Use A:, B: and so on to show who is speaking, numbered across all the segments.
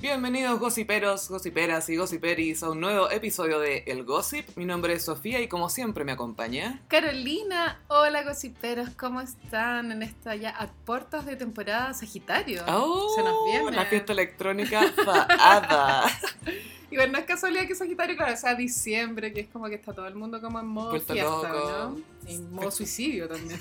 A: Bienvenidos gossiperos, gossiperas y gossiperis a un nuevo episodio de El Gossip. Mi nombre es Sofía y como siempre me acompaña.
B: Carolina, hola gossiperos, ¿cómo están en esta ya a puertas de temporada Sagitario?
A: ¡Oh!
B: Se nos viene.
A: Una fiesta electrónica faada.
B: Y bueno, no es casualidad que Sagitario, claro, sea diciembre, que es como que está todo el mundo como en modo
A: Vuelta
B: fiesta,
A: loco.
B: ¿no? Y en modo suicidio también.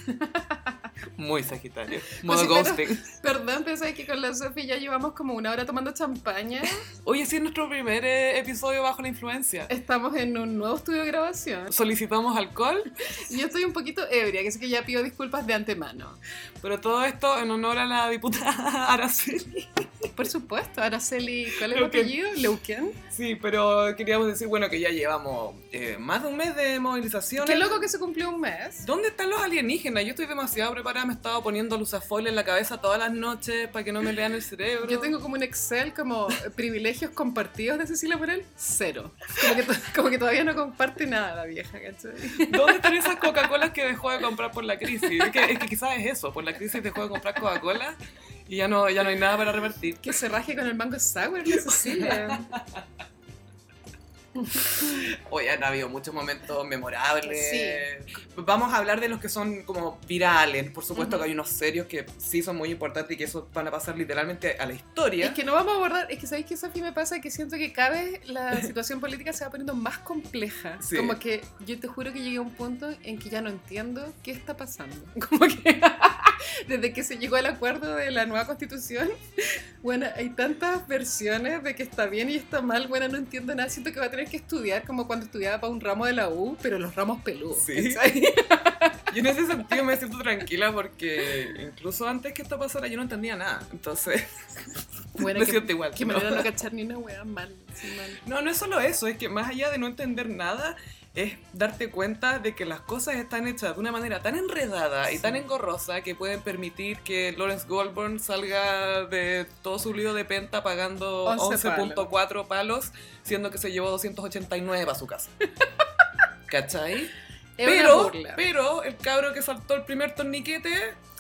A: Muy sagitario. Modo
B: Gossiperos.
A: ghosting.
B: Perdón, pensé que con la Sofía ya llevamos como una hora tomando champaña.
A: Oye, sí es nuestro primer eh, episodio bajo la influencia.
B: Estamos en un nuevo estudio de grabación.
A: Solicitamos alcohol,
B: Y yo estoy un poquito ebria, que sé que ya pido disculpas de antemano.
A: pero todo esto en honor a la diputada Araceli.
B: Por supuesto, Araceli, ¿cuál es el
A: Leuquén.
B: apellido? Leuquén.
A: Sí, pero queríamos decir, bueno, que ya llevamos eh, más de un mes de movilizaciones.
B: Qué loco que se cumplió un mes.
A: ¿Dónde están los alienígenas? Yo estoy demasiado preparada, me he estado poniendo luzafol en la cabeza todas las noches para que no me lean el cerebro.
B: Yo tengo como un Excel como eh, privilegios compartidos de Cecilia Morel, cero. Como que, to- como que todavía no comparte nada la vieja, ¿cachai?
A: ¿Dónde están esas Coca-Colas que dejó de comprar por la crisis? Es que, es que quizás es eso, por la crisis dejó de comprar Coca-Cola y ya no, ya no hay nada para revertir.
B: Que se raje con el mango sour de Cecilia.
A: Hoy han habido muchos momentos memorables. Vamos a hablar de los que son como virales. Por supuesto
B: Ujú.
A: que hay unos serios que sí son muy importantes y que esos van a pasar literalmente a la historia.
B: Es que no vamos a abordar, es que sabéis que eso a mí me pasa que siento que cada vez la situación política se va poniendo más compleja.
A: Sí.
B: Como que yo te juro que llegué a un punto en que ya no entiendo qué está pasando. Como que desde que se llegó al acuerdo de la nueva constitución, bueno, hay tantas versiones de que está bien y está mal, bueno, no entiendo nada, siento que va a tener que estudiar como cuando estudiaba para un ramo de la U, pero los ramos peludos.
A: Sí.
B: ¿cachai?
A: Y en ese sentido me siento tranquila porque incluso antes que esto pasara yo no entendía nada. Entonces,
B: Bueno,
A: me
B: que,
A: siento igual.
B: que
A: ¿no?
B: me van a no cachar ni una wea mal. sí, mal.
A: No, no es solo eso, es que más allá de no entender nada, es darte cuenta de que las cosas están hechas de una manera tan enredada y
B: Sí.
A: tan engorrosa que pueden permitir que Lawrence Goldburn salga de todo su lío de penta pagando
B: 11
A: 11.4 palos, siendo que se llevó 289 para su casa. ¿Cachai?
B: Es una
A: Pero,
B: burla.
A: pero el cabro que saltó el primer torniquete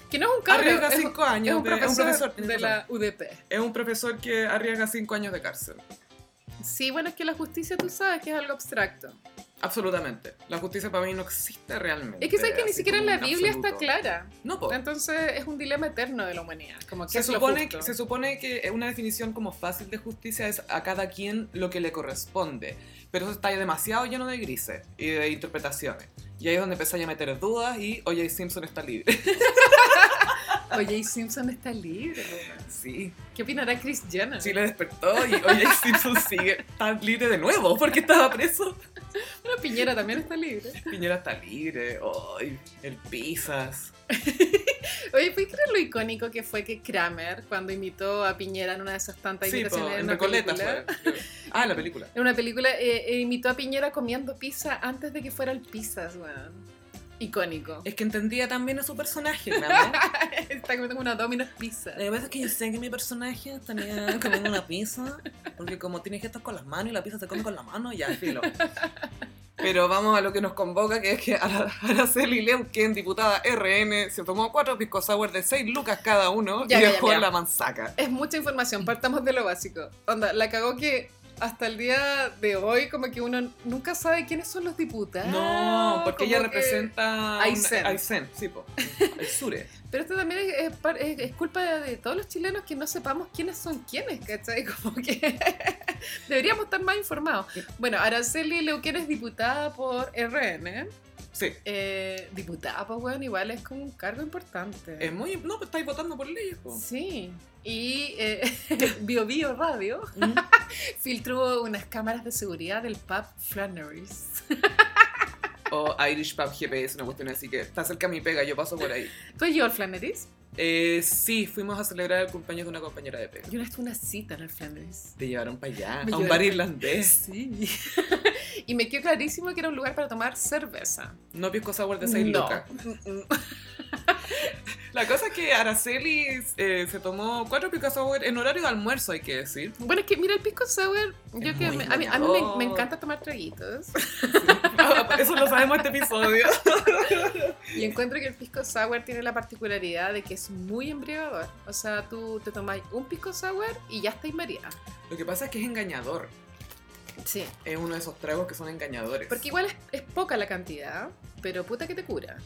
B: que no es un cargo,
A: arriesga
B: es un-
A: 5 años.
B: Es un
A: de-
B: profesor,
A: tiene
B: de
A: razón.
B: la UDP.
A: Es un profesor que arriesga 5 años de cárcel.
B: Sí, bueno, es que la justicia tú sabes que es algo abstracto.
A: Absolutamente. La justicia para mí no existe realmente.
B: Es que sabes que ni
A: así
B: siquiera en
A: como
B: la
A: en
B: Biblia está
A: absoluto. Oh.
B: clara.
A: No, po.
B: Entonces es un dilema eterno de la humanidad. Como que
A: Se
B: es lo
A: supone,
B: justo.
A: que, se supone que una definición como fácil de justicia es a cada quien lo que le corresponde, pero eso está demasiado lleno de grises y de interpretaciones. Y ahí es donde empezáis a meter dudas y O.J. Simpson está libre.
B: Oye, y Simpson está libre. weón.
A: Sí,
B: ¿Qué opinará Chris Jenner?
A: sí le despertó y O.J. Simpson sigue tan libre de nuevo porque estaba preso.
B: Bueno, Piñera también está libre.
A: Piñera está libre, Ay, el Pisas.
B: Oye, ¿puedes creer lo icónico que fue que Kramer, cuando imitó a Piñera en una de esas tantas
A: Sí, po,
B: imitaciones en
A: en
B: una
A: Recoleta
B: película?
A: fue. Ah, la película.
B: En una película eh, eh, imitó a Piñera comiendo pizza antes de que fuera el pizzas, weón. Icónico.
A: Es que entendía también a su personaje, ¿no?
B: Está comiendo una Domino's Pizza.
A: Lo que pasa es que yo sé que mi personaje tenía comiendo una pizza, porque como tiene gestos con las manos y la pizza se come con la mano, ya, filo. Pero vamos a lo que nos convoca, que es que Ara- Araceli Leuquén, diputada RN, se tomó cuatro pisco sour de seis lucas cada uno
B: Ya,
A: y
B: ya, ya,
A: dejó
B: ya.
A: la manzaca.
B: Es mucha información, partamos de lo básico. Onda, la cagó que hasta el día de hoy como que uno nunca sabe quiénes son los diputados.
A: No, porque ella
B: Ah, como que-
A: representa...
B: a Aysén.
A: a Aysén, sí, po. El Sure.
B: Pero esto también es, es par- es- es culpa de, de todos los chilenos que no sepamos quiénes son quiénes, ¿cachai? Como que deberíamos estar más informados. Bueno, Araceli Leuquén es diputada por RN.
A: Sí.
B: Eh, diputada, pues bueno, igual es como un cargo importante.
A: Es muy... No, pues estáis votando por leyes, po.
B: Sí. Y eh, Bio Bio Radio
A: Mm.
B: filtró unas cámaras de seguridad del pub Flannery's.
A: O Irish Pub GPS, una cuestión así que está cerca de mi pega, yo paso por ahí.
B: ¿Tú has ido al Flannery's?
A: Eh, sí, fuimos a celebrar el cumpleaños de una compañera de pega.
B: Yo una vez tuve una cita en el Flannery's.
A: Te llevaron para allá,
B: Me
A: a un
B: llevaron.
A: bar irlandés.
B: Sí. y me quedó clarísimo que era un lugar para tomar cerveza. Mm,
A: No pisco sour de 6
B: No.
A: lucas. La cosa es que Araceli eh, se tomó cuatro Pico Sour en horario de almuerzo, hay que decir.
B: Bueno, es que mira, el pisco sour, yo
A: Es
B: que
A: muy
B: me- a mí, a mí me, me encanta tomar traguitos.
A: Eso lo sabemos este episodio.
B: Y encuentro que el pisco sour tiene la particularidad de que es muy embriagador. O sea, tú te tomas un pisco sour y ya estáis mareada.
A: Lo que pasa es que es engañador.
B: Sí.
A: Es uno de esos tragos que son engañadores.
B: Porque igual es, es poca la cantidad, pero puta que te cura.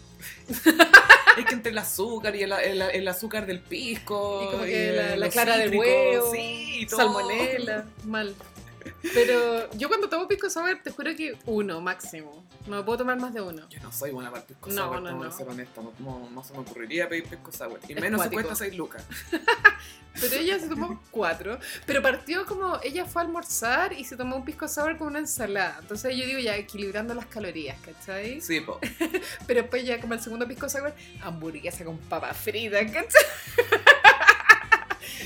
A: Es que entre el azúcar y el, el- el azúcar del pisco.
B: Y como que
A: el-
B: la- la
A: los
B: clara de
A: cítricos,
B: huevo,
A: Sí, y todo.
B: Salmonela, mal. Pero yo cuando tomo pisco sour, te juro que uno máximo. No me puedo tomar más de uno.
A: Yo no soy buena para el pisco
B: No,
A: sour,
B: no,
A: no,
B: no.
A: no. sepan esto. No, no- no se me ocurriría pedir pisco sour. Y
B: Es
A: menos si
B: cuático.
A: cuesta 6 lucas.
B: Pero ella se tomó cuatro. Pero partió como ella fue a almorzar y se tomó un pisco sour con una ensalada. Entonces yo digo ya equilibrando las calorías, ¿cachai?
A: Sí, po.
B: Pero después ya como el segundo pisco sour, hamburguesa con papa frita, ¿cachai?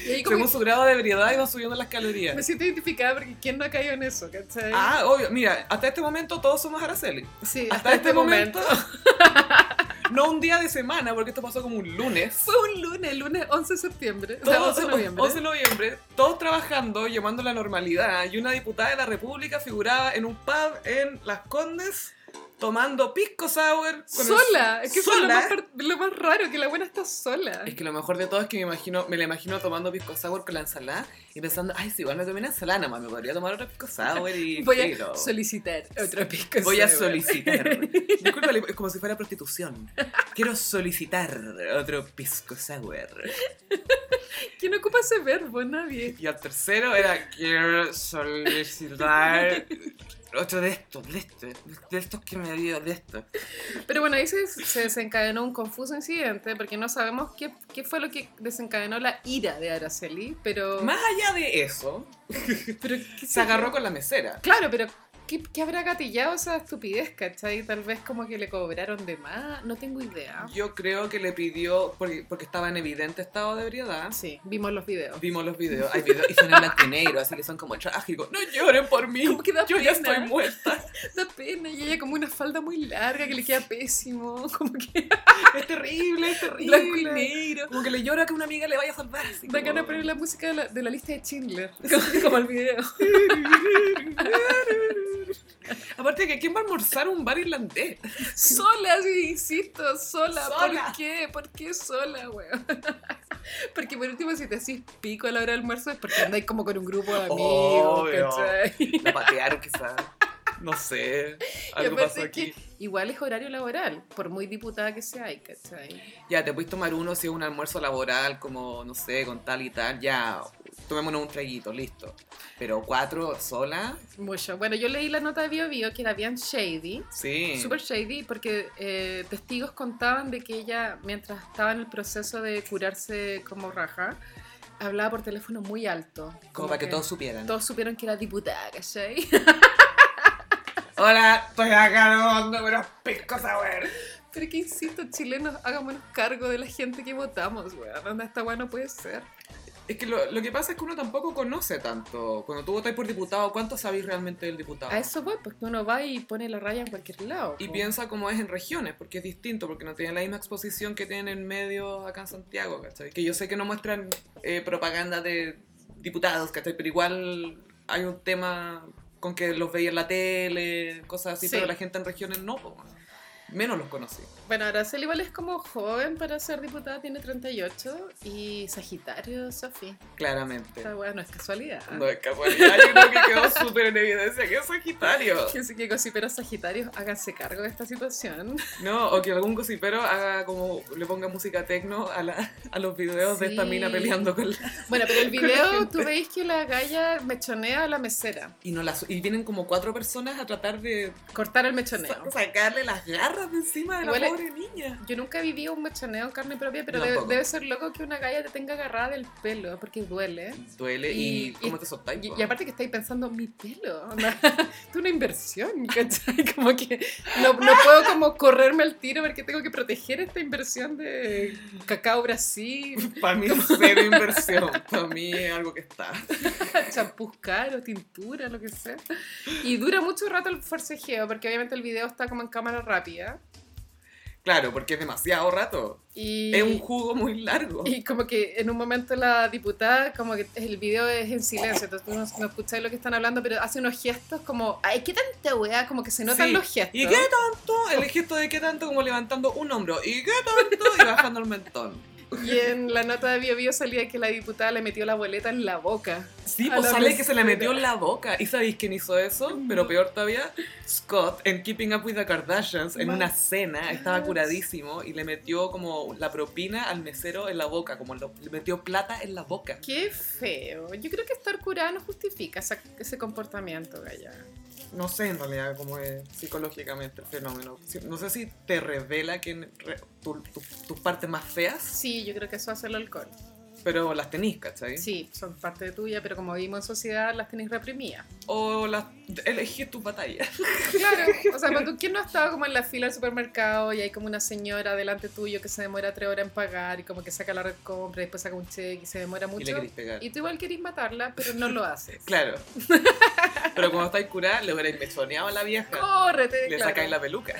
B: Y ahí como
A: Según su grado de ebriedad iba subiendo las
B: que me
A: calorías.
B: siento identificada porque ¿quién no ha caído en eso, cachai?
A: Ah, obvio. Mira, hasta este momento todos somos Araceli.
B: sí,
A: Hasta este momento. No un día de semana, porque esto pasó como un lunes.
B: Fue un lunes, el lunes 11 de septiembre, o sea,
A: Todos,
B: 11 de noviembre.
A: 11 de noviembre, todos trabajando, llamando a la normalidad, y una diputada de la República figuraba en un pub en Las Condes tomando pisco sour. con el-
B: Sola, es que eso es lo
A: sola.
B: más, par- lo más raro, que la buena está sola.
A: Es que lo mejor de todo es que me imagino, me la imagino tomando pisco sour con la ensalada y pensando, ay, si igual me tomé una ensalada, nada más me podría tomar otro pisco sour y
B: Voy
A: filo".
B: a solicitar otro pisco
A: Voy a
B: sour.
A: solicitar. Disculpa, es como si fuera prostitución. Quiero solicitar otro pisco sour.
B: ¿Quién ocupa ese verbo? Nadie.
A: Y al tercero era quiero solicitar otro de estos, de estos, de estos que me dio, de este". estos.
B: Pero bueno, ahí se, se desencadenó un confuso incidente porque no sabemos qué, qué fue lo que desencadenó la ira de Araceli, pero...
A: Más allá de eso,
B: pero ¿qué
A: se agarró con la mesera.
B: Claro, pero ¿qué, qué habrá gatillado esa estupidez, cachai? Tal vez como que le cobraron de más, no tengo idea.
A: Yo creo que le pidió, porque, porque estaba en evidente estado de ebriedad.
B: Sí, vimos los videos.
A: Vimos los videos, hay videos y son en blanco y negro, así que son como trágicos. No lloren por mí,
B: Como que da
A: yo ya
B: pena.
A: estoy muerta.
B: Da pena, y ella como una falda muy larga que le queda pésimo, como que
A: Es terrible, es terrible.
B: blanco y negro.
A: Como que le llora que una amiga le vaya a salvar. Así
B: Da
A: como-
B: ganas de poner la música de la, de la lista de Schindler, como, como el video.
A: Aparte que quién va a almorzar a un bar irlandés.
B: Sola, sí, insisto, sola.
A: Sola.
B: ¿Por qué? ¿Por qué sola, weón? Porque por último, si te haces pico a la hora del almuerzo es porque andáis como con un grupo de amigos,
A: Obvio.
B: ¿cachai?
A: La patearon quizás. No sé.
B: Y
A: Algo
B: aparte
A: pasó aquí.
B: que igual es horario laboral, por muy diputada que sea, ¿cachai?
A: Ya, te puedes tomar uno si es un almuerzo laboral, como, no sé, con tal y tal. Ya, tomémonos un traguito, listo. Pero cuatro sola,
B: Mucho. Bueno, yo leí la nota de Bio Bio que era bien shady,
A: sí.
B: super shady, porque eh, testigos contaban de que ella, mientras estaba en el proceso de curarse como raja, hablaba por teléfono muy alto.
A: Como para que, todos supieran.
B: Todos supieron que era diputada, ¿cachai?
A: Hola, estoy acá tomando unos piscos a ver.
B: Pero que insisto, chilenos, hagámonos cargo de la gente que votamos, weón. Onda, esta weá no puede ser.
A: Es que lo, lo que pasa es que uno tampoco conoce tanto. Cuando tú votas por diputado, ¿cuánto sabéis realmente del diputado?
B: A eso voy, porque uno va y pone la raya en cualquier lado.
A: Y
B: po.
A: piensa cómo es en regiones, porque es distinto, porque no tienen la misma exposición que tienen en medios acá en Santiago, ¿cachai? Que yo sé que no muestran eh, propaganda de diputados, ¿cachai? Pero igual hay un tema con que los veía en la tele, cosas así,
B: Sí.
A: pero la gente en regiones no, po, bueno. menos los conocí.
B: Bueno, Araceli igual es como joven para ser diputada, tiene 38. Y Sagitario, Sofi.
A: Claramente.
B: Esta weá no es casualidad.
A: No es casualidad, yo creo que quedó súper en evidencia que es Sagitario.
B: Que sí que gossiperos Sagitarios háganse cargo de esta situación.
A: No, o que algún gocipero haga como, le ponga música tecno a, la- a los videos de esta
B: Sí.
A: mina peleando con la...
B: Bueno, pero el
A: Con la
B: video,
A: gente.
B: tú veis que la galla mechonea a la mesera.
A: Y, no la su- y vienen como cuatro personas a tratar de
B: Cortar el
A: sa-
B: mechoneo.
A: sacarle las garras de encima de la
B: Igual es-
A: pobre niña.
B: Yo nunca viví un mechoneo en carne propia, pero
A: Yo
B: debe,
A: tampoco.
B: debe ser loco que una galla te tenga agarrada del pelo, porque duele.
A: Duele
B: y-
A: y,
B: Y-
A: cómo
B: y-
A: te soltáis.
B: Y,
A: po?
B: y aparte que estáis pensando, mi pelo, onda, es una inversión, ¿cachai? Como que no, no puedo como correrme al tiro porque tengo que proteger esta inversión de cacao Brasil,
A: Para mí es cero inversión. Para mí es algo que está.
B: champús caros, tintura, lo que sea. Y dura mucho rato el forcejeo porque obviamente el video está como en cámara rápida.
A: Claro, porque es demasiado rato.
B: Y,
A: Es un jugo muy largo.
B: y como que en un momento la diputada, como que el video es en silencio, entonces tú no, no escuchas lo que están hablando, pero hace unos gestos como, ay, qué tanta weá, como que se notan
A: Sí.
B: los gestos.
A: ¿Y qué tanto? El gesto de qué tanto como levantando un hombro. ¿Y qué tanto? Y bajando el mentón.
B: Y en la nota de Bio Bio salía que la diputada le metió la boleta en la boca.
A: Sí,
B: A
A: pues
B: la
A: sale que se le metió
B: mesera.
A: en la boca. ¿Y sabéis quién hizo eso? Pero peor todavía, Scott en Keeping Up with the Kardashians, en
B: Ma-
A: una cena, estaba curadísimo y le metió como la propina al mesero en la boca, como lo- le metió plata en la boca.
B: Qué feo. Yo creo que estar curada no justifica esa- ese comportamiento, Gaya.
A: No sé en realidad cómo es psicológicamente el fenómeno. Si- No sé si te revela quién re- tu- tu- tus partes más feas,
B: Sí, yo creo que eso hace el alcohol.
A: pero las tenís, ¿cachai?
B: Sí, son parte de tuya, pero como vivimos en sociedad, las tenés reprimidas.
A: O las, elegís tus batallas.
B: Claro, o sea, cuando quién no ha estado como en la fila del supermercado y hay como una señora delante tuyo que se demora tres horas en pagar y como que saca la red compra y después saca un cheque y se demora
A: Y
B: mucho.
A: le querís pegar.
B: Y tú igual querís matarla, pero no lo haces.
A: Claro. Pero cuando estáis curada, le hubierais mechoneado a la vieja.
B: Córrete,
A: Le
B: claro.
A: sacáis la peluca.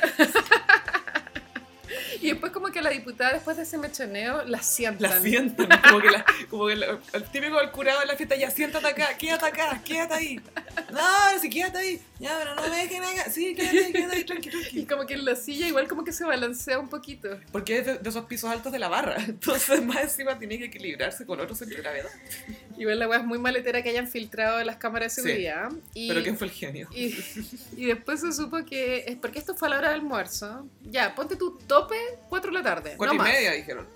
B: Y después como que la diputada después de ese mechoneo la sientan.
A: La sientan. Como que, la, como que la- el típico del curado de la fiesta, ya siéntate acá, quédate acá, quédate ahí. No, si quédate ahí. Ya, pero no me dejen acá. Sí, quédate ahí, quédate ahí, tranqui,
B: Y
A: tranqui.
B: como que en la silla igual como que se balancea un poquito.
A: Porque es de, de esos pisos altos de la barra. Entonces, más encima tiene que equilibrarse con otro centro de gravedad.
B: Igual la weá es muy maletera que hayan filtrado las cámaras de
A: Sí.
B: seguridad. Y,
A: Pero ¿quién fue el genio?
B: y, y después se supo que es porque esto fue a la hora del almuerzo. Ya, ponte tu tope 4 de la tarde.
A: Cuatro
B: no
A: y
B: más.
A: media, dijeron.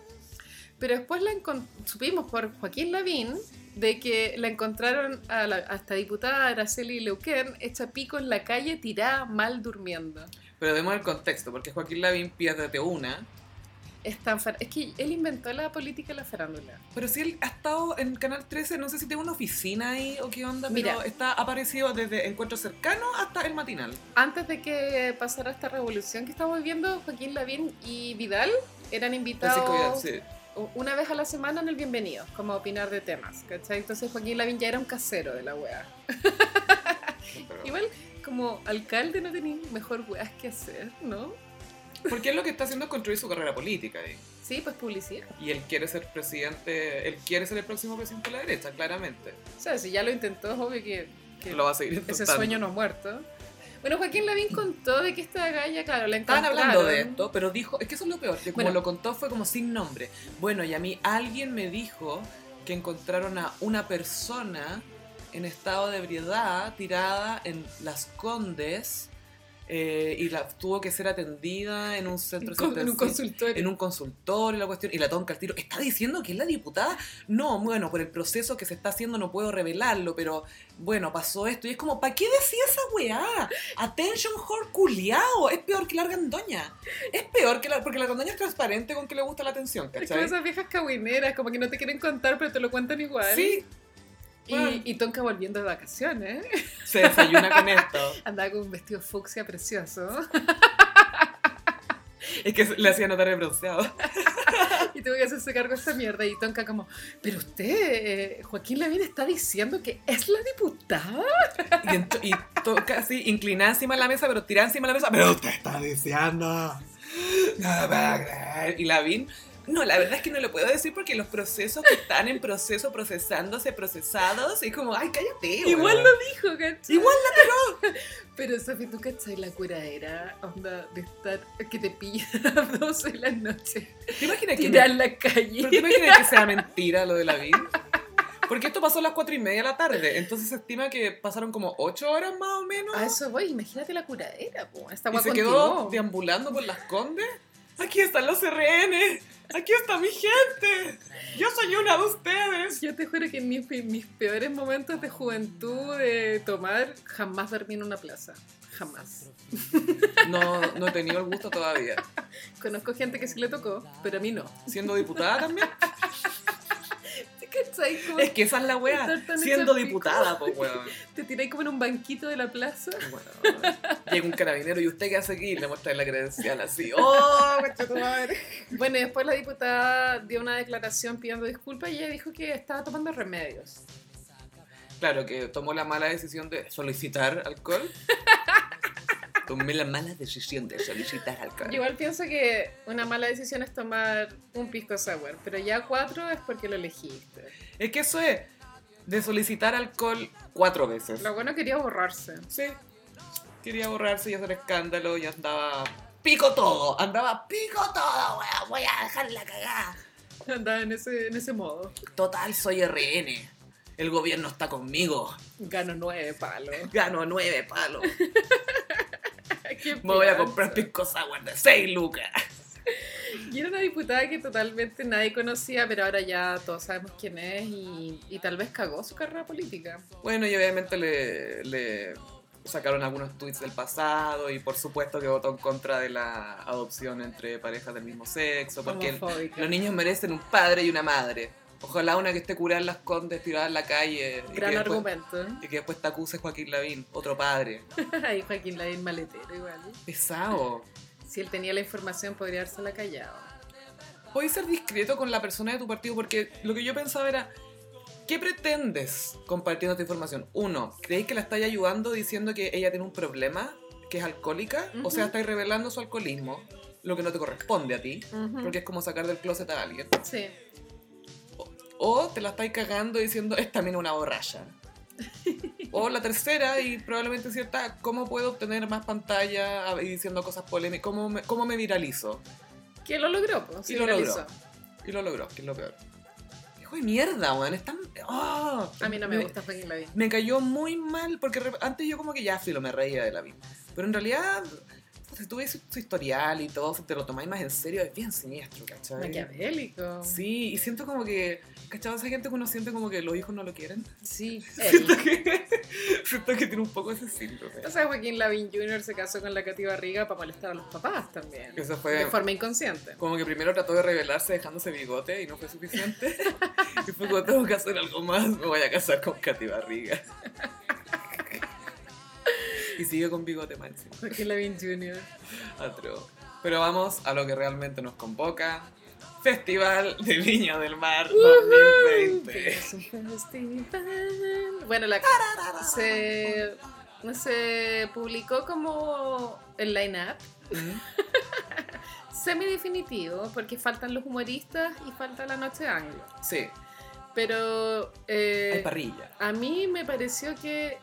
B: Pero después la encon- supimos por Joaquín Lavín de que la encontraron a, la, a esta diputada Araceli Leuquén hecha pico en la calle, tirada, mal durmiendo.
A: Pero demos el contexto, porque Joaquín Lavín, piérdete una.
B: Es, tan far- es que él inventó la política de la farándula.
A: Pero si él ha estado en Canal 13, no sé si tiene una oficina ahí o qué onda,
B: Mira.
A: pero está ha aparecido desde Encuentro Cercano hasta El Matinal.
B: Antes de que pasara esta revolución que estamos viviendo, Joaquín Lavín y Vidal eran invitados
A: Francisco Vidal, sí.
B: u- una vez a la semana en el Bienvenido, como a opinar de temas, ¿cachai? Entonces Joaquín Lavín ya era un casero de la wea.
A: Pero-
B: Igual, como alcalde no tenía mejor weas que hacer, ¿no?
A: Porque él lo que está haciendo es construir su carrera política. ahí.
B: Sí, pues publicidad.
A: Y él quiere ser presidente, él quiere ser el próximo presidente de la derecha, claramente.
B: O sea, si ya lo intentó, es obvio que, que
A: Lo va a seguir
B: ese
A: intentando.
B: sueño no ha muerto. Bueno, Joaquín Lavín contó de que esta galla, claro, la
A: Estaban
B: encontraron.
A: hablando de esto, pero dijo, es que eso es lo peor, que como
B: Bueno.
A: lo contó fue como sin nombre. Bueno, y a mí alguien me dijo que encontraron a una persona en estado de ebriedad tirada en Las Condes eh, y la, tuvo que ser atendida en un centro
B: Con- en
A: asistencial-
B: un consultorio.
A: en un consultorio la cuestión y la tonca al tiro está diciendo que es la diputada no bueno por el proceso que se está haciendo no puedo revelarlo pero bueno pasó esto y es como ¿para qué decía esa weá? attention whore culiao es peor que la argandoña es peor que la porque la argandoña es transparente con que le gusta la atención
B: Es como
A: ¿cachai?
B: esas viejas cabineras, como que no te quieren contar, pero te lo cuentan igual.
A: sí
B: Y,
A: bueno.
B: y Tonka volviendo de vacaciones. ¿eh?
A: se desayuna con esto
B: Andaba con un vestido fucsia precioso.
A: es que le hacía notar el bronceado
B: Y tuvo que hacerse cargo de esta mierda. Y Tonka como, pero usted, eh, Joaquín Lavín está diciendo que es la diputada.
A: y, ento- y toca así inclinada encima de la mesa pero tirada encima de la mesa pero usted está diciendo no me puedo creer y Lavín no, la verdad es que no lo puedo decir porque los procesos que están en proceso, procesándose, procesados, es como, ay, cállate.
B: Igual
A: weón".
B: lo dijo, ¿cachai?
A: Igual
B: Pero Sofi, ¿tú cachai la curadera? Onda de estar, que te pilla a 12 de la noche.
A: ¿Te imaginas que,
B: Tirar en la
A: pero te
B: calle.
A: imaginas que sea mentira lo de Lavín? Porque esto pasó a las cuatro y media de la tarde, entonces se estima que pasaron como ocho horas más o menos.
B: A eso voy, imagínate la curadera, po. Esta
A: Y
B: guapa
A: se quedó deambulando por las condes. Aquí están los RN. Aquí está mi gente. Yo soy una de ustedes.
B: Yo te juro que en mis, mis peores momentos de juventud, de tomar, jamás dormí en una plaza. Jamás.
A: No, no he tenido el gusto todavía.
B: Conozco gente que sí le tocó, pero a mí no.
A: Siendo diputada también.
B: ¿Te cachai? Como
A: Es que esa es la wea.
B: Estar tan
A: Siendo
B: hecha pico.
A: diputada, pues weón.
B: Te tiráis como en un banquito de la plaza.
A: Weón. Llega un carabinero y usted qué hace aquí. Le muestra la credencial así. ¡Oh, concha tu madre!
B: Bueno, y después la diputada dio una declaración pidiendo disculpas y ella dijo que estaba tomando remedios.
A: Claro, que tomó la mala decisión de solicitar alcohol. Tomé la mala decisión de solicitar alcohol.
B: Yo igual pienso que una mala decisión es tomar un pisco sour, pero ya cuatro es porque lo elegiste.
A: Es que eso es de solicitar alcohol cuatro veces.
B: Lo bueno quería borrarse.
A: Sí. Quería borrarse y hacer escándalo y andaba pico todo. Andaba pico todo, weón. Voy a dejar la cagada.
B: Andaba en ese, en ese modo.
A: Total, soy RN. El gobierno está conmigo.
B: Gano nueve palos.
A: Gano nueve palos.
B: Qué
A: Me voy a
B: pienso.
A: comprar pisco sour de seis lucas.
B: Y era una diputada que totalmente nadie conocía, pero ahora ya todos sabemos quién es y, y tal vez cagó su carrera política.
A: Bueno, y obviamente le, le sacaron algunos tweets del pasado y por supuesto que votó en contra de la adopción entre parejas del mismo sexo, porque el-
B: Homofóbica.
A: los niños merecen un padre y una madre. Ojalá una que esté curada en las condes, tirada en la calle. y que
B: Gran
A: después-
B: argumento.
A: Y que después te acuse Joaquín Lavín, otro padre.
B: Ahí Joaquín Lavín maletero igual.
A: Pesado.
B: Si él tenía la información podría habérsela callado.
A: Puedes ser discreto con la persona de tu partido porque lo que yo pensaba era, ¿qué pretendes compartiendo esta información? Uno, ¿creéis que la estáis ayudando diciendo que ella tiene un problema, que es alcohólica? O sea,
B: Ujú.
A: estáis revelando su alcoholismo, lo que no te corresponde a ti, porque es como sacar del closet a alguien.
B: Sí.
A: O te la estáis cagando diciendo, es también una borracha. O la tercera y probablemente cierta, ¿cómo puedo obtener más pantalla a- y diciendo cosas polémicas? ¿Cómo me, cómo me viralizo?
B: Que lo logró, pues.
A: Y lo logró. Y lo logró, que es lo peor. Hijo de mierda, weón. Es tan... ¡Ah!
B: A mí no me gusta Joaquín Lavín.
A: Me cayó muy mal porque re- antes yo como que ya filo me reía de la vida. Pero en realidad, si tú ves su, su historial y todo, si te lo tomáis más en serio, es bien siniestro, ¿cachai?
B: Maquiavélico.
A: Sí, y siento como que, ¿cachai? Esa gente que uno siente como que los hijos no lo quieren.
B: Sí.
A: Siento que, siento que tiene un poco ese síndrome.
B: O sea, Joaquín Lavín Jr. se casó con la Cati Barriga para molestar a los papás también.
A: Eso
B: De
A: fue
B: forma inconsciente.
A: como que primero trató de revelarse dejándose bigote y no fue suficiente. y fue como tengo que hacer algo más, me voy a casar con Katy Barriga. y sigue con bigote máximo.
B: Joaquín Lavín Jr.
A: Atro. Pero vamos a lo que realmente nos convoca. Festival de Viña del Mar 2020.
B: Es un festival. Bueno, la se, se publicó como el line-up
A: ¿Mm?
B: semi-definitivo, porque faltan los humoristas y falta la noche anglo.
A: Sí,
B: Eh, Pero eh,
A: hay parrilla.
B: a mí me pareció que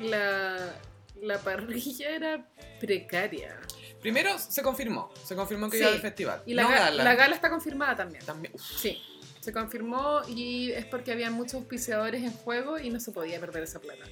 B: la, la parrilla era precaria.
A: Primero se confirmó, se confirmó que
B: Sí.
A: iba al festival.
B: Y la,
A: no
B: ga-
A: gala.
B: la gala está confirmada también.
A: También, uf,
B: Sí, se confirmó y es porque había muchos auspiciadores en juego y no se podía perder esa plata.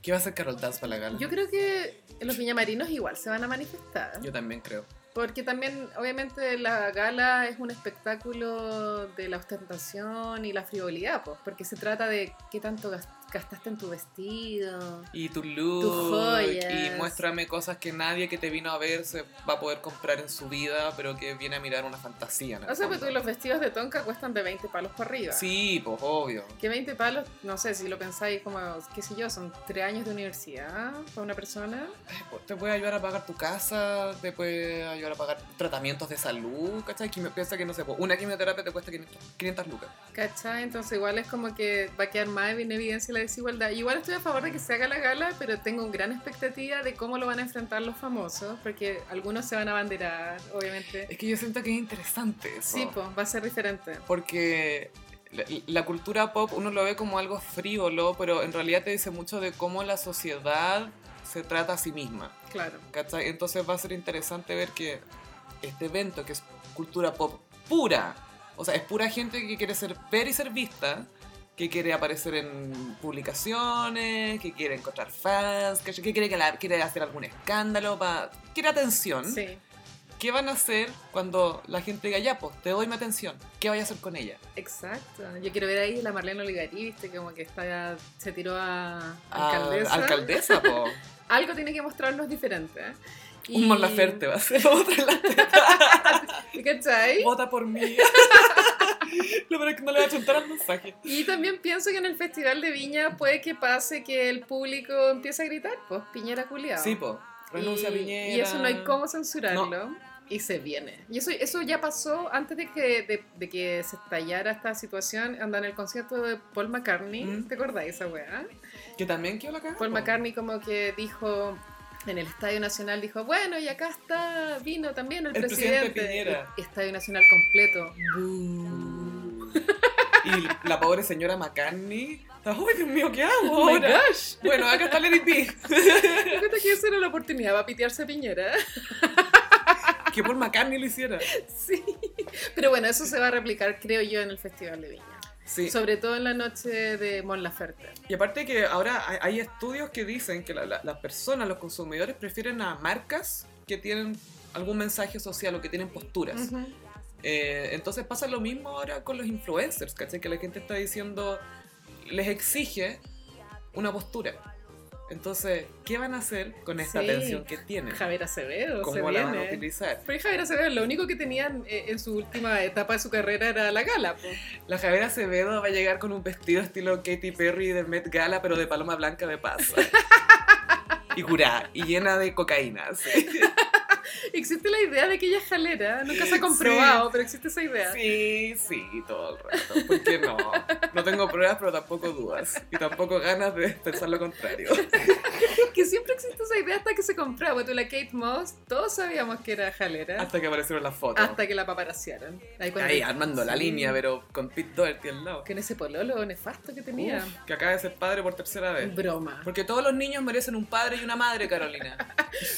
A: ¿Qué va a hacer Carol Dance para la gala?
B: Yo creo que los viñamarinos igual se van a manifestar.
A: Yo también creo.
B: Porque también, obviamente, la gala es un espectáculo de la ostentación y la frivolidad, pues, porque se trata de qué tanto gas- gastaste en tu vestido.
A: y tu look y
B: joyas.
A: muéstrame cosas que nadie que te vino a ver se va a poder comprar en su vida, pero que viene a mirar una fantasía. en el
B: O sea, pues
A: fondo.
B: tú, los vestidos de tonka cuestan de 20 palos para arriba.
A: Sí, pues obvio.
B: Que 20 palos, no sé, si lo pensáis como, qué sé yo, son 3 años de universidad para una persona.
A: Te puede ayudar a pagar tu casa, te puede ayudar a pagar tratamientos de salud, ¿cachai? Quimio- piensa que no sé, pues, una quimioterapia te cuesta 500, 500 lucas.
B: ¿Cachai? Entonces igual es como que va a quedar más en evidencia la desigualdad. Igual estoy a favor de que se haga la gala, pero tengo una gran expectativa de cómo lo van a enfrentar los famosos, porque algunos se van a abanderar, obviamente.
A: Es que yo siento que es interesante eso.
B: Sí, pues, va a ser diferente.
A: porque la, la cultura pop uno lo ve como algo frívolo, pero en realidad te dice mucho de cómo la sociedad se trata a sí misma.
B: Claro.
A: ¿cachai? Entonces va a ser interesante ver que este evento, que es cultura pop pura, o sea, es pura gente que quiere ser ver y ser vista, que quiere aparecer en publicaciones, que quiere encontrar fans, que, que quiere, que la- quiere hacer algún escándalo, pa- quiere atención.
B: Sí,
A: ¿Qué van a hacer cuando la gente diga, ya, pues, te doy mi atención? ¿Qué voy a hacer con ella?
B: exacto. Yo quiero ver ahí la Marlene Oligarí, viste, como que está, se tiró a
A: Ah,
B: alcaldesa.
A: alcaldesa, po.
B: Algo tiene que mostrarnos diferente. ¿eh?
A: Un Mon Laferte va a ser otra la-
B: ¿Cachai?
A: Vota por mí. Lo peor es que no le va a chuntar al mensaje.
B: Y también pienso que en el Festival de Viña puede que pase que el público empiece a gritar, pues Piñera culiado.
A: Sí, po. Renuncia
B: y,
A: a Piñera.
B: Y eso no hay cómo censurarlo. Y se viene. Y eso, eso ya pasó antes de que, de, de que se estallara esta situación. Anda en el concierto de Paul McCartney.
A: Mm.
B: ¿Te acordáis esa weá?
A: Que también quedó la cagada.
B: Paul
A: po.
B: McCartney como que dijo... en el Estadio Nacional dijo, bueno, y acá está, vino también el,
A: El
B: presidente.
A: presidente Piñera.
B: Y Estadio Nacional completo.
A: Y la pobre señora McCartney. ¡Ay, Dios mío, qué hago
B: Oh my
A: ahora!
B: gosh.
A: Bueno, acá está Lady P.
B: Me cuenta que esa era la oportunidad para pitearse a Piñera.
A: Que por McCartney lo hiciera.
B: Sí. Pero bueno, eso se va a replicar, creo yo, en el Festival de Viña.
A: Sí.
B: Sobre todo en la noche de Mon Laferte.
A: Y aparte que ahora hay, hay estudios que dicen que la- la- las personas, los consumidores, prefieren a marcas que tienen algún mensaje social o que tienen posturas.
B: Ujú.
A: Eh, entonces pasa lo mismo ahora con los influencers, ¿cachai? Que la gente está diciendo, les exige una postura. Entonces, ¿qué van a hacer con esta
B: Sí.
A: atención que tienen?
B: Javier Acevedo se
A: ¿Cómo la van a
B: viene.
A: utilizar?
B: Pero Javier Acevedo, lo único que tenían eh, en su última etapa de su carrera era la gala. po.
A: La Javier Acevedo va a llegar con un vestido estilo Katy Perry de Met Gala, pero de paloma blanca de paso. y curada, y llena de cocaína. Sí,
B: Existe la idea de que ella es jalera, nunca se ha comprobado, pero existe esa idea.
A: sí, sí, todo el rato. ¿Por qué no? No tengo pruebas, pero tampoco dudas. Y tampoco ganas de pensar lo contrario.
B: Que siempre existe esa idea hasta que se compraba. Tú, la Kate Moss, todos sabíamos que era jalera. Hasta,
A: Hasta que aparecieron las fotos.
B: que la paparaciaron. Ahí, cuando-
A: Ahí armando la
B: Sí.
A: línea, pero con Pete Doherty al lado.
B: Con ese pololo nefasto que tenía.
A: Uf, que acaba de ser padre por tercera vez.
B: Broma.
A: Porque todos los niños merecen un padre y una madre, Carolina.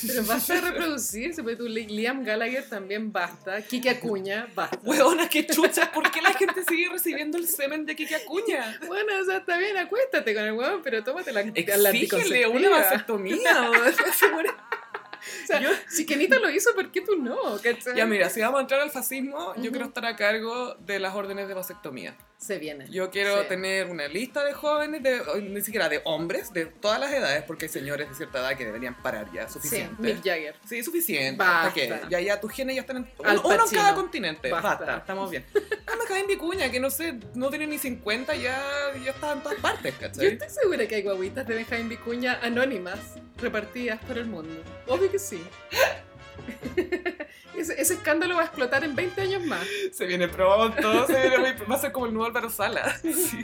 B: Pero basta de reproducirse, porque tú, Li- Liam Gallagher también basta. Kike Acuña, basta.
A: Huevona, qué chucha, ¿por qué la gente sigue recibiendo el semen de Kiki Acuña?
B: Bueno, o sea, está bien, acuéstate con el huevón, pero tómate la, la
A: Exígele
B: anticonceptiva.
A: una vasectomía. o- se muere.
B: O sea,
A: Yo-
B: Si Kenita lo hizo, ¿por qué tú no? ¿Cachai?
A: Ya mira, si vamos a entrar al fascismo, yo
B: Ujú.
A: quiero estar a cargo de las órdenes de vasectomía.
B: Se viene.
A: Yo quiero
B: Sí.
A: tener una lista de jóvenes, de, o ni siquiera de hombres, de todas las edades, porque hay señores de cierta edad que deberían parar ya,
B: Sí,
A: suficiente.
B: Mick Jagger.
A: Sí, suficiente.
B: Basta.
A: ¿Para qué? Ya, ya, tus genes ya están en.
B: Al
A: uno- uno en
B: Pacino.
A: cada continente.
B: Basta.
A: Basta. estamos bien. Ah, me cae en Vicuña, que no sé, no tiene ni 50, ya, ya está en todas partes,
B: Yo
A: ¿cachai?
B: estoy segura que hay guaguitas de Benjamín Vicuña anónimas repartidas por el mundo. Obvio que sí. Ese, ese escándalo va a explotar en 20 años más.
A: Se viene pronto, se viene muy- va a ser como el nuevo Álvaro Sala. Sí,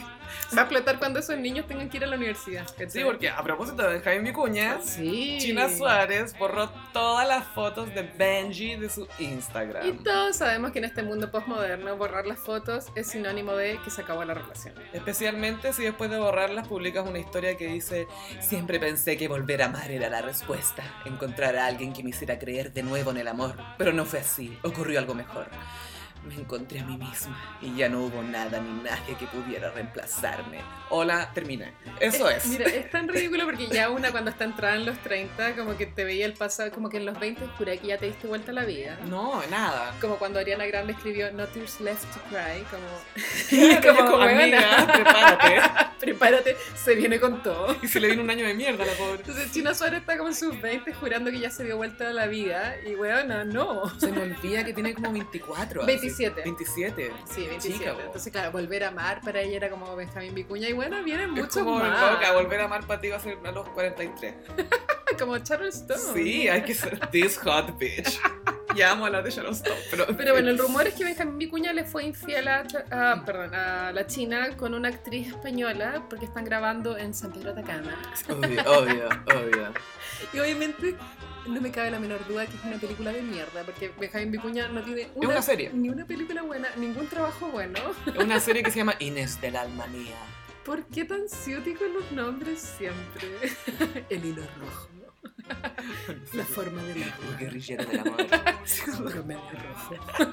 B: Va a explotar cuando esos niños tengan que ir a la universidad. ¿cachai?
A: Sí, porque a propósito de Jaime Vicuña,
B: Sí.
A: China Suárez borró todas las fotos de Benji de su
B: Y
A: Instagram.
B: todos sabemos que en este mundo postmoderno borrar las fotos es sinónimo de que se acabó la relación.
A: Especialmente si después de borrarlas publicas una historia que dice Siempre pensé que volver a amar era la respuesta, encontrar a alguien que me hiciera creer de nuevo en el amor, pero no fue así, ocurrió algo mejor. Me encontré a mí misma y ya no hubo nada ni nadie que pudiera reemplazarme. Hola, termina. Eso es.
B: Mira, es tan ridículo porque ya una cuando está entrada en los 30, como que te veía el pasado, como que en los 20 juré que ya te diste vuelta a la vida.
A: No, nada.
B: Como cuando Ariana Grande escribió No Tears Left to Cry, como
A: Y
B: como, "Huevona".
A: amiga, prepárate.
B: prepárate, se viene con todo.
A: Y se le vino un año de mierda a la pobre.
B: Entonces China Suárez está como en sus 20 jurando que ya se dio vuelta a la vida y weona, no.
A: Se me olvida que tiene como 24. así.
B: 27.
A: 27.
B: Sí, 27.
A: Chica, po.
B: Entonces, claro, volver a amar para ella era como Benjamín Vicuña y bueno, vienen
A: Es
B: muchos
A: como
B: más.
A: loca, volver a amar para ti va a ser a los 43.
B: como Charles Stone.
A: Sí, hay que ser this hot bitch. Ya amo a la de Sharon Stone, pero,
B: Pero bueno, el rumor es que Benjamín Vicuña le fue infiel a, Cha- a- perdón, a la China con una actriz española porque están grabando en San Pedro Atacama.
A: Obvio, obvio, obvio.
B: Y obviamente no me cabe la menor duda que es una película de mierda porque Benjamín Vicuña no tiene una,
A: una serie.
B: ni una película buena, ningún trabajo bueno.
A: Es una serie que se llama Inés del alma mía.
B: ¿Por qué tan ciúticos los nombres siempre? El hilo rojo, la forma del
A: Un
B: agua,
A: guerrillero del amor.
B: el promedio rojo.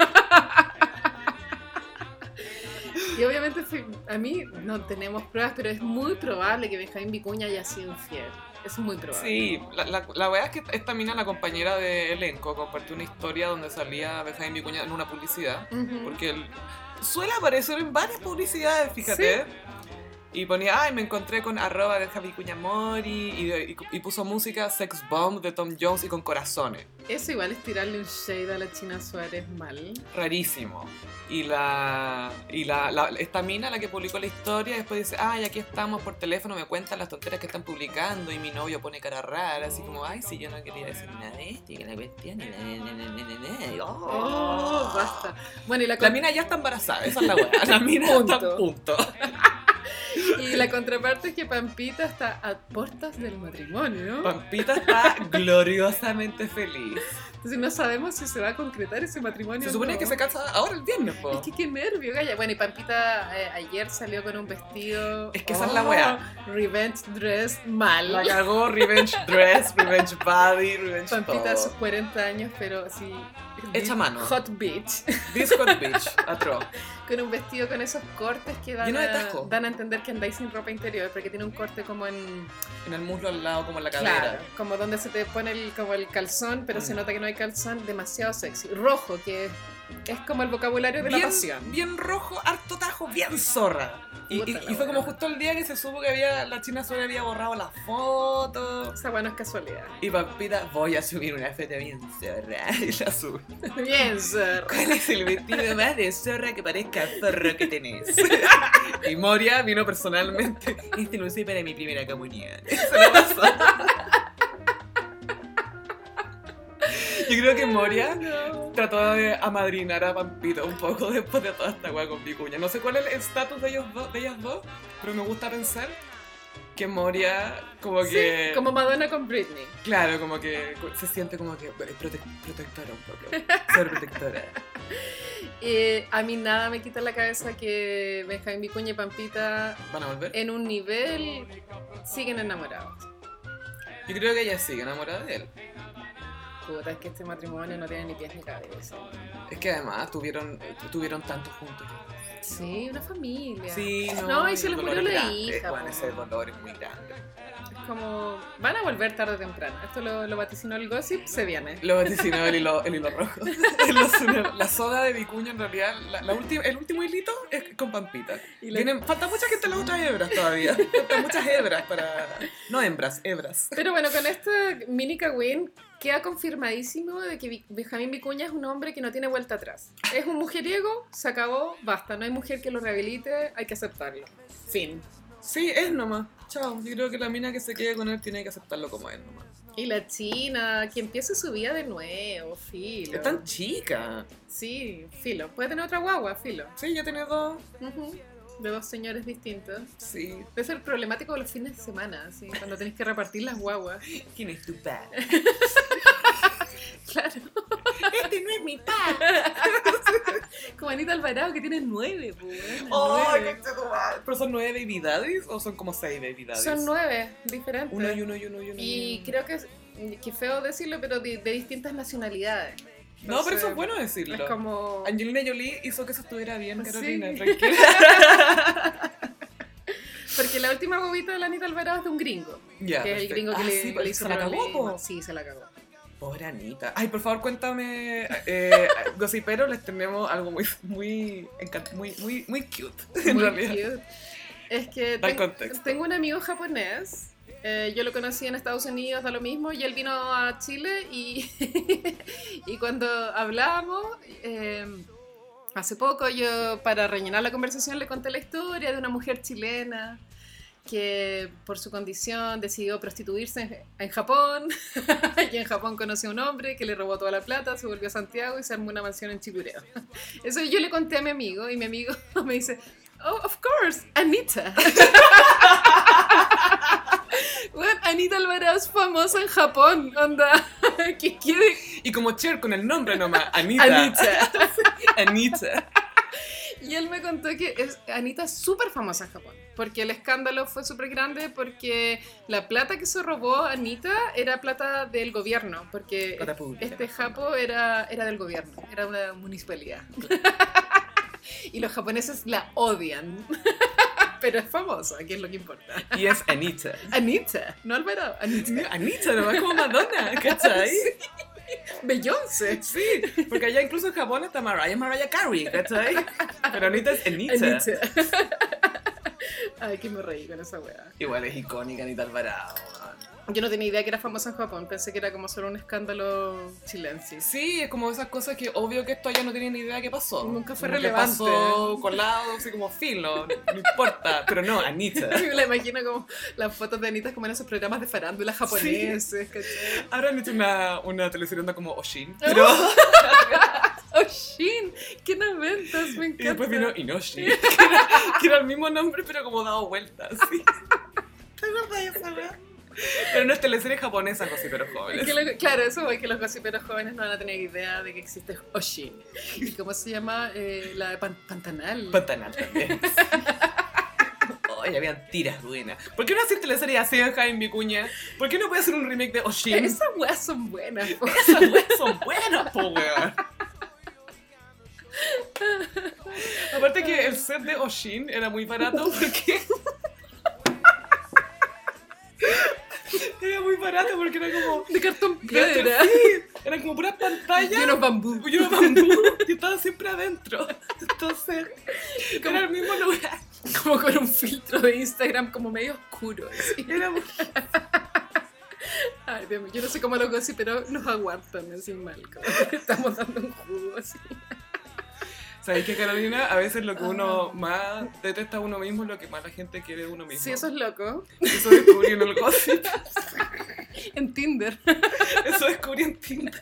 B: Y obviamente fui- a mí no tenemos pruebas, pero es muy probable que Benjamín Vicuña haya sido infiel. Es muy probable.
A: Sí, la, la, la verdad es que esta mina, la compañera de elenco, compartió una historia donde salía Benjamín Vicuña en una publicidad.
B: Ujú.
A: Porque él suele aparecer en varias publicidades, fíjate. Y ponía, ay, me encontré con arroba de Javi Cuñamori y, de- y- y puso música Sex Bomb de Tom Jones y con corazones.
B: Eso igual es tirarle un shade a la China Suárez mal.
A: Rarísimo. Y la, y la, la- esta mina, la que publicó la historia, después dice, ay, aquí estamos por teléfono, me cuentan las tonteras que están publicando y mi novio pone cara rara, así como, ay, si yo no quería decir nada de esto y que la cuestión... y na, na, na, na, na, na, y, oh".
B: Oh, basta. Bueno, y la,
A: La mina ya está embarazada, esa es la buena. La mina
B: Punto.
A: está punto.
B: Y la contraparte es que Pampita está a puertas del matrimonio.
A: Pampita está gloriosamente feliz.
B: Entonces no sabemos si se va a concretar ese matrimonio.
A: Se
B: o
A: supone
B: no.
A: que se casa ahora el viernes, po.
B: Es que qué nervio, galla. Bueno, y Pampita eh, ayer salió con un vestido. oh,
A: Es que esa es la weá.
B: Revenge dress mal.
A: La cagó Revenge Dress, Revenge Body, Revenge
B: Pampita a
A: todo.
B: sus 40 años, pero sí.
A: Hecha mano.
B: Hot bitch.
A: Disco bitch, atroz.
B: Con un vestido con esos cortes que dan,
A: Lleno de
B: a,
A: tajo.
B: dan a entender que andáis sin ropa interior, porque tiene un corte como en.
A: En el muslo al lado, como en la cadera.
B: Claro, como donde se te pone el, como el calzón, pero se
A: Mm.
B: nota que no hay calzón, demasiado sexy. Rojo, que es como el vocabulario de la pasión.
A: bien rojo, harto tajo, bien zorra. Y,
B: Puta
A: y-
B: la
A: y fue
B: wea.
A: como justo el día que se supo que había la China Suárez había borrado las fotos.
B: Esa bueno es casualidad.
A: Y Pampita, voy a subir una foto bien zorra. Y la sube.
B: Bien, sir.
A: ¿Cuál es el vestido más de zorra que parezca zorro que tenés? Y Moria vino personalmente. Este lo usé para mi primera comunión. Eso no pasó. Yo creo que Moria
B: No.
A: trató de amadrinar a Pampita un poco después de toda esta weá con Vicuña. No sé cuál es el estatus de, ellos dos- de ellas dos, pero me gusta pensar que Moria como
B: Sí,
A: que...
B: como Madonna con Britney.
A: Claro, como que se siente como que prote- protectora un poco. Ser protectora.
B: Eh, a mí nada me quita la cabeza que Benjamín Vicuña y Pampita
A: ¿Van a volver?
B: en un nivel siguen enamorados.
A: Yo creo que ella sigue enamorada de él.
B: Puta, es que este matrimonio no tiene ni pies ni cabeza.
A: Es que además tuvieron, eh, tuvieron tanto juntos.
B: Sí, una familia.
A: Sí, no.
B: No, y
A: el
B: se les
A: dolor
B: murió
A: es
B: la
A: grande.
B: hija,
A: Bueno,
B: po.
A: ese dolor es muy grande.
B: Es como van a volver tarde o temprano. Esto lo, lo vaticinó el gossip, se viene.
A: Lo vaticinó el hilo, el hilo rojo. El oso- la soda de Vicuña, en realidad, la, la ulti- el último hilito es con Pampita.
B: Y la-
A: Tienen- falta mucha gente en las otras hebras todavía. Faltan muchas hebras para. No hembras, hebras.
B: Pero bueno, con esta mini cagüín queda confirmadísimo de que Vi- Benjamín Vicuña es un hombre que no tiene vuelta atrás. Es un mujeriego, se acabó, basta. No hay mujer que lo rehabilite, hay que aceptarlo. Fin.
A: Sí, es nomás. Chao. Yo creo que la mina que se quede con él tiene que aceptarlo como es nomás.
B: Y la China, que empiece su vida de nuevo, filo.
A: Es tan chica.
B: Sí, filo. Puede tener otra guagua, filo.
A: Sí, ya tiene dos.
B: Ujú. De dos señores distintos.
A: Sí.
B: Debe ser problemático los fines de semana, ¿sí? cuando tenés que repartir las guaguas.
A: ¿Quién es tu padre?
B: Claro.
A: Este no es mi padre.
B: Como Anita Alvarado, que tiene nueve, po, weona,
A: ¡Oh,
B: nueve.
A: ¿Pero son nueve baby daddies o son como seis baby daddies?
B: Son nueve diferentes.
A: Uno y uno y uno y uno.
B: Y
A: uno.
B: creo que es que feo decirlo, pero de, de distintas nacionalidades.
A: No, pero eso
B: Entonces,
A: es bueno decirlo.
B: Es como. Pues
A: Angelina Jolie hizo que eso estuviera bien,
B: Sí.
A: Carolina, tranquila.
B: Porque la última bobita de la Anita Alvarado es de un gringo.
A: Ya,
B: que es el
A: perfecto.
B: gringo que
A: Ah,
B: le,
A: sí,
B: le
A: pero
B: hizo
A: se la cagó,
B: problema.
A: po.
B: Sí, se la cagó.
A: Pobre Anita. Ay, por favor, cuéntame, eh, Gossipero, les tenemos algo muy, muy, encant- muy, muy, muy cute, en
B: Muy
A: realidad.
B: cute. Es que
A: Da
B: ten-
A: contexto.
B: tengo un amigo japonés. eh, yo lo conocí en Estados Unidos, da lo mismo, y él vino a Chile y, y cuando hablábamos, eh, hace poco yo para rellenar la conversación le conté la historia de una mujer chilena que por su condición decidió prostituirse en, en Japón y en Japón conoció a un hombre que le robó toda la plata, se volvió a Santiago y se armó una mansión en Chicureo. Eso yo le conté a mi amigo y mi amigo me dice, Oh, of course, Anita. Bueno, Anita Alvarado es famosa en Japón, onda. ¿Qué quiere?
A: Y como Cher con el nombre nomás, Anita.
B: Anita.
A: Anita.
B: Y él me contó que es, Anita es súper famosa en Japón, porque el escándalo fue súper grande, porque la plata que se robó Anita era plata del gobierno, porque
A: Plata pública.
B: este japo era, era del gobierno, era una municipalidad. y los japoneses la odian, pero es famosa, que es lo que importa.
A: Y es Anita.
B: Anita, no Alvarado, Anita.
A: Anita, nomás como Madonna, ¿cachai?
B: Beyoncé.
A: Sí, porque allá incluso en Japón está Mariah, Mariah Carey, ¿cachai? Pero Anita es Anita.
B: Anita. Ay, que me reí con esa weá.
A: Igual es icónica Anita Alvarado. weón.
B: Yo no tenía idea que era famosa en Japón, pensé que era como solo un escándalo chilensis.
A: Sí, es como esas cosas que obvio que esto allá no tienen ni idea de qué pasó.
B: Nunca fue
A: Como que
B: relevante.
A: pasó colado, así como filo, no importa. Pero no, Anita.
B: Me la imagino como las fotos de Anita como en esos programas de farándula japoneses, ¿cachai?
A: Oh, Habrán hecho una, una teleserie onda como Oshin. Pero
B: Oshin, Oh, qué noventas, me encanta.
A: Y después vino Inoshi, que era, que era el mismo nombre, pero como dado vueltas. ¿sí? ¿Te acuerdas de esa weá? Pero no es teleserie japonesa, José, pero
B: Es
A: jóvenes.
B: que lo- claro, eso es que los gossiperos jóvenes no van a tener idea de que existe Oshin. ¿Y cómo se llama? Eh, la de Pan- Pantanal.
A: Pantanal también. Oye, habían tiras buenas. ¿Por qué no hacer teleserie así en Jaime Vicuña? ¿Por qué no puede hacer un remake de Oshin?
B: Esas weas son buenas. po.
A: Esas weas son buenas, po weón. Aparte que el set de Oshin era muy barato porque. Era muy barato porque era como.
B: De cartón piedra.
A: Sí, eran como puras pantallas.
B: Y unos bambú.
A: Yo era bambú y estaba siempre adentro. Entonces, era el mismo lugar.
B: Como con un filtro de Instagram como medio oscuro. así.
A: Era muy-
B: Ay, Dios mío, yo no sé cómo los gossiperos nos aguantan así mal. como que Estamos dando un jugo así.
A: ¿Sabéis que Carolina? A veces lo que uno más detesta a uno mismo es lo que más la gente quiere de uno mismo.
B: Sí, eso es loco.
A: Eso descubrí en el gossip.
B: En Tinder.
A: Eso descubrí en Tinder.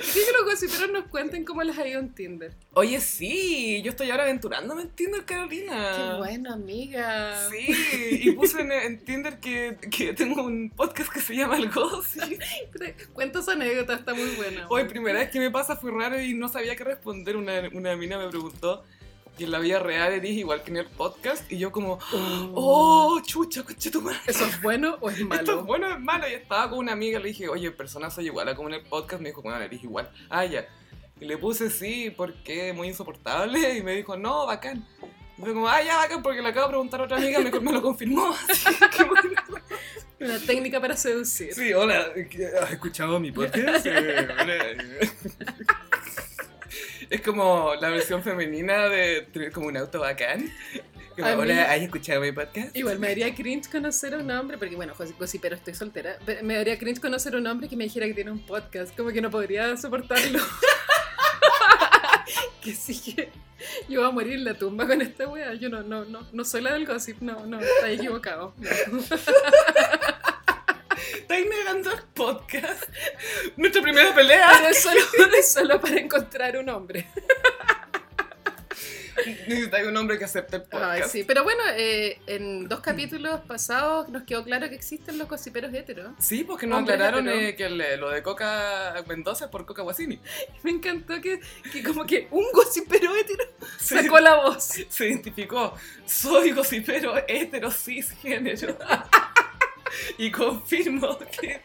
B: Sí, que los gossiperos nos cuenten cómo les ha ido en Tinder.
A: Oye, sí, yo estoy ahora aventurándome en Tinder, Carolina.
B: Qué bueno, amiga.
A: Sí, y puse en, en Tinder que, que tengo un podcast que se llama El Gossip.
B: Cuenta esa anécdota, está muy buena.
A: Hoy, primera vez que me pasa, fue raro y no sabía qué responder. Una, una mina me preguntó que en la vida real eres igual que en el podcast. Y yo como, oh, chucha, coche tu madre.
B: ¿Eso es bueno o es
A: Esto es
B: malo?
A: bueno, es malo. Y estaba con una amiga, le dije, oye, en persona soy igual a como en el podcast. Me dijo, bueno, eres igual. Ah, ya. Y le puse, sí, porque muy insoportable. Y me dijo, no, bacán. Y fue como, ah, ya, bacán, porque le acabo de preguntar a otra amiga, me, me lo confirmó. Así que bueno.
B: Una técnica para seducir.
A: Sí, hola, ¿has escuchado mi podcast? Eh, hola. Es como la versión femenina de tener como un auto bacán. Como,
B: A mí-
A: hola, ¿has escuchado mi podcast?
B: Igual me daría cringe conocer a un hombre, porque bueno, José, pero estoy soltera. pero Me daría cringe conocer a un hombre que me dijera que tiene un podcast, como que no podría soportarlo. que sí que yo voy a morir en la tumba con esta wea. Yo no, no, no, no soy la del gossip, no, no, está equivocado. No.
A: ¿Estáis negando el podcast? Nuestra primera pelea.
B: Pero es solo, es solo para encontrar un hombre.
A: Necesitáis un hombre que acepte el podcast.
B: Ay, sí. Pero bueno, eh, en dos capítulos pasados nos quedó claro que existen los gossiperos heteros.
A: Sí, porque nos
B: Hombre
A: aclararon
B: hetero.
A: eh, que le- lo de Coca Mendoza es por Coca Guasini.
B: Me encantó que, que como que un gossipero hetero
A: Sí.
B: sacó la voz.
A: se identificó. Soy gocipero hetero cisgénero. y confirmo que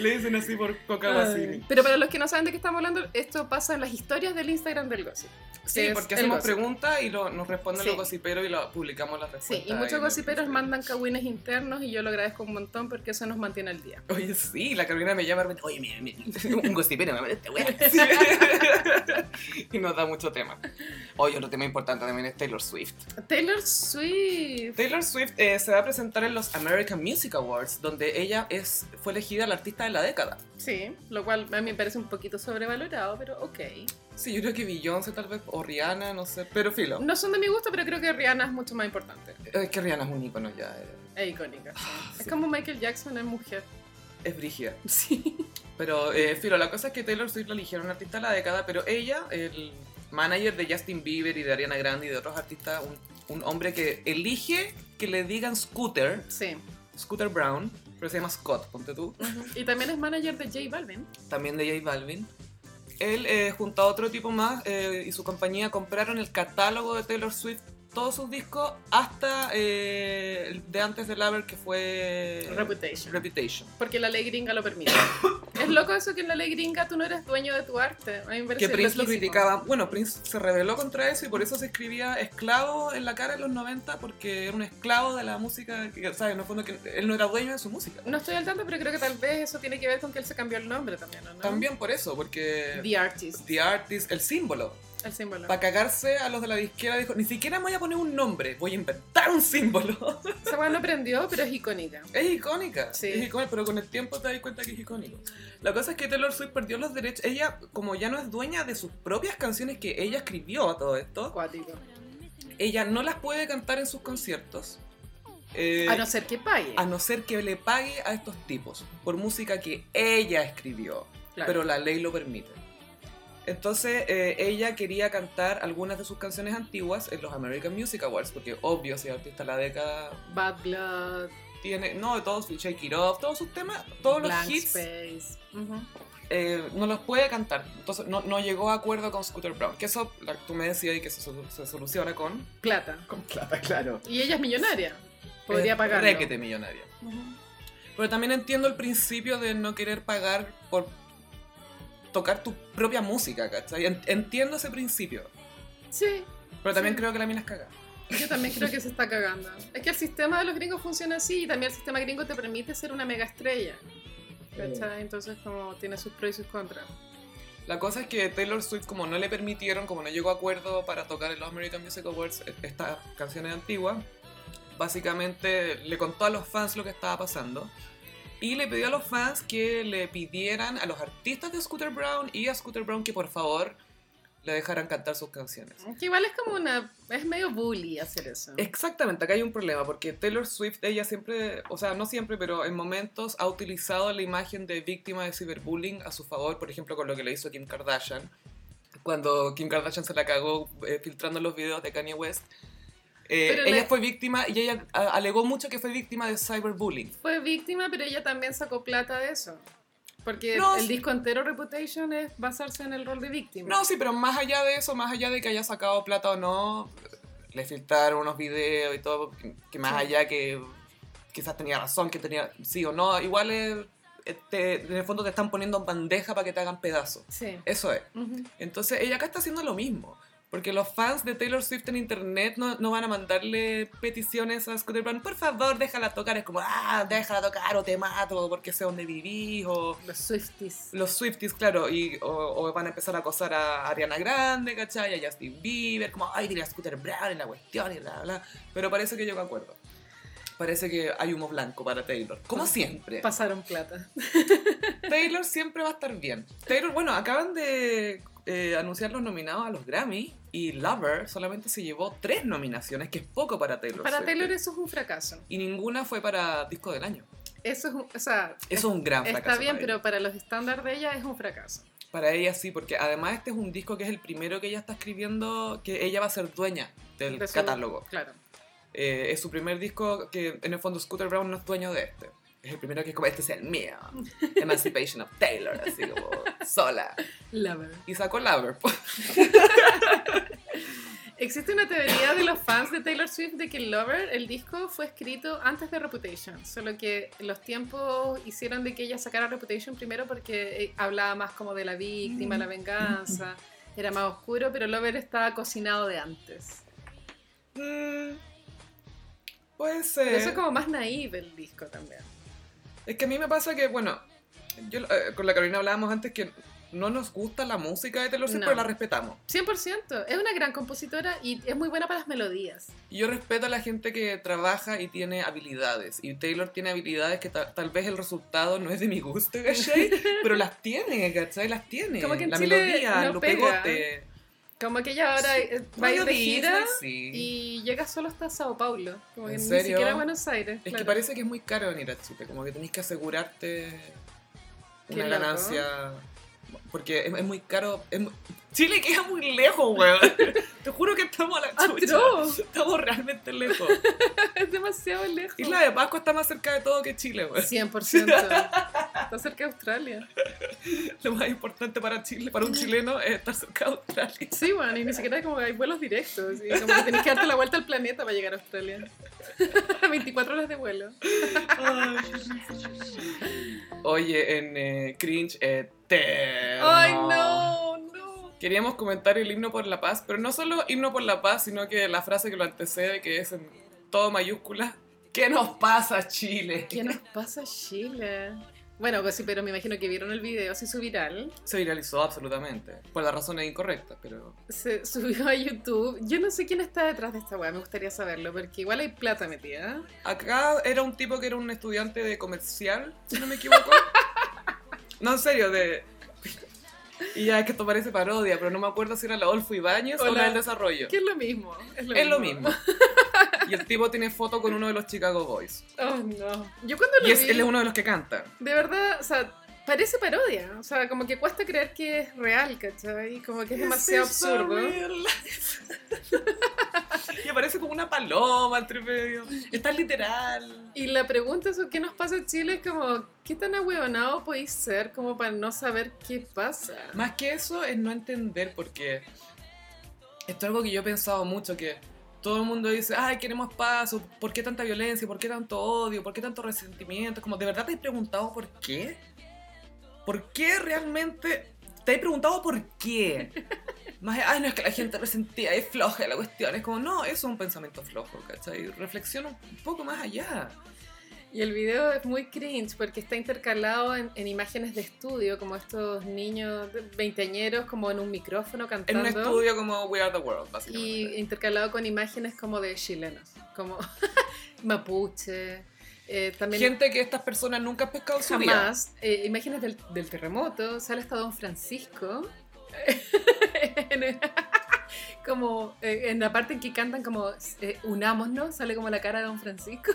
A: le dicen así por Coca
B: Ay.
A: Basini.
B: Pero para los que no saben de qué estamos hablando, esto pasa en las historias del Instagram del gossip.
A: Sí,
B: Es
A: porque
B: el
A: hacemos
B: gossip.
A: preguntas y lo- nos responden
B: Sí.
A: los gociperos y lo, publicamos las
B: Sí,
A: respuestas.
B: y muchos
A: en el
B: gossiperos
A: Instagram.
B: mandan cagüines internos y yo lo agradezco un montón porque eso nos mantiene al día.
A: Oye, sí, la Carolina me llama de repente, oye, mira, mira, un gocipero me manda esta weá. Sí. y nos da mucho tema. Oye, otro tema importante también es Taylor Swift.
B: Taylor Swift.
A: Taylor Swift eh, se va a presentar en los American Music Awards, donde ella es, fue elegida la artista de la década.
B: Sí, lo cual a mí me parece un poquito sobrevalorado, pero ok.
A: Sí, yo creo que Beyoncé tal vez, o Rihanna, no sé, pero filo.
B: No son de mi gusto, pero creo que Rihanna es mucho más importante
A: Es que Rihanna es un ícono ya, eh,
B: e icónica. sí. Es
A: Ah, sí.
B: como Michael Jackson en mujer.
A: es brígida.
B: Sí.
A: Pero eh, filo, la cosa es que Taylor Swift la eligieron artista de la década, pero ella, el manager de Justin Bieber y de Ariana Grande y de otros artistas, un, un hombre que elige que le digan Scooter,
B: Sí.
A: Scooter Brown, pero se llama Scott, ponte tú,
B: Y también es manager de J Balvin.
A: también de J Balvin. Él, eh, junto a otro tipo más eh, y su compañía, compraron el catálogo de Taylor Swift, todos sus discos, hasta eh, el de antes de Lover, que fue
B: Reputation.
A: Reputation.
B: Porque la ley gringa lo permite. es loco eso que en la ley gringa tú no eres dueño de tu arte. A mí me parece
A: Que Prince lo
B: loquísimo.
A: criticaba. Bueno, Prince se rebeló contra eso y por eso se escribía esclavo en la cara en los 90 porque era un esclavo de la música, que, ¿sabes? En el fondo que él no era dueño de su música.
B: No estoy al tanto, pero creo que tal vez eso tiene que ver con que él se cambió el nombre también, ¿o ¿no?
A: También por eso, porque
B: The Artist,
A: The Artist, el símbolo.
B: el símbolo.
A: Para cagarse a los de la izquierda dijo, ni siquiera me voy a poner un nombre, voy a inventar un símbolo.
B: Esa weá no prendió, pero es icónica.
A: Es icónica,
B: Sí.
A: es icónica, pero con el tiempo te das cuenta que es icónico. La cosa es que Taylor Swift perdió los derechos, ella como ya no es dueña de sus propias canciones que ella escribió a todo esto,
B: Acuático.
A: ella no las puede cantar en sus conciertos. eh,
B: A no ser que pague.
A: a no ser que le pague a estos tipos por música que ella escribió,
B: Claro.
A: pero la ley lo permite. Entonces eh, ella quería cantar algunas de sus canciones antiguas en los American Music Awards, porque obvio, si artista de la década
B: Bad Blood,
A: tiene, no, de todos, Shake It Off, todos sus temas, todos los
B: Blank
A: hits,
B: Space. Ujú.
A: eh, no los puede cantar. Entonces no, no llegó a acuerdo con Scooter Brown, que eso la- tú me decías y que eso se, se soluciona con...
B: Plata.
C: Con plata, claro.
B: Y ella es millonaria. Podría
A: eh,
B: pagarlo.
A: Requete millonaria. Pero también entiendo el principio de no querer pagar por tocar tu propia música, ¿cachai? En- Entiendo ese principio.
B: Sí,
A: Pero también
B: Sí.
A: creo que la mina es cagada.
B: yo también creo que se está cagando. Es que el sistema de los gringos funciona así y también el sistema gringo te permite ser una mega estrella. ¿Cachai? Entonces, como tiene sus pros y sus contras.
A: La cosa es que Taylor Swift, como no le permitieron, como no llegó a acuerdo para tocar en los American Music Awards eh, estas canciones antiguas, básicamente le contó a los fans lo que estaba pasando y le pidió a los fans que le pidieran a los artistas de Scooter Brown y a Scooter Brown que por favor le dejaran cantar sus canciones.
B: Que igual es como una. Es medio bully hacer eso.
A: Exactamente, acá hay un problema, porque Taylor Swift, ella siempre, o sea, no siempre, pero en momentos ha utilizado la imagen de víctima de ciberbullying a su favor, por ejemplo, con lo que le hizo Kim Kardashian, cuando Kim Kardashian se la cagó eh, filtrando los videos de Kanye West. Eh,
B: Pero
A: ella
B: le-
A: fue víctima y ella a- alegó mucho que fue víctima de cyberbullying.
B: Fue víctima, pero ella también sacó plata de eso. Porque
A: No,
B: el
A: sí.
B: disco entero Reputation es basarse en el rol de víctima.
A: No, sí, pero más allá de eso, más allá de que haya sacado plata o no, le filtraron unos videos y todo, que- que más
B: Sí.
A: allá que quizás tenía razón, que tenía sí o no, igual es- eh, te- en el fondo te están poniendo en bandeja para que te hagan pedazo.
B: Sí.
A: Eso es.
B: Ujú.
A: Entonces ella acá está haciendo lo mismo. Porque los fans de Taylor Swift en internet no, no van a mandarle peticiones a Scooter Brown, por favor, déjala tocar. Es como, ah, déjala tocar o te mato porque sé dónde vivís o
B: Los Swifties.
A: los Swifties, claro, y, o, o van a empezar a acosar a Ariana Grande, ¿cachai? A Justin Bieber, como, ay, tiene a Scooter Brown en la cuestión y bla, bla. Pero parece que yo me acuerdo. Parece que hay humo blanco para Taylor. Como siempre.
B: Pasaron plata.
A: Taylor siempre va a estar bien. Taylor, bueno, acaban de eh, anunciar los nominados a los Grammy y Lover solamente se llevó tres nominaciones, que es poco para Taylor.
B: Para
A: Swift.
B: Taylor eso es un fracaso.
A: Y ninguna fue para disco del año.
B: Eso es, un- o sea,
A: Eso es un gran fracaso.
B: está bien,
A: para ella.
B: pero para los estándares de ella es un fracaso.
A: Para ella sí, porque además este es un disco que es el primero que ella está escribiendo, que ella va a ser dueña del
B: De su-
A: catálogo.
B: Claro.
A: Eh, es su primer disco que en el fondo Scooter Brown no es dueño de este. Es el primero que es como, este es el mío. Emancipation of Taylor, así como sola.
B: La verdad.
A: Y sacó Lover. po.
B: Existe una teoría de los fans de Taylor Swift de que Lover, el disco, fue escrito antes de Reputation, solo que los tiempos hicieron de que ella sacara Reputation primero porque eh, hablaba más como de la víctima, la venganza, era más oscuro, pero Lover estaba cocinado de antes.
A: Mm, puede
B: Pero eso
A: ser.
B: es como más naive el disco también.
A: Es que a mí me pasa que, bueno, yo eh, con la Carolina hablábamos antes que no nos gusta la música de Taylor Swift,
B: No.
A: pero la respetamos.
B: 100%, es una gran compositora y es muy buena para las melodías.
A: Y Yo respeto a la gente que trabaja y tiene habilidades. Y Taylor tiene habilidades que ta- tal vez el resultado no es de mi gusto, ¿cachai? Pero las tiene, ¿cachai? Las tiene.
B: Como que en
A: la
B: Chile
A: melodía,
B: no
A: lo
B: pega.
A: pegote.
B: Como que ella ahora eh, va a ir de
A: Disney,
B: gira
A: sí.
B: y llega solo hasta Sao Paulo, como que
A: ¿En
B: ni
A: serio?
B: siquiera a Buenos Aires.
A: Es que
B: claro.
A: parece que es muy caro venir a Chile. Como que tenés que asegurarte
B: Qué
A: una
B: loco.
A: ganancia. Porque es, es muy caro. es mu- Chile queda muy lejos, weón. Te juro que estamos a la
B: Ah,
A: chucha.
B: ¡Atroz!
A: Estamos realmente lejos.
B: Es demasiado lejos.
A: Isla de Pascua está más cerca de todo que Chile, weón.
B: 100%. Está cerca de Australia.
A: Lo más importante para Chile, para un chileno, es estar cerca de Australia.
B: Sí, bueno, y ni siquiera como hay vuelos directos. Y como que tenés que darte la vuelta al planeta para llegar a Australia. 24 horas de vuelo.
A: Oye, en eh, Cringe Eterno.
B: ¡Ay, no! ¡No!
A: Queríamos comentar el himno por la paz, pero no solo himno por la paz, sino que la frase que lo antecede, que es en todo mayúscula. ¿Qué nos pasa, Chile?
B: ¿Qué nos pasa, Chile? Bueno, pues sí, pero me imagino que vieron el video, se hizo viral,
A: Se viralizó absolutamente, por las razones incorrectas, pero...
B: se subió a YouTube. Yo no sé quién está detrás de esta weá, me gustaría saberlo, porque igual hay plata metida.
A: Acá era un tipo que era un estudiante de comercial, si no me equivoco. no, en serio, de... Y ya es que esto parece parodia, pero no me acuerdo si era la Olfo Ibáñez o
B: Hola.
A: la del desarrollo.
B: Que es lo mismo.
A: Es lo mismo. Y el tipo tiene foto con uno de los Chicago Boys.
B: Oh, no. Yo cuando lo
A: Y es,
B: vi...
A: él es uno de los que canta.
B: De verdad, o sea, Parece parodia, o sea, como que cuesta creer que es real, ¿cachai? Como que es demasiado
A: This is so
B: absurdo.
A: real. y aparece como una paloma entre medio. Es tan literal.
B: Y la pregunta es, ¿qué nos pasa en Chile? Es como, ¿qué tan ahueonado podéis ser como para no saber qué pasa?
A: Más que eso es no entender porque esto es algo que yo he pensado mucho, que todo el mundo dice, ay, queremos paz, o ¿por qué tanta violencia? ¿Por qué tanto odio? ¿Por qué tanto resentimiento? Como, ¿de verdad te has preguntado por qué? ¿Por qué realmente? ¿Te has preguntado por qué? Más, de, ay, no es que la gente resentida es floja la cuestión. Es como, no, eso es un pensamiento flojo, ¿cachai? Reflexiona un poco más allá.
B: Y el video es muy cringe porque está intercalado en, en imágenes de estudio, como estos niños de- veinteañeros como en un micrófono
A: En
B: cantando.
A: un estudio como We Are the World,
B: Y
A: básicamente.
B: intercalado con imágenes como de chilenos, como mapuche, eh, también
A: Gente que estas personas nunca han pescado en su vida.
B: jamás, eh, imágenes del, del terremoto, sale hasta Don Francisco, En- como eh, en la parte en que cantan como eh, unámonos, sale como la cara de Don Francisco.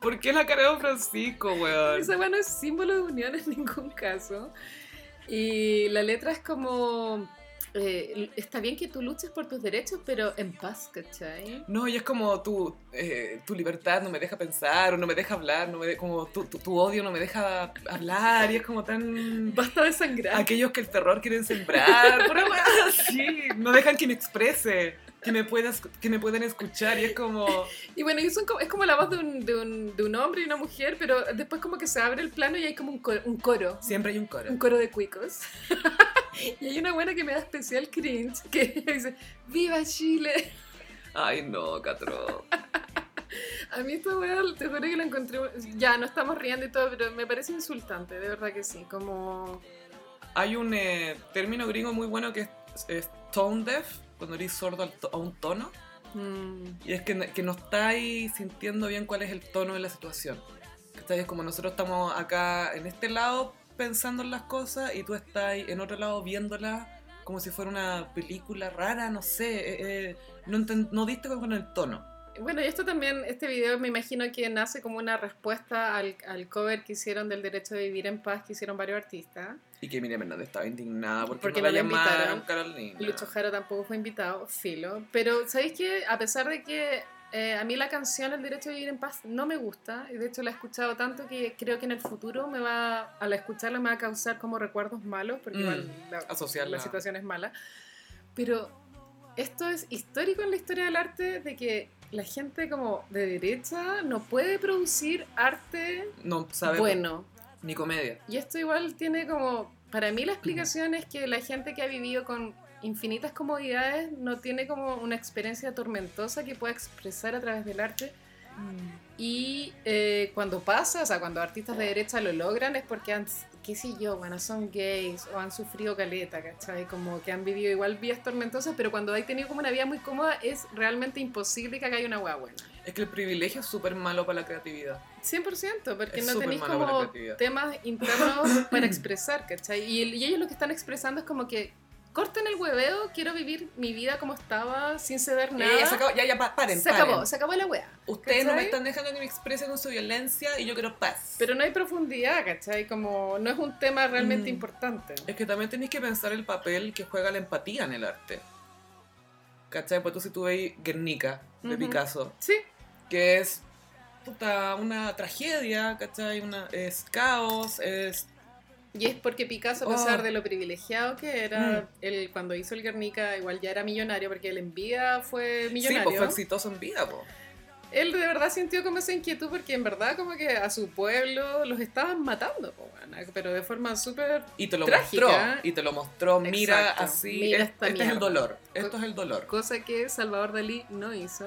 A: ¿Por qué la cara de Don Francisco, weón?
B: Esa bueno es símbolo de unión en ningún caso. Y la letra es como, eh, está bien que tú luches por tus derechos, pero en paz, ¿cachai?
A: No, y es como tu, eh, tu libertad no me deja pensar, o no me deja hablar, no me de- como tu, tu- tu odio no me deja hablar, y es como tan...
B: Basta de sangrar.
A: Aquellos que el terror quieren sembrar, pura weá así, no dejan que me exprese, que me, puedas, que me puedan escuchar, y es como...
B: Y bueno, y son como- es como la voz de un, de, un, de un hombre y una mujer, pero después como que se abre el plano y hay como un coro, un coro,
A: Siempre hay un coro.
B: un coro de cuicos. y hay una buena que me da especial cringe, que dice, ¡Viva Chile!
A: Ay, no, Catro.
B: A mí esta weá, te juro que la encontré, ya, no estamos riendo y todo, pero me parece insultante, de verdad que sí, como...
A: Hay un eh, término gringo muy bueno que es, es tone deaf, cuando eres sordo al to- a un tono.
B: mm,
A: Y es que, no- que no estáis sintiendo bien cuál es el tono de la situación. ¿Cachai? Es como nosotros estamos acá en este lado pensando en las cosas y tú estás en otro lado viéndolas como si fuera una película rara, no sé. eh, eh, no, enten- no diste con el tono.
B: Bueno, y esto también, este video me imagino que nace como una respuesta al, al cover que hicieron del derecho de vivir en paz que hicieron varios artistas.
A: Y que Miriam Hernández estaba indignada porque,
B: Porque
A: no,
B: no
A: la
B: la invitaron.
A: llamaron Carolina.
B: Lucho Jara tampoco fue invitado, filo. Pero, ¿sabéis qué? A pesar de que eh, a mí la canción El Derecho a Vivir en Paz no me gusta, y de hecho la he escuchado tanto que creo que en el futuro me va, al escucharla me va a causar como recuerdos malos, porque
A: Mm,
B: igual la,
A: asociarla.
B: la situación es mala. Pero esto es histórico en la historia del arte, de que la gente como de derecha no puede producir arte
A: No sabe
B: bueno.
A: ni comedia.
B: Y esto igual tiene como, para mí la explicación es que la gente que ha vivido con infinitas comodidades no tiene como una experiencia tormentosa que pueda expresar a través del arte. Y eh, cuando pasa, o sea, cuando artistas de derecha lo logran es porque han, qué sé yo, bueno, son gays o han sufrido caleta, ¿cachai? Como que han vivido igual vías tormentosas, pero cuando hay tenido como una vida muy cómoda es realmente imposible que acá haya una hueá buena.
A: Es que el privilegio es súper malo para la creatividad.
B: 100%, porque
A: Es
B: no
A: súper malo
B: tenéis
A: para la
B: como
A: creatividad.
B: temas internos para expresar, ¿cachai? Y, el- y ellos lo que están expresando es como que corten el hueveo, quiero vivir mi vida como estaba, sin ceder nada.
A: Ya, ya, se acabó, ya, ya, pa- paren,
B: Se
A: paren.
B: acabó, se acabó la wea.
A: Ustedes no me
B: ¿Cachai?
A: están dejando que me exprese con su violencia y yo quiero paz.
B: Pero no hay profundidad, ¿cachai? Como no es un tema realmente
A: Mm.
B: importante.
A: Es que también tenéis que pensar el papel que juega la empatía en el arte. ¿Cachai? Pues tú si tú veis Guernica de
B: Ujú.
A: Picasso,
B: Sí,
A: que es puta, una tragedia, ¿cachai? Una, es caos, es...
B: y es porque Picasso, a pesar
A: Oh.
B: de lo privilegiado que
A: Mm.
B: era, él cuando hizo el Guernica igual ya era millonario, porque el envía fue
A: Sí,
B: millonario.
A: pues fue exitoso en vida, po.
B: él de verdad sintió como esa inquietud porque en verdad como que a su pueblo los estaban matando, po, weona, pero de forma súper...
A: Y te lo
B: Trágica.
A: mostró, y te lo mostró, mira
B: Exacto.
A: así,
B: Mira
A: es-
B: esta
A: este es el
B: mierda.
A: dolor, esto es el dolor.
B: Cosa que Salvador Dalí no hizo.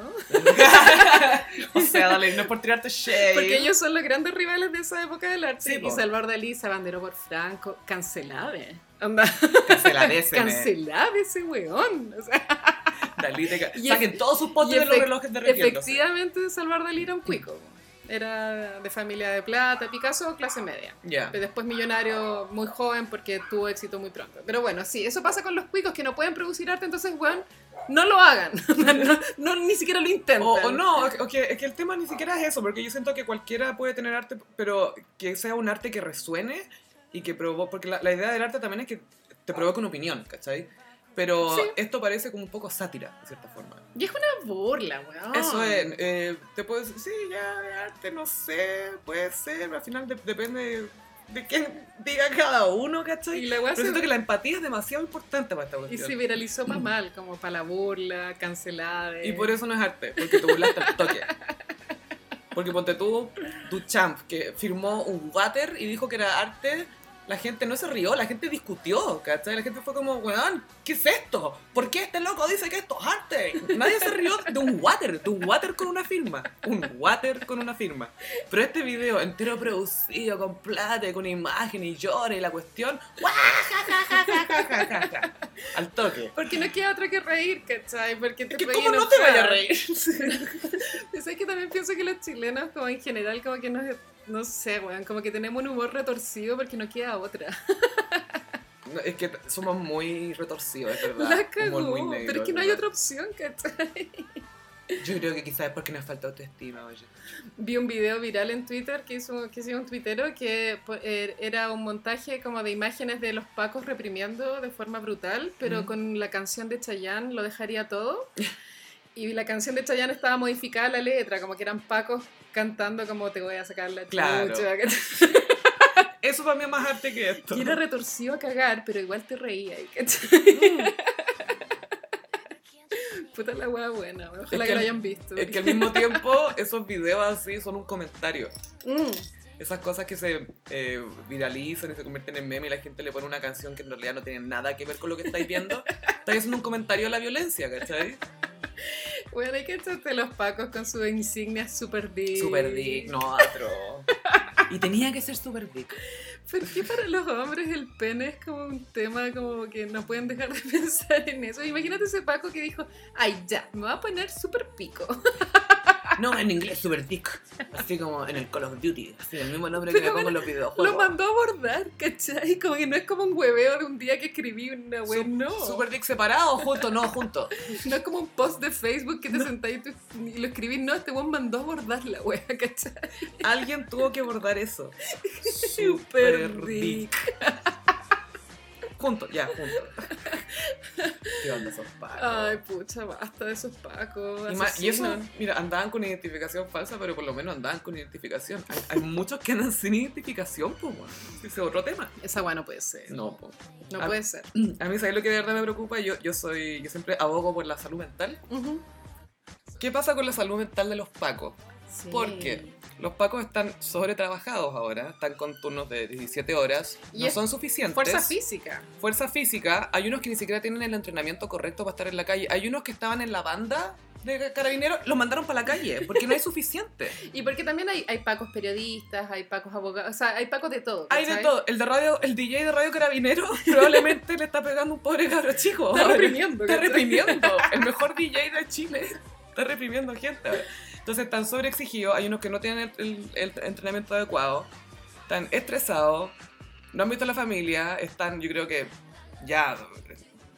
A: o sea, dale, no es por tirarte shade.
B: Porque ellos son los grandes rivales de esa época del arte.
A: Sí, po.
B: y Salvador Dalí se abanderó por Franco. Cancelade. Anda,
A: Canceladéseme.
B: cancelade ese weón. O sea,
A: eh. Dalí, te ca-
B: Y
A: Saquen todos sus potes
B: y
A: de los
B: efec-
A: relojes derritiéndose.
B: efectivamente Salvador Dalí era un cuico. po. Era de familia de plata, Picasso, clase media.
A: Ya.
B: Pero Después millonario muy joven porque tuvo éxito muy pronto. Pero bueno, sí, eso pasa con los cuicos que no pueden producir arte, entonces, weón, no lo hagan. no, no- ni siquiera lo intenten.
A: O, o no, o que- o que, es que el tema ni siquiera es eso, porque yo siento que cualquiera puede tener arte, pero que sea un arte que resuene y que provoca, porque la, la idea del arte también es que te provoca una opinión, ¿cachai? Pero
B: Sí.
A: esto parece como un poco sátira, de cierta forma.
B: Y es una burla, weón.
A: Eso es, eh, te puedes decir, sí, ya, de arte, no sé, puede ser, pero al final de- depende de qué diga cada uno,
B: Y
A: ¿cachai?
B: la weá
A: Pero
B: se-
A: siento que la empatía es demasiado importante para esta
B: y
A: cuestión.
B: se viralizó más mal, como para la burla, cancelada.
A: Y por eso no es arte, porque te burlaste al toque. Porque ponte tú, Duchamp, que firmó un water y dijo que era arte, la gente no se rió, la gente discutió, ¿cachai? La gente fue como, weón, ¿qué es esto? ¿Por qué este loco dice que esto es arte? Nadie se rió de un water, de un water con una firma. Un water con una firma. Pero este video entero producido, con plata, y con imagen y llora y la cuestión, ¡guau! Ja, ja, ja, ja, ja, ja, ja. al toque.
B: Porque no queda otra que reír, ¿cachai? Porque te
A: Es que
B: podía
A: ¿cómo no te
B: enojar.
A: vaya a reír?
B: Y sabes que también pienso que los chilenos, como en general, como que nos, no sé, weón, como que tenemos un humor retorcido porque no queda otra.
A: No, es que t- somos muy retorcidos, es verdad.
B: La
A: Humor
B: cagó,
A: muy negro,
B: pero es que no hay
A: ¿verdad?
B: otra opción, ¿cachai?
A: Yo creo que quizás es porque nos falta autoestima, oye.
B: Vi un video viral en Twitter que hizo, que hizo un tuitero que po- er- era un montaje como de imágenes de los pacos reprimiendo de forma brutal, pero
A: Mm.
B: con la canción de Chayanne lo dejaría todo. Y la canción de Chayanne estaba modificada la letra, como que eran pacos cantando como te voy a sacar la
A: Claro.
B: chucha, ¿cachai?
A: Eso para mí es más arte que esto.
B: Y era retorcido a cagar, pero igual te reía.
A: Mm.
B: ¿cachai? Puta la hueá buena, weón. ojalá
A: Es que
B: que, lo
A: al-
B: hayan visto.
A: Es que al mismo tiempo, esos videos así son un comentario.
B: Mm,
A: Esas cosas que se eh, viralizan y se convierten en meme y la gente le pone una canción que en realidad no tiene nada que ver con lo que estáis viendo. Estáis haciendo un comentario a la violencia, ¿cachai?
B: Bueno, hay que echarte los pacos con sus insignias super dick.
A: Super dick, no, atro. Y tenía que ser super dick.
B: ¿Por qué para los hombres el pene es como un tema como que no pueden dejar de pensar en eso? Imagínate ese Paco que dijo, ay ya, me va a poner súper pico.
A: No, en inglés, super dick. Así como en el Call of Duty. Así, el mismo nombre que
B: Pero
A: le pongo en
B: bueno,
A: los videojuegos.
B: Lo mandó a abordar, ¿cachai? Como que no es como un hueveo de un día que escribí una wea,
A: Sup-
B: no.
A: Super dick separado, junto, no, junto.
B: No es como un post de Facebook que te sentáis y, tú- y lo escribís, no, este weón mandó a abordar la wea, ¿cachai?
A: Alguien tuvo que abordar eso.
B: Super
A: Junto, ya, junto. Qué onda esos pacos.
B: Ay, pucha, basta de esos pacos.
A: y, ma- y eso,
B: asesinos.
A: mira, andaban con identificación falsa, pero por lo menos andaban con identificación. Hay, hay muchos que andan sin identificación, pues, bueno. Ese es otro tema.
B: Esa weá no puede ser. No,
A: No, pues. Ah.
B: puede ser.
A: A mí, ¿sabes lo que de verdad me preocupa? Yo, yo soy, yo siempre abogo por la salud mental.
B: Ujú.
A: ¿Qué pasa con la salud mental de los pacos?
B: Sí.
A: ¿Por qué? Los pacos están sobretrabajados ahora, están con turnos de 17 horas,
B: Y
A: no
B: es
A: son suficientes.
B: Fuerza física.
A: Fuerza física, hay unos que ni siquiera tienen el entrenamiento correcto para estar en la calle, hay unos que estaban en la banda de carabineros, los mandaron para la calle, porque no hay suficiente.
B: Y porque también hay, hay pacos periodistas, hay pacos abogados, o sea, hay pacos de todo.
A: Hay de
B: ¿cachai?
A: todo, el de radio, el DJ de Radio Carabinero probablemente le está pegando un pobre cabro chico.
B: Está
A: ahora.
B: reprimiendo.
A: Está
B: ¿cachai?
A: reprimiendo. El mejor DJ de Chile está reprimiendo gente. ahora. Entonces están sobreexigidos. Hay unos que no tienen el, el- el entrenamiento adecuado. Están estresados. No han visto a la familia. Están, yo creo que ya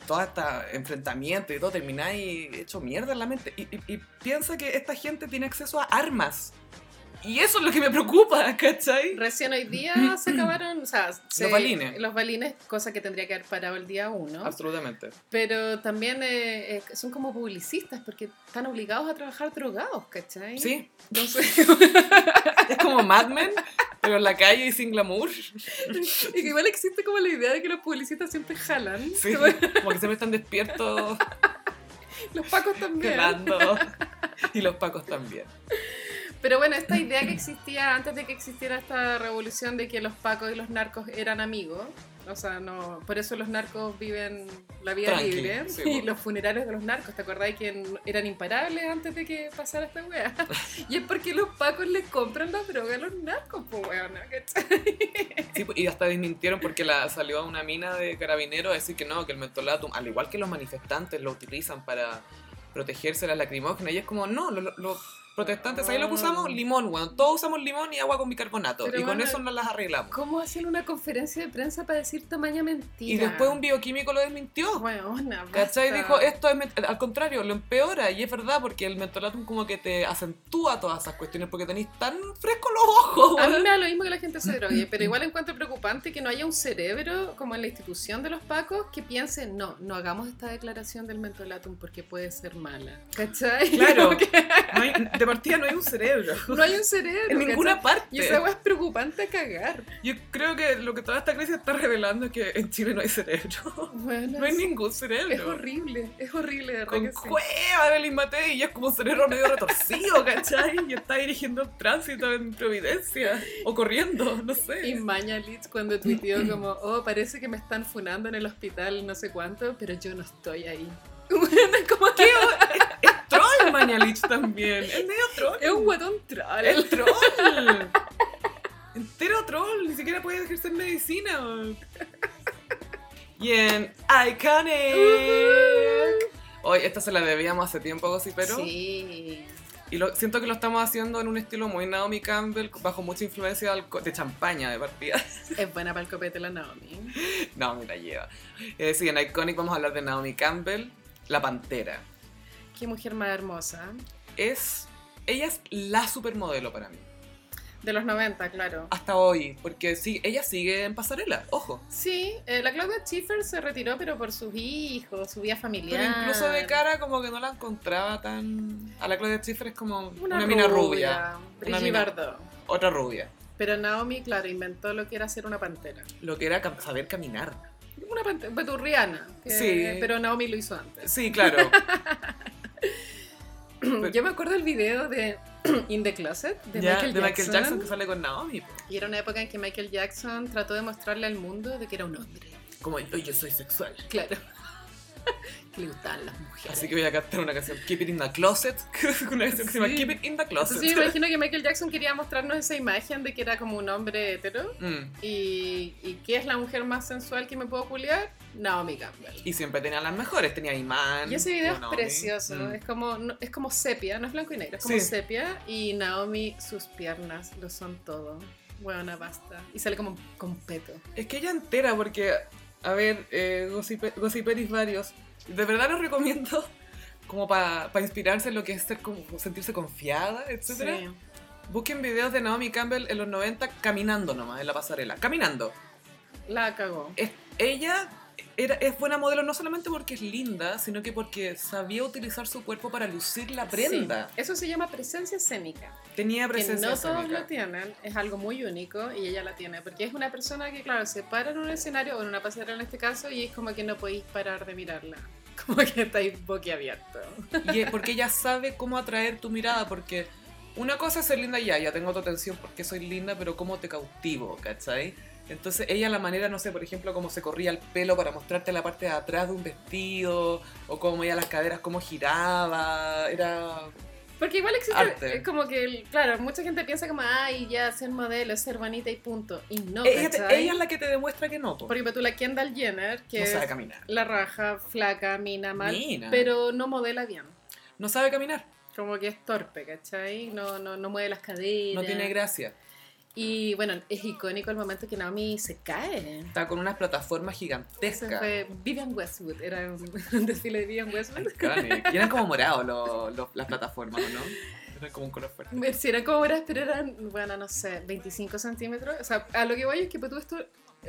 A: todo este enfrentamiento y todo termináis hecho mierda en la mente. Y, y- y piensa que esta gente tiene acceso a armas. Y eso es lo que me preocupa, ¿cachai?
B: Recién hoy día se acabaron, o sea, se-
A: balines.
B: Los balines, cosa que tendría que haber parado el día uno.
A: Absolutamente.
B: Pero también eh, eh, son como publicistas porque están obligados a trabajar drogados, ¿cachai?
A: Sí,
B: Entonces,
A: es como Mad Men, pero en la calle y sin glamour.
B: igual existe como la idea de que los publicistas siempre jalan.
A: Sí,
B: Como-
A: como que siempre están despiertos,
B: Los pacos también.
A: pelando. Y los pacos también.
B: Pero bueno, esta idea que existía antes de que existiera esta revolución de que los pacos y los narcos eran amigos. O sea, no, por eso los narcos viven la vida
A: Tranqui,
B: libre.
A: sí,
B: y
A: bueno.
B: los funerarios de los narcos, ¿te acordáis que en- eran imparables antes de que pasara esta wea? y es porque los pacos le compran la droga a los narcos, pues weón.
A: Sí, pues, y hasta desmintieron porque la, salió a una mina de carabineros a decir que no, que el mentolatum, al igual que los manifestantes, lo utilizan para protegerse de las lacrimógenas. Y es como, no, lo- lo- los Protestantes, ahí lo que usamos, limón, weón. Todos usamos limón y agua con bicarbonato.
B: Ah. Pero
A: y con
B: bueno,
A: eso nos las arreglamos.
B: ¿Cómo hacen una conferencia de prensa para decir tamaña mentira?
A: Y después un bioquímico lo desmintió.
B: Weona,
A: ¿Cachai?
B: basta.
A: Dijo, esto es ment- al contrario, lo empeora y es verdad porque el mentolatum como que te acentúa todas esas cuestiones porque tenéis tan frescos los ojos.
B: A mí
A: weón.
B: me da lo mismo que la gente se drogue, pero igual encuentro preocupante que no haya un cerebro como en la institución de los pacos que piense, no, no hagamos esta declaración del mentolatum porque puede ser mala. ¿Cachai?
A: Claro.
B: Como que
A: No hay- de partida no hay un cerebro.
B: no hay un cerebro.
A: En ninguna
B: ¿cachai?
A: parte.
B: Y esa agua es preocupante a cagar.
A: Yo creo que lo que toda esta crisis está revelando es que en Chile no hay cerebro.
B: Bueno,
A: No hay
B: es-
A: ningún
B: es
A: cerebro.
B: horrible, es horrible, de verdad
A: Con
B: que sí.
A: cueva Evelyn Matei y es como un cerebro medio retorcido, ¿cachai? Y está dirigiendo el tránsito en Providencia. O corriendo, no
B: Y
A: sé.
B: Mañalich cuando tuiteó como, oh, parece que me están funando en el hospital, no sé cuánto, pero yo no estoy ahí. Bueno, como que
A: Troll Mañalich también. Es medio troll.
B: es un guatón troll.
A: El troll. Entero troll. Ni siquiera puede ejercer medicina. weón. Y en Iconic. Hoy esta se la debíamos hace tiempo, Gossipero.
B: Sí.
A: Y lo, siento que lo estamos haciendo en un estilo muy Naomi Campbell, bajo mucha influencia de alco- de champaña de partida.
B: Es buena para el copete la Naomi.
A: Naomi la lleva. Eh, sí, en Iconic vamos a hablar de Naomi Campbell, la pantera.
B: Qué mujer más hermosa.
A: Es. Ella es la supermodelo para mí.
B: De los 90, claro.
A: Hasta hoy. Porque sí, ella sigue en pasarela, ojo.
B: Sí, eh, la Claudia Schiffer se retiró, pero por sus hijos, su vida familiar.
A: Pero incluso de cara, como que no la encontraba tan. A la Claudia Schiffer es como una,
B: Una,
A: mina rubia.
B: Brigitte
A: mina-
B: Bardot.
A: Otra rubia.
B: Pero Naomi, claro, inventó lo que era ser una pantera.
A: Lo que era cam- saber caminar.
B: Una pantera, beturriana. que-
A: Sí.
B: Pero Naomi lo hizo antes.
A: Sí, claro. Pero-
B: Yo me acuerdo el video de In the Closet de,
A: Ya,
B: Michael,
A: de
B: Jackson,
A: Michael Jackson que sale con Naomi. po.
B: Y era una época en que Michael Jackson trató de mostrarle al mundo de que era un hombre.
A: Como yo, yo soy sexual.
B: Claro. que le gustaban las mujeres.
A: Así que voy a cantar una canción, Keep It in the Closet. una canción que se llama
B: Sí.
A: Keep It in the Closet.
B: Entonces yo me imagino que Michael Jackson quería mostrarnos esa imagen de que era como un hombre hetero.
A: Mm.
B: Y, y ¿qué es la mujer más sensual que me puedo culiar? Naomi Campbell.
A: Y siempre tenía las mejores, tenía Iman.
B: Y ese video es
A: Naomi.
B: precioso,
A: Mm.
B: es, como, no- es como sepia, no es blanco y negro, es como
A: Sí.
B: sepia. Y Naomi, sus piernas lo son todo. Buena basta. Y sale como con peto.
A: Es que ella entera, porque, a ver, eh, gossipe- gossiperis varios. De verdad los recomiendo como para inspirarse en lo que es ser como, sentirse confiada, etcétera.
B: Sí.
A: Busquen videos de Naomi Campbell en los 90 caminando nomás, en la pasarela. Caminando.
B: La cagó.
A: es- ella era, es buena modelo no solamente porque es linda, sino que porque sabía utilizar su cuerpo para lucir la prenda.
B: Sí, Eso se llama presencia escénica.
A: Tenía
B: Que
A: presencia
B: no todos
A: escénica.
B: lo tienen, es algo muy único y ella la tiene. Porque es una persona que, claro, se para en un escenario o en una pasarela en este caso y es como que no podéis parar de mirarla. Como que estáis boquiabierto.
A: Y es porque ella sabe cómo atraer tu mirada, porque una cosa es ser linda y ya, ya tengo tu atención porque soy linda, pero cómo te cautivo, ¿cachai? Entonces ella la manera, no sé, por ejemplo, cómo se corría el pelo para mostrarte la parte de atrás de un vestido, o cómo ella las caderas, cómo giraba, era...
B: Porque igual existe,
A: Arte.
B: es como que, el- claro, mucha gente piensa como, ay, ya, ser modelo, es ser bonita y punto. Y no,
A: ella, te-
B: ¿cachai?
A: ella es la que te demuestra que no, po.
B: Porque tú la Kendall Jenner, que
A: no
B: es
A: sabe caminar.
B: la raja, flaca, mina, mal,
A: Mina.
B: pero no modela bien.
A: No sabe caminar.
B: Como que es torpe, ¿cachai? No, no, no mueve las caderas.
A: No tiene gracia.
B: Y bueno, es icónico el momento que Naomi se cae.
A: Está con unas plataformas
B: Ese
A: gigantescas.
B: fue Vivian Westwood, era un, un desfile de Vivian Westwood.
A: Iconic. Y eran como morados los- los- las plataformas, ¿o ¿no? Eran como un color fuerte.
B: Si eran como horas, pero eran, bueno, no sé, 25 centímetros. O sea, a lo que voy es que pues, tú esto,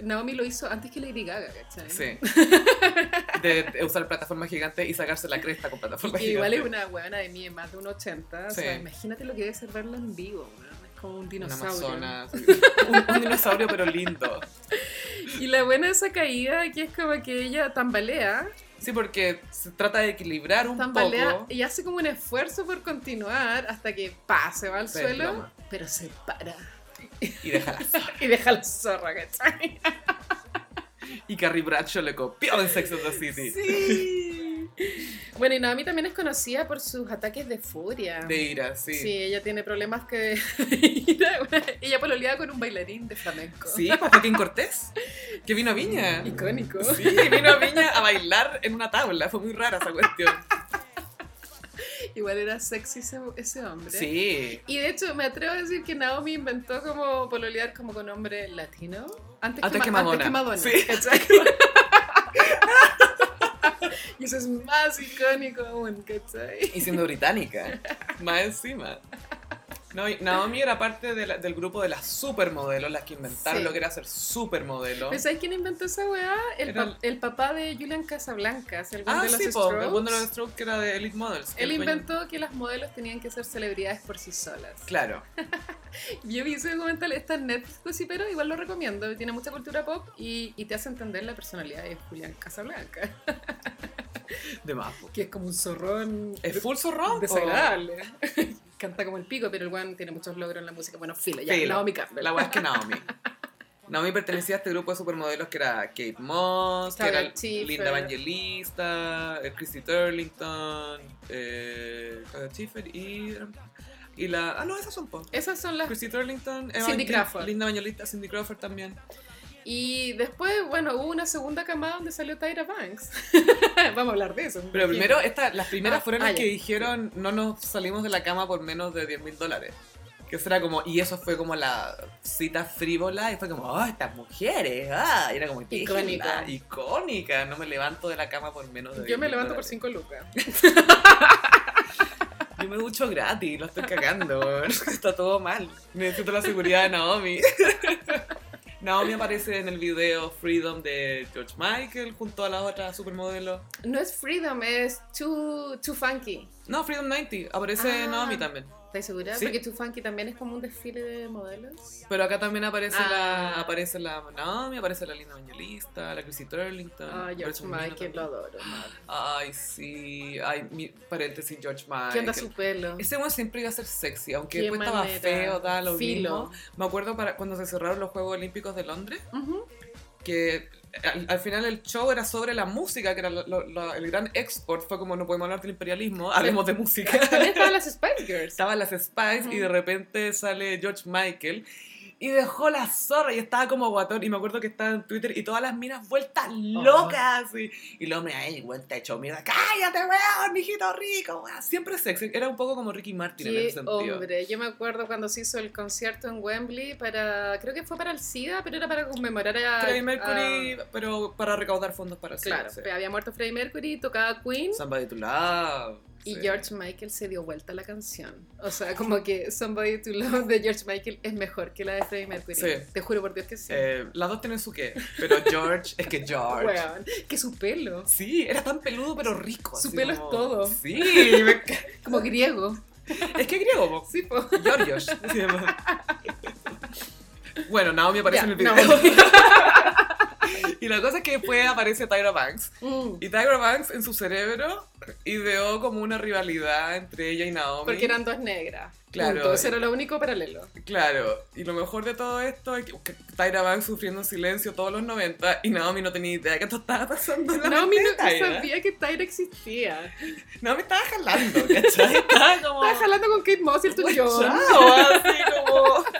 B: Naomi lo hizo antes que Lady Gaga, ¿cachai?
A: Sí. De, de usar plataformas gigantes y sacarse la cresta con plataformas
B: Y igual es
A: gigantes.
B: una huevona de mí, más de un 80. O sea,
A: Sí.
B: imagínate lo que debe ser verla en vivo, weón. Es como un
A: Una
B: dinosaurio.
A: amazona, sí. un, un dinosaurio pero lindo.
B: Y la buena de esa caída que es como que ella tambalea,
A: Sí, porque se trata de equilibrar un
B: tambalea
A: poco.
B: y hace como un esfuerzo por continuar hasta que pa, se va al
A: Se
B: suelo,
A: desploma.
B: pero se para
A: Y déjala.
B: y deja la zorra, ¿cachai?
A: Y Carrie Bradshaw le copió en Sex and the City.
B: Sí. Bueno, y Naomi también es conocida por sus ataques de furia.
A: De ira, sí.
B: Sí, ella tiene problemas que... ira. ella pololeaba con un bailarín de flamenco.
A: Sí, pues Joaquín Cortés, que vino a Viña.
B: Icónico.
A: Sí, vino a Viña a bailar en una tabla. Fue muy rara esa cuestión.
B: Igual era sexy ese, ese hombre.
A: Sí.
B: Y de hecho, me atrevo a decir que Naomi inventó como pololear como con hombre latino. Antes,
A: Antes
B: Ma-
A: que Madonna.
B: Antes que Madonna.
A: Sí.
B: ¿cachai? y eso es más icónico aún, ¿cachai?
A: Y siendo británica. Más encima. No, y Naomi era parte de la- del grupo de las supermodelos, las que inventaron
B: Sí.
A: lo que era ser supermodelo.
B: ¿Pero Pues, sabes quién inventó esa weá? El,
A: Era
B: pa- el papá de Julian Casablancas, el buen
A: Ah,
B: de los
A: sí, po,
B: Strokes.
A: el buen de los Strokes que era de Elite Models. que
B: Él
A: el dueño-
B: inventó que las modelos tenían que ser celebridades por sí solas.
A: Claro.
B: Yo vi ese documental, está en Netflix, pues sí, pero igual lo recomiendo. Tiene mucha cultura pop y, y te hace entender la personalidad de Julián Casablanca,
A: De más. po.
B: que es como un zorrón
A: Es full zorrón. po.
B: desagradable. Canta como el pico, pero el one tiene muchos logros en la música. Bueno, filo, ya,
A: Filo.
B: Naomi Campbell.
A: La weá es que Naomi. Naomi pertenecía a este grupo de supermodelos que era Kate Moss, que
B: Claudia
A: era
B: Schiffer.
A: Linda Evangelista, eh, Chrissy Turlington, eh, Claudia Schiffer y, y la... Ah, no, esas son pop.
B: Esas son las...
A: Chrissy Turlington,
B: Cindy
A: Lin-
B: Crawford.
A: Linda Evangelista, Cindy Crawford también.
B: Y después, bueno, hubo una segunda camada donde salió Tyra Banks. Vamos a hablar de eso. me
A: Pero
B: imagino.
A: primero, esta, las primeras
B: Ah,
A: fueron
B: ah,
A: las
B: ya.
A: que dijeron no nos salimos de la cama por menos de 10 mil dólares. Que será como, y eso fue como la cita frívola, y fue como, oh, estas mujeres, ah, y era como,
B: Icónica.
A: "Tíjela, icónica, no me levanto de la cama por menos de 10
B: Yo me
A: mil
B: levanto por
A: dólares".
B: 5 lucas.
A: Yo me ducho gratis, lo estoy cagando, weón. está todo mal. Necesito la seguridad de Naomi. Naomi aparece en el video Freedom de George Michael junto a la otra supermodelo.
B: No es Freedom, es Too, too Funky.
A: No, Freedom 90, aparece
B: Ah.
A: Naomi también.
B: ¿Estás segura?
A: Sí.
B: Porque Too Funky también es como un desfile de modelos.
A: Pero acá también aparece la
B: Ah.
A: aparece la Naomi, aparece la Linda Evangelista, la Chrissy Turlington.
B: Ah, George
A: Gretchen Mill
B: Michael, lo
A: también.
B: adoro. madre.
A: Ay, sí. Ay, mi, paréntesis, George Michael.
B: ¿Qué onda su pelo?
A: Ese weón siempre iba a ser sexy, aunque
B: Qué
A: después estaba
B: manera.
A: feo, tal, lo
B: Filo.
A: mismo. Me acuerdo para cuando se cerraron los Juegos Olímpicos de Londres,
B: Ujú.
A: que al, al final el show era sobre la música, que era lo- lo- lo- el gran export. Fue como, no podemos hablar del imperialismo, hablemos de música.
B: También estaban las Spice Girls.
A: Estaban las Spice y de repente sale George Michael y dejó la zorra y estaba como guatón. Y me acuerdo que estaba en Twitter y todas las minas
B: Oh.
A: vueltas locas. Y, y el hombre, ay, güey, te hecho mierda. ¡Cállate, weón, mijito rico! weón". Siempre sexy. Era un poco como Ricky Martin en
B: Qué
A: ese sentido.
B: hombre, yo me acuerdo cuando se hizo el concierto en Wembley para, creo que fue para el SIDA, pero era para conmemorar a...
A: Freddie
B: a-
A: Mercury, pero para recaudar fondos para
B: um, claro,
A: sí, sí.
B: había muerto Freddie Mercury, tocaba Queen
A: Somebody to Love.
B: y
A: sí.
B: George Michael se dio vuelta a la canción. O sea, como que Somebody to Love de George Michael es mejor que la de Freddie Mercury.
A: Sí.
B: Te juro por Dios que sí.
A: Eh, las dos tienen su qué, pero George, es que George.
B: Weón, que su pelo,
A: Sí, era tan peludo pero rico.
B: Su
A: así
B: pelo es
A: como-
B: todo.
A: Sí, me encanta.
B: como griego.
A: Es que es griego, po.
B: Sí, po.
A: Georgios. se llama. bueno, Naomi aparece en
B: Ya,
A: el video. y la cosa es que después aparece Tyra Banks.
B: Mm.
A: Y Tyra Banks en su cerebro ideó como una rivalidad entre ella y Naomi.
B: Porque eran dos negras.
A: Claro.
B: Punto. Eso era lo único paralelo.
A: Claro, y lo mejor de todo esto es que Tyra Banks sufriendo en silencio todos los 90 y Naomi no tenía idea que esto estaba pasando. en la
B: Naomi
A: mente
B: no
A: de Tyra.
B: sabía que Tyra existía.
A: Naomi estaba jalando, ¿cachai? Estaba como...
B: Estaba jalando con Kate Moss y el
A: Chao,
B: tuyo.
A: así como...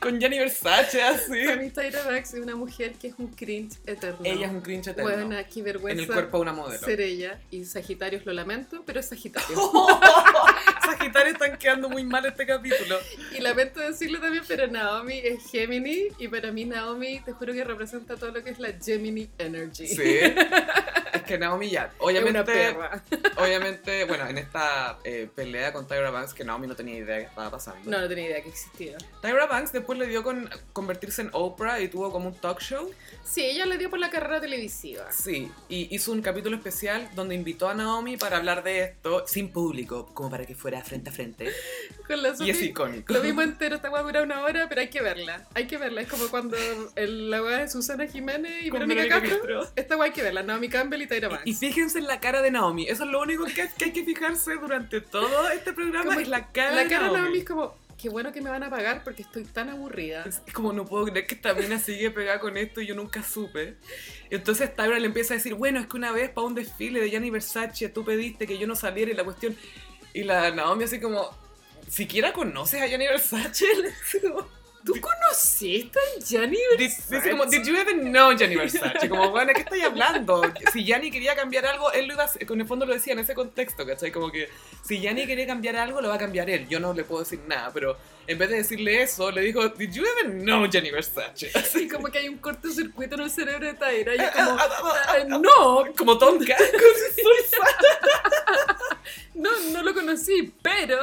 A: Con Jenny Versace, así.
B: Para mí Tyra Banks es una mujer que es un cringe eterno.
A: Ella es un cringe eterno.
B: Buena, qué
A: en
B: vergüenza
A: el cuerpo de una modelo.
B: ser ella. Y Sagitarios lo lamento, pero es Sagitario.
A: Oh. Sagitario están quedando muy mal este capítulo.
B: y lamento decirlo también, pero Naomi es Gemini. Y para mí Naomi, te juro que representa todo lo que es la Gemini Energy.
A: Sí. Es que Naomi ya,
B: Es una
A: obviamente,
B: perra.
A: obviamente, bueno, en esta eh, pelea con Tyra Banks que Naomi no tenía idea que estaba pasando.
B: No, no tenía idea que existía.
A: Tyra Banks después le dio con convertirse en Oprah y tuvo como un talk show.
B: Sí, ella le dio por la carrera televisiva.
A: Sí, y hizo un capítulo especial donde invitó a Naomi para hablar de esto sin público, como para que fuera frente a frente.
B: Con la
A: Y es
B: Sophie-
A: icónico.
B: Lo vimos entero, esta weá dura una hora, pero hay que verla. Hay que verla. Es como cuando el- la weá de Susana Jiménez y
A: Con
B: Verónica
A: Verónica
B: Castro.
A: Castro.
B: Esta weá hay que verla. Naomi Campbell y Tyra Banks.
A: Y fíjense en la cara de Naomi. Eso es lo único que, que hay que fijarse durante todo este programa.
B: Como
A: Es la cara
B: la
A: de
B: cara de
A: Naomi.
B: Naomi es como, qué bueno que me van a pagar porque estoy tan aburrida.
A: Es como no puedo creer que esta mina sigue pegada con esto y yo nunca supe. Y entonces Tyra le empieza a decir, bueno, es que una vez para un desfile de Gianni Versace tú pediste que yo no saliera y la cuestión... Y la Naomi así como, ¿siquiera conoces a Gianni Versace? Le dice como,
B: ¿Tú conociste a Gianni
A: Di- Dice como, did you even know Gianni Versace? Como, bueno, ¿de qué estáis hablando? Si Gianni quería cambiar algo, él lo iba a hacer, en el fondo lo decía en ese contexto, ¿cachai? Como que si Gianni quería cambiar algo, lo va a cambiar él. Yo no le puedo decir nada, pero en vez de decirle eso, le dijo, did you even know Gianni Versace?
B: Así como que hay un cortocircuito en el cerebro de Taira y es como,
A: Ah, ah, ah,
B: "Ah, no,
A: Como tonca. con su salsa.
B: no, no lo conocí, pero...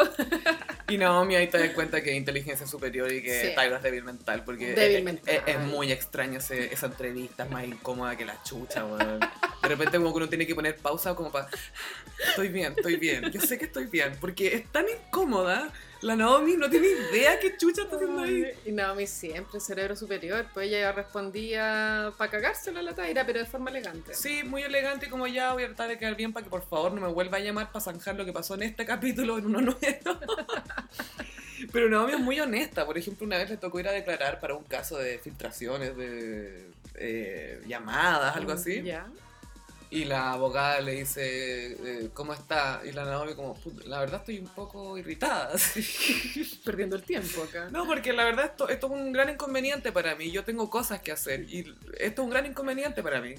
A: Y Naomi ahí te das cuenta que es inteligencia superior y que
B: Sí.
A: Tyra es débil mental, porque
B: Débil
A: es,
B: mental.
A: es- es muy extraño ese- esa entrevista, es más incómoda que la chucha, weón. De repente como que uno tiene que poner pausa como para, estoy bien, estoy bien, yo sé que estoy bien, porque es tan incómoda, la Naomi no tiene idea qué chucha está haciendo ahí.
B: Y Naomi siempre, cerebro superior, pues ella respondía para cagárselo a la Taira, pero de forma elegante.
A: Sí, muy elegante y como ya voy a tratar de quedar bien para que por favor no me vuelva a llamar para zanjar lo que pasó en este capítulo en uno nuevo. Pero Naomi es muy honesta. Por ejemplo, una vez le tocó ir a declarar para un caso de filtraciones, de eh, llamadas, algo así.
B: Ya.
A: Y la abogada le dice, eh, ¿cómo está? Y la Naomi como, "Puta, la verdad estoy un poco irritada. así.
B: Perdiendo el tiempo acá.
A: No, porque la verdad esto, esto es un gran inconveniente para mí. Yo tengo cosas que hacer y esto es un gran inconveniente para mí.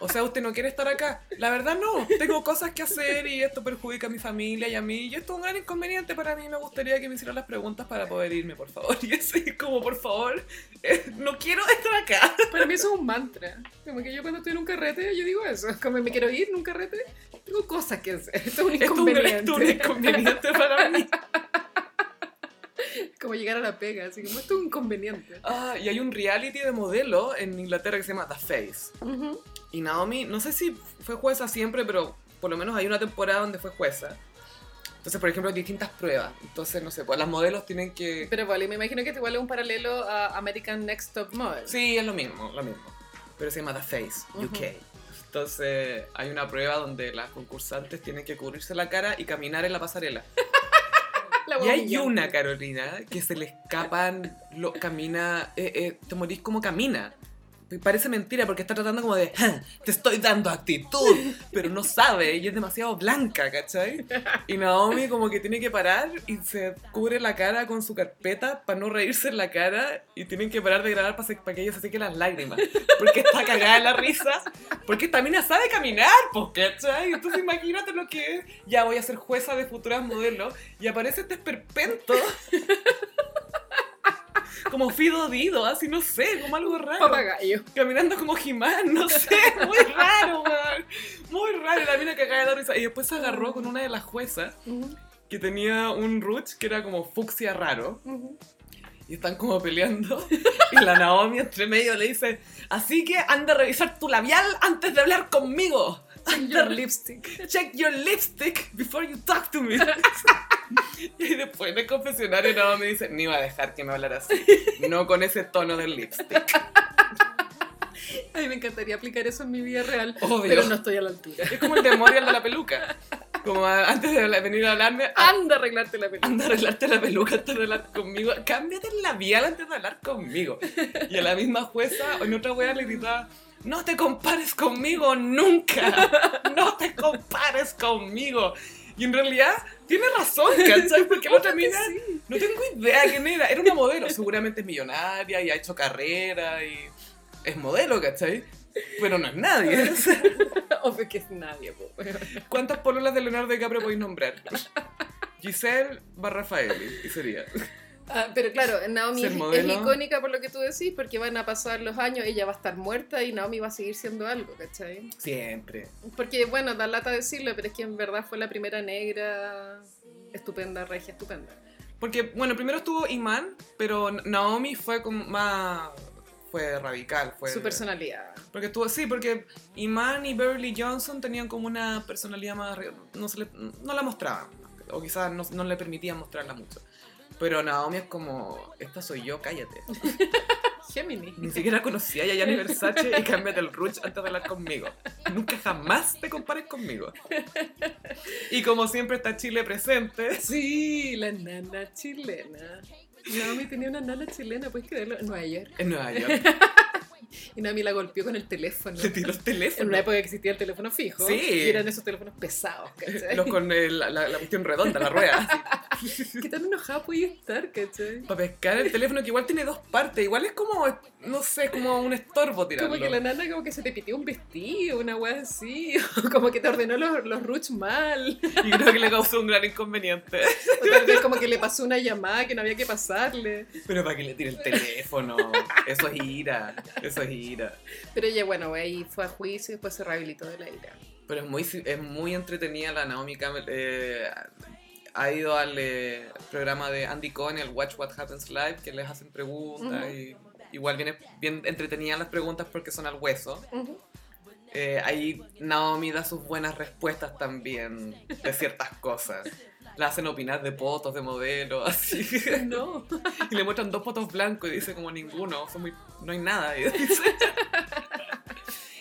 A: O sea, usted no quiere estar acá. La verdad no, tengo cosas que hacer y esto perjudica a mi familia y a mí. Y esto es un gran inconveniente para mí. Me gustaría que me hicieran las preguntas para poder irme, por favor. Y así como, por favor, eh, no quiero estar acá.
B: Para mí eso es un mantra. Como que yo cuando estoy en un carrete, yo digo eso. Como me quiero ir en un carrete, tengo cosas que hacer. Esto es un
A: Esto es un, gran-
B: inconveniente.
A: esto es un inconveniente para mí.
B: como llegar a la pega, así como esto es un inconveniente.
A: Ah, y hay un reality de modelo en Inglaterra que se llama The Face. Y Naomi, no sé si fue jueza siempre, pero por lo menos hay una temporada donde fue jueza. Entonces, por ejemplo, hay distintas pruebas. Entonces, no sé, pues las modelos tienen que...
B: Pero vale, me imagino que te igual es un paralelo a American Next Top Model.
A: Sí, es lo mismo, lo mismo. Pero se llama The Face, UK. Entonces, hay una prueba donde las concursantes tienen que cubrirse la cara y caminar en la pasarela.
B: La
A: Y
B: hueá
A: hay
B: brillante.
A: una, Carolina, que se le escapan, lo, camina, eh, eh, te morís como camina. Y Parece mentira porque está tratando como de, "Ja, te estoy dando actitud, pero no sabe y es demasiado blanca, ¿cachai? Y Naomi como que tiene que parar y se cubre la cara con su carpeta para no reírse en la cara y tienen que parar de grabar para que ella se seque las lágrimas, porque está cagada de la risa, porque esta mina sabe caminar, pues, ¿cachai? Entonces imagínate lo que es, ya voy a ser jueza de futuras modelos y aparece este esperpento. Como Fido Dido, así no sé, como algo raro.
B: Papagayo.
A: Caminando como Jimán, no sé, muy raro, weón. Muy raro, y la mina cagada de la risa. Y después se agarró con una de las juezas que tenía un ruch que era como fucsia raro. Y están como peleando. Y la Naomi entre medio le dice, así que anda a revisar tu labial antes de hablar conmigo.
B: Check your lipstick.
A: Check your lipstick before you talk to me. y después en el confesionario Naomi me dice, ni iba a dejar que me hablara así. No con ese tono del lipstick.
B: A mí me encantaría aplicar eso en mi vida real,
A: Obvio.
B: pero no estoy a la altura.
A: Es como el demorial de la peluca. Como a- antes de habla- venir a hablarme, a-
B: Anda a arreglarte la pelota.
A: anda a arreglarte la peluca antes de hablar conmigo. Cámbiate el labial antes de hablar conmigo. Y a la misma jueza, en otra wea le gritaba, no te compares conmigo nunca. No te compares conmigo. Y en realidad tiene razón, ¿cachai? Porque la otra mina
B: Sí.
A: No tengo idea quién era. Era una modelo. Seguramente es millonaria y ha hecho carrera y es modelo, ¿cachai? Pero no es nadie. O sea,
B: Obvio que es nadie, po.
A: ¿Cuántas pololas de Leonardo DiCaprio podéis nombrar? Giselle barra Rafael y sería.
B: Ah, pero claro, Naomi
A: Ser
B: es,
A: modelo.
B: es icónica por lo que tú decís, porque van a pasar los años, ella va a estar muerta y Naomi va a seguir siendo algo, ¿cachai?
A: Siempre.
B: Porque bueno, da lata decirlo, pero es que en verdad fue la primera negra estupenda, regia estupenda.
A: Porque, bueno, primero estuvo Iman, pero Naomi fue como más... Fue radical. Fue,
B: Su personalidad.
A: Porque estuvo sí, porque Iman y Beverly Johnson tenían como una personalidad más... re- No, se le- no la mostraban, o quizás no, no le permitían mostrarla mucho. Pero Naomi es como, esta soy yo, cállate.
B: Géminis.
A: Ni siquiera conocía a Yanni Versace y cámbiate el ruch antes de hablar conmigo. Nunca jamás te compares conmigo. Y como siempre está Chile presente.
B: Sí, la nana chilena. Naomi tenía una nana chilena, ¿puedes creerlo? En Nueva York.
A: En Nueva York.
B: Y Nami la golpeó con el teléfono.
A: Le tiró el
B: En una
A: teléfono.
B: época que existía el teléfono fijo.
A: Sí.
B: Y eran esos teléfonos pesados, ¿cachai?
A: Los con el- la, la cuestión redonda, la rueda.
B: ¿Qué tan enojada podía estar, cachai?
A: Para pescar el teléfono que igual tiene dos partes. Igual es como, no sé, como un estorbo tirarlo.
B: Como que la nana como que se te pitió un vestido, una weá así, o como que te ordenó los, los ruch mal,
A: Y creo que le causó un gran inconveniente.
B: o tal vez como que le pasó una llamada que no había que pasarle.
A: Pero para que le tire el teléfono. Eso es ira. Eso es ira.
B: Pero ella, bueno, ahí fue a juicio y después se rehabilitó de la ira.
A: Pero es muy, es muy entretenida la Naomi Campbell. eh, ha ido al eh, programa de Andy Cohen, el Watch What Happens Live, que les hacen preguntas.
B: Ujú.
A: y igual viene bien entretenidas las preguntas porque son al hueso.
B: Ujú.
A: Eh, ahí Naomi da sus buenas respuestas también de ciertas cosas. La hacen opinar de potos, de modelos, así.
B: No,
A: Y le muestran dos potos blancos y dice como ninguno, son muy- no hay nada. Y, dice.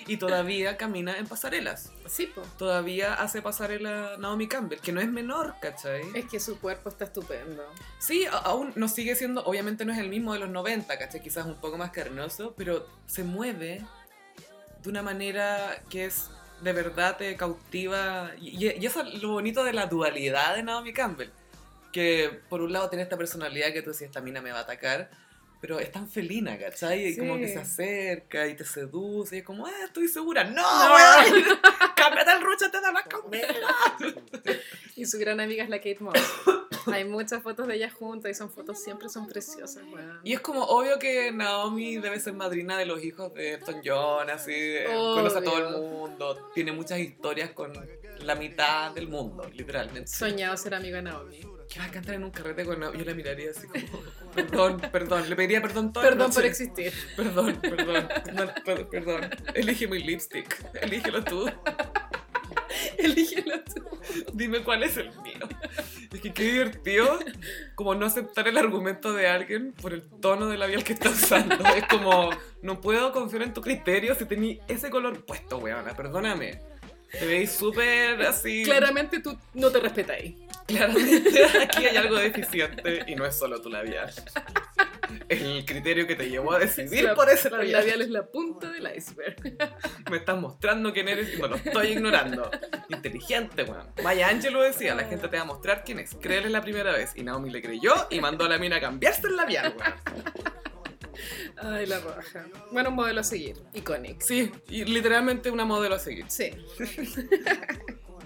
A: y todavía camina en pasarelas.
B: sí, po.
A: Todavía hace pasarela Naomi Campbell, que no es menor, ¿cachai?
B: Es que su cuerpo está estupendo.
A: Sí, a- aún no sigue siendo, obviamente no es el mismo de los 90, ¿cachai? Quizás un poco más carnoso, pero se mueve de una manera que es de verdad te cautiva. Y, y- y eso es lo bonito de la dualidad de Naomi Campbell. Que por un lado tiene esta personalidad que tú decías, esta mina me va a atacar, pero es tan felina, ¿cachai? Y como que
B: Sí.
A: se acerca y te seduce y es como, ah, estoy segura. ¡No!
B: No.
A: weón! ¡Cámbiate el rucho, te da la
B: Y su gran amiga es la Kate Moss. Hay muchas fotos de ellas juntas y son fotos siempre son preciosas, weón.
A: Y es como obvio que Naomi debe ser madrina de los hijos de Elton John, así, eh, conoce a todo el
B: Obvio.
A: mundo, tiene muchas historias con la mitad del mundo, literalmente.
B: Soñado ser amiga de Naomi.
A: Que va a cantar en un carrete con Naomi, yo la miraría así como, perdón, perdón, le pediría perdón todo
B: Perdón por existir.
A: Perdón, perdón, no, per- perdón, elige mi lipstick, elígelo tú,
B: Elígelo tú.
A: dime cuál es el mío. Es que qué divertido como no aceptar el argumento de alguien por el tono de labial que está usando. Es como, no puedo confiar en tu criterio si tení ese color puesto, weona, perdóname. Te veis súper así.
B: Claramente tú no te respetáis.
A: Claramente aquí hay algo deficiente y no es solo tu labial. El criterio que te llevó a decidir
B: La-
A: por ese
B: El
A: labial.
B: labial es la punta del iceberg.
A: Me estás mostrando quién eres y no lo estoy ignorando. Inteligente, weón. Maya Angelou decía, la gente te va a mostrar quién es. Créele la primera vez. Y Naomi le creyó y mandó a la mina a cambiarse el labial, weón.
B: Ay, la roja. Bueno, un modelo a seguir. Iconic.
A: Sí, y literalmente una modelo a seguir.
B: Sí.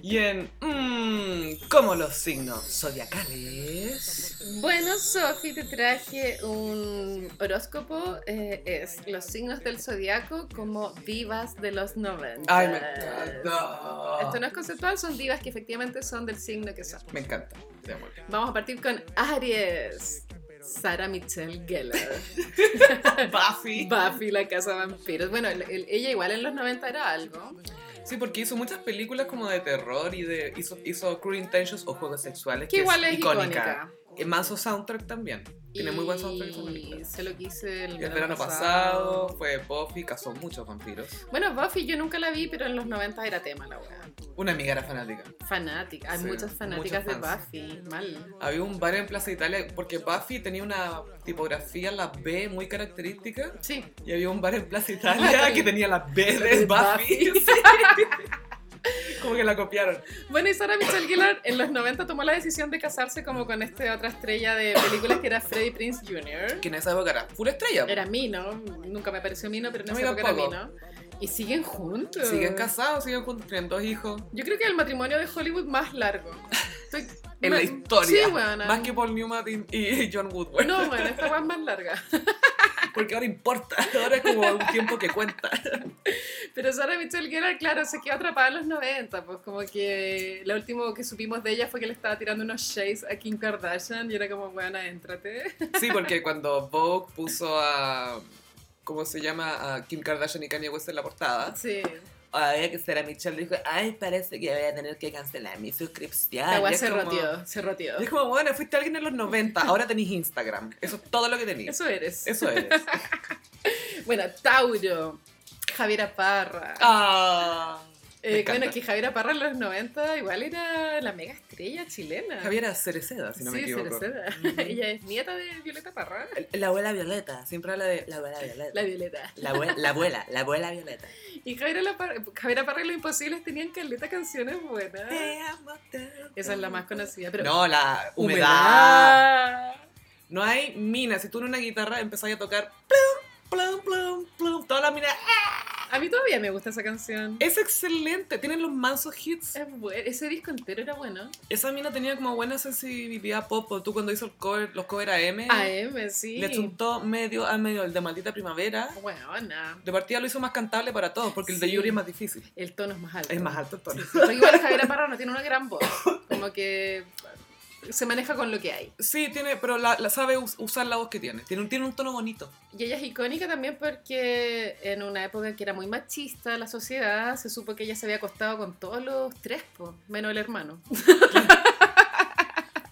A: Y en mmm, como los signos zodiacales.
B: Bueno, Sofi, te traje un horóscopo. eh, es los signos del zodiaco como divas de los 90.
A: Ay, me encanta.
B: Esto no es conceptual, son divas que efectivamente son del signo que son.
A: Me encanta. de amor.
B: Vamos a partir con Aries. Sara Michelle Gellar.
A: Buffy.
B: Buffy, la casa de vampiros. Bueno, el- el- ella igual en los 90 era algo.
A: Sí, porque hizo muchas películas como de terror y de hizo, hizo Cruel Intentions o Juegos Sexuales.
B: Que igual es icónica.
A: Eh, Manso soundtrack también. Tiene muy buen soundtrack esa película.
B: Y se lo quise el,
A: El verano pasado fue Buffy, cazó muchos vampiros.
B: Bueno, Buffy yo nunca la vi, pero en los 90 era tema la weá.
A: Una amiga era fanática.
B: Fanática. Hay
A: Sí,
B: muchas fanáticas de
A: muchos fans.
B: Buffy. Mal.
A: Había un bar en Plaza Italia, porque Buffy tenía una tipografía, la B, muy característica.
B: Sí.
A: Y había un bar en Plaza Italia que tenía la B de Buffy.
B: Buffy.
A: Sí. Como que la copiaron.
B: Bueno, y Sarah Michelle Gellar en los 90 tomó la decisión de casarse como con esta otra estrella de películas que era Freddie Prince Jr.
A: Que en esa época era pura estrella. po.
B: Era Mino, nunca me pareció Mino, pero en
A: A
B: esa
A: mí
B: época era Mino.
A: tampoco.
B: Y siguen juntos.
A: Siguen casados, siguen juntos, tienen dos hijos.
B: Yo creo que el matrimonio de Hollywood más largo. Estoy-
A: En
B: Ma-
A: la historia.
B: Sí, weona.
A: Más que Paul Newman y- y John Woodward.
B: No, bueno, esta weá es más larga.
A: Porque ahora importa. Ahora es como un tiempo que cuenta.
B: Pero Sarah Michelle Gellar, claro, se quedó atrapada en los 90, pues como que lo último que supimos de ella fue que le estaba tirando unos shades a Kim Kardashian y era como, bueno, éntrate.
A: Sí, porque cuando Vogue puso a. ¿Cómo se llama? A Kim Kardashian y Kanye West en la portada.
B: Sí.
A: Había que ser a Michelle. Dijo, ay, parece que voy a tener que cancelar mi suscripción.
B: La
A: Y
B: weá
A: Ah, es
B: se
A: como-
B: roteó, se roteó.
A: y Es como, bueno, fuiste alguien en los 90, ahora tenés Instagram. Eso es todo lo que tenés.
B: Eso eres.
A: Eso eres.
B: Bueno, Tauro, Javiera Parra,
A: Ah,
B: Eh,
A: encanta.
B: bueno, que Javiera Parra en los 90 igual era la mega estrella chilena.
A: Javiera Cereceda, si no me
B: sí,
A: equivoco.
B: Cereceda.
A: Ujú.
B: Ella es nieta de Violeta Parra.
A: La abuela Violeta, siempre habla de la abuela Violeta.
B: La Violeta.
A: La abue- la abuela, la abuela Violeta.
B: Y Javiera, la Par- Javiera Parra y Los Imposibles tenían caleta canciones buenas.
A: Te amo, te amo.
B: Ah. Esa es la más conocida. Pero
A: No, la humedad.
B: Humedad.
A: No hay mina. Si tú en una guitarra empezás a tocar plum, plum, plum, plum, todas las minas. ¡ah!
B: A mí todavía me gusta esa canción.
A: Es excelente. Tienen los mansos hits.
B: Es buen- Ese disco entero era bueno.
A: Esa mina tenía como buena sensibilidad pop. o Tú cuando hizo el cover, los cover AM,
B: AM, sí.
A: le chuntó medio a medio el de Maldita Primavera.
B: Buena.
A: De partida lo hizo más cantable para todos, porque el de
B: Sí.
A: Yuri es más difícil.
B: El tono es más alto.
A: Es más alto el tono.
B: Porque igual Javiera Parra no tiene una gran voz. Como que se maneja con lo que hay.
A: Sí, tiene, pero la, la sabe us- usar la voz que tiene. Tiene un, tiene un tono bonito.
B: Y ella es icónica también porque en una época que era muy machista la sociedad, se supo que ella se había acostado con todos los tres, po, menos el hermano.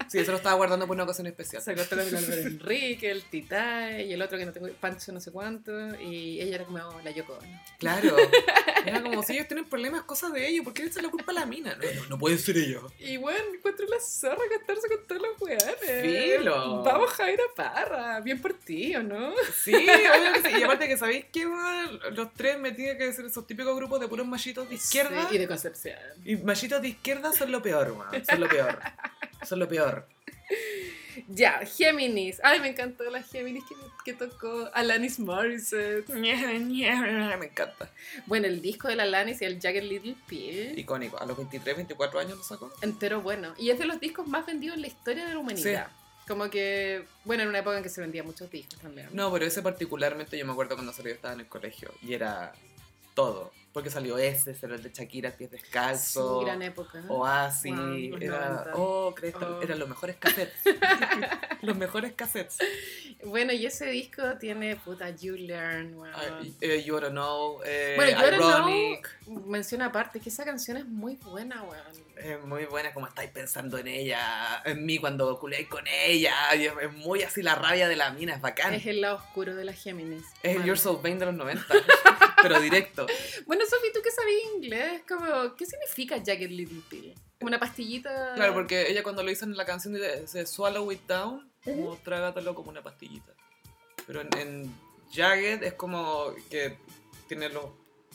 A: Sí, eso lo estaba guardando por una ocasión especial.
B: Se acostó con el Álvaro Enrique, el Titae y el otro que no tengo, Pancho no sé cuánto, y ella era como la Yoko. Ono.
A: Claro. Era como si ellos tienen problemas, cosas de ellos. ¿Por qué le echan la culpa a la mina? No, no, no pueden ser ellos.
B: Y bueno, encuentro la zorra acostarse con todos los weones.
A: Filo.
B: Vamos Javier Parra, bien por ti, ¿o no?
A: Sí, obvio que sí. Y aparte que sabéis que los tres me tienen que ser esos típicos grupos de puros machitos de izquierda.
B: Sí, y de Concepción.
A: Y machitos de izquierda son lo peor, weón. Son lo peor. Son lo peor.
B: Ya, Géminis. Ay, me encantó la Géminis que, que tocó Alanis Morissette.
A: Me encanta.
B: Bueno, el disco de la Alanis y el Jagged Little Pill.
A: Icónico. A los 23, 24 años lo sacó.
B: Entero bueno. Y es de los discos más vendidos en la historia de la humanidad. Como que, bueno, en una época en que se vendían muchos discos también.
A: No, pero ese particularmente yo me acuerdo cuando salió estaba en el colegio y era todo. Porque salió ese, salió el de Shakira, pies
B: Sí,
A: descalzos.
B: gran época.
A: Oh. Oasis,
B: Wow, los
A: era,
B: 90.
A: oh, Cresta,
B: Oh.
A: eran los mejores cassettes. los mejores cassettes.
B: Bueno, y ese disco tiene, puta, You Learn, wow.
A: I- eh, you Don't Know, eh,
B: Bueno, yo
A: Ironic.
B: no menciona aparte que esa canción es muy buena, weón.
A: Es muy buena como estáis pensando en ella, en mí cuando culeáis con ella. y es, es muy así la rabia de la mina, es bacán.
B: Es el lado oscuro de las Géminis.
A: Es el
B: weón.
A: You're So Vain de los 90, pero directo.
B: Bueno, Sofi, ¿tú qué sabías inglés? Como, ¿Qué significa Jagged Little Pill? Como una pastillita.
A: Claro, porque ella cuando lo hizo en la canción de, de Swallow It Down, como trágatelo como una pastillita. Pero en, en Jagged es como que tiene los...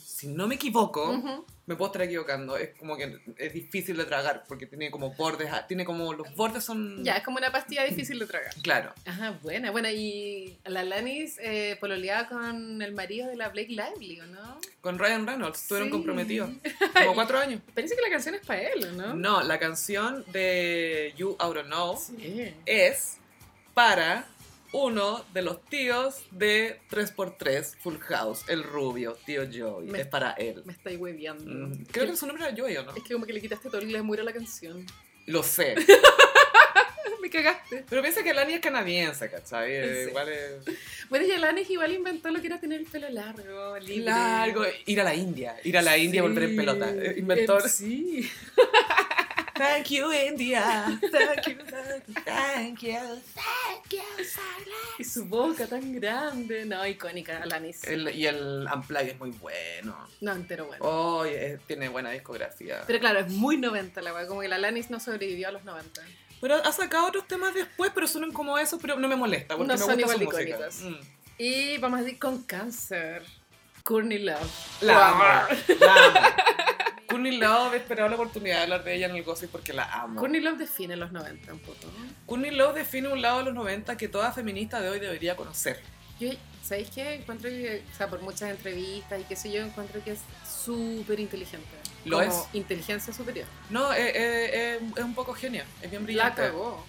A: Si no me equivoco,
B: Ujú.
A: me puedo estar equivocando, es como que es difícil de tragar porque tiene como bordes, ah, tiene como los bordes son...
B: Ya, es como una pastilla difícil de tragar.
A: Claro.
B: Ajá, buena, buena. Y la Lanis eh, pololeaba con el marido de la Blake Lively, ¿o no?
A: Con Ryan Reynolds estuvieron
B: Sí.
A: comprometidos. Como cuatro años.
B: Parece que la canción es para él, ¿o no?
A: ¿No? la canción de You Out of Know
B: Sí.
A: es para uno de los tíos de 3x3 Full House, el rubio, tío Joey.
B: Me-
A: Es para él.
B: Me estáis hueviando.
A: Mm, Creo que su nombre era Joey, ¿o no?
B: Es que como que le quitaste todo el glamour a la canción.
A: Lo sé.
B: Me cagaste.
A: Pero piensa que Lani es canadiense, ¿cachai? Eh,
B: Sí.
A: Igual es...
B: Bueno, y Alanis igual inventó lo que era tener el pelo largo, libre.
A: Largo, ir a la India, ir a la India y volver en pelota. Eh, Inventó.
B: Eh, sí.
A: Thank you, India. Thank you, thank you, thank you.
B: Y su boca tan grande. No, icónica, Alanis.
A: El- y el Unplugged es muy bueno.
B: No, entero bueno.
A: Eh. Oh, eh, tiene buena discografía.
B: Pero claro, es muy 90 la weá, como que la Lanis no sobrevivió a los 90.
A: Pero ha sacado otros temas después, pero son como esos, pero no me molesta. Porque
B: No
A: me
B: son
A: gusta su
B: igual de
A: música.
B: icónicos.
A: Mm.
B: Y vamos a decir con cáncer. Courtney Love.
A: La
B: Guau.
A: amo, la amo. Courtney Love, he esperado la oportunidad de hablar de ella en el gossip porque la amo.
B: Courtney Love define los 90 un poco.
A: Courtney Love define un lado de los 90 que toda feminista de hoy debería conocer.
B: Yo, ¿sabéis qué? Encuentro que, o sea, por muchas entrevistas y qué sé yo, encuentro que es súper inteligente.
A: Lo
B: Como
A: es.
B: Inteligencia superior.
A: No, eh, eh, eh, es un poco genio, es bien
B: La
A: brillante.
B: cagó.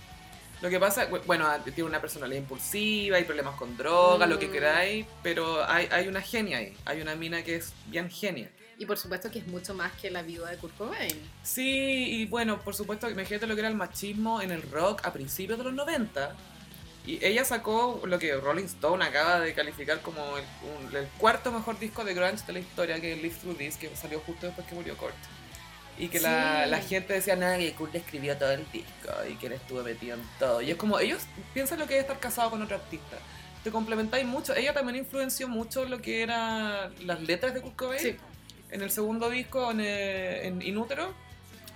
A: Lo que pasa, bu- bueno, ah, tiene una personalidad impulsiva, hay problemas con drogas, lo que
B: Mm.
A: queráis, pero hay, hay una genia ahí, hay una mina que es bien genia.
B: Y por supuesto que es mucho más que la viuda de Kurt Cobain.
A: Sí, y bueno, por supuesto, imagínate lo que era el machismo en el rock a principios de los 90. Y ella sacó lo que Rolling Stone acaba de calificar como el, un- el cuarto mejor disco de grunge de la historia, que es Live Through This, que salió justo después que murió Kurt. Y que la,
B: Sí.
A: la gente decía, nada, que Kurt escribió todo el disco y que él estuvo metido en todo. Y es como, ellos piensan lo que es estar casado con otro artista. Te complementáis mucho. Ella también influenció mucho lo que eran las letras de Kurt Cobain.
B: Sí.
A: En el segundo disco, en, eh, en Inútero,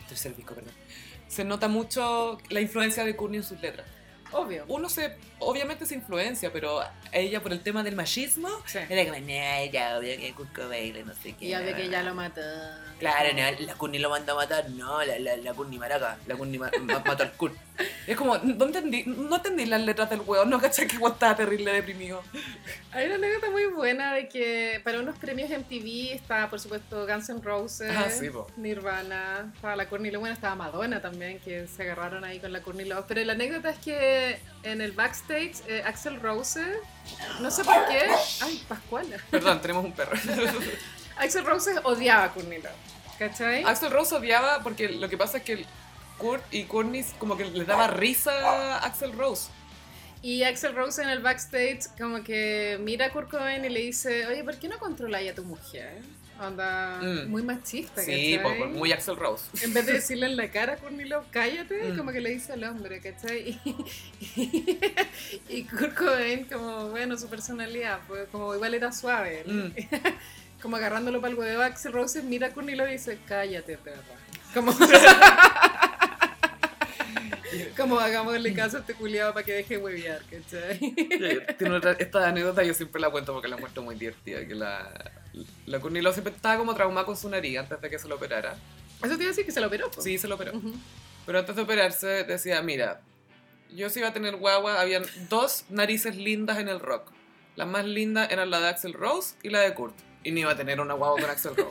A: tercer disco, perdón, se nota mucho la influencia de Courtney en sus letras.
B: Obvio.
A: Uno se, obviamente se influencia, pero ella por el tema del machismo,
B: Sí.
A: era como, "No, ya obvio que Kurt Cobain, no sé qué.
B: Y ya ve
A: no,
B: que
A: no,
B: ya
A: no".
B: lo mató.
A: Claro, no, la Courtney lo mandó a matar, no, la, la, la Courtney maraca, la Courtney ma- ma- mató al Kurt. Es como, no entendí, no entendí las letras del weón, no caché que weón estaba terrible deprimido.
B: Hay una anécdota muy buena de que para unos premios MTV está, por supuesto, Guns N' Roses.
A: Ah, po.
B: Nirvana, estaba la Courtney Love, bueno, estaba Madonna también, que se agarraron ahí con la Courtney Love. Pero la anécdota es que en el backstage, eh, Axel Rose, no sé por qué, ay, Pascuala.
A: Perdón, tenemos un perro.
B: Axel Rose odiaba a Courtney Love, ¿cachai?
A: Axel Rose odiaba porque lo que pasa es que Kurt y Courtney como que le daba risa a Axel Rose.
B: Y Axel Rose en el backstage como que mira a Kurt Cobain y le dice, oye, ¿por qué no controláis a tu mujer? Onda,
A: Mm.
B: muy machista,
A: Sí,
B: ¿cachai?
A: po, muy Axel Rose.
B: En vez de decirle en la cara a Courtney Love, cállate,
A: Mm.
B: como que le dice al hombre, ¿cachai? Y, y, y Kurt Cobain, como, bueno, su personalidad, pues como igual era suave.
A: Mm.
B: Como agarrándolo para el huevo, Axel Rose mira a Courtney Love y dice, cállate, perra. Como, como hagámosle caso a este culiado para que deje de huevear, ¿cachai?
A: Tiene otra- esta anécdota yo siempre la cuento porque la encuentro muy divertida. Que la, la Courtney Love siempre estaba como traumada con su nariz antes de que se lo operara.
B: Eso te iba a decir que se lo operó. po.
A: Sí, se lo operó.
B: Ujú.
A: Pero antes de operarse decía, mira, yo sí iba a tener guagua, habían dos narices lindas en el rock. Las más lindas eran la de Axel Rose y la de Kurt. Y no iba a tener una guagua con Axel Rose.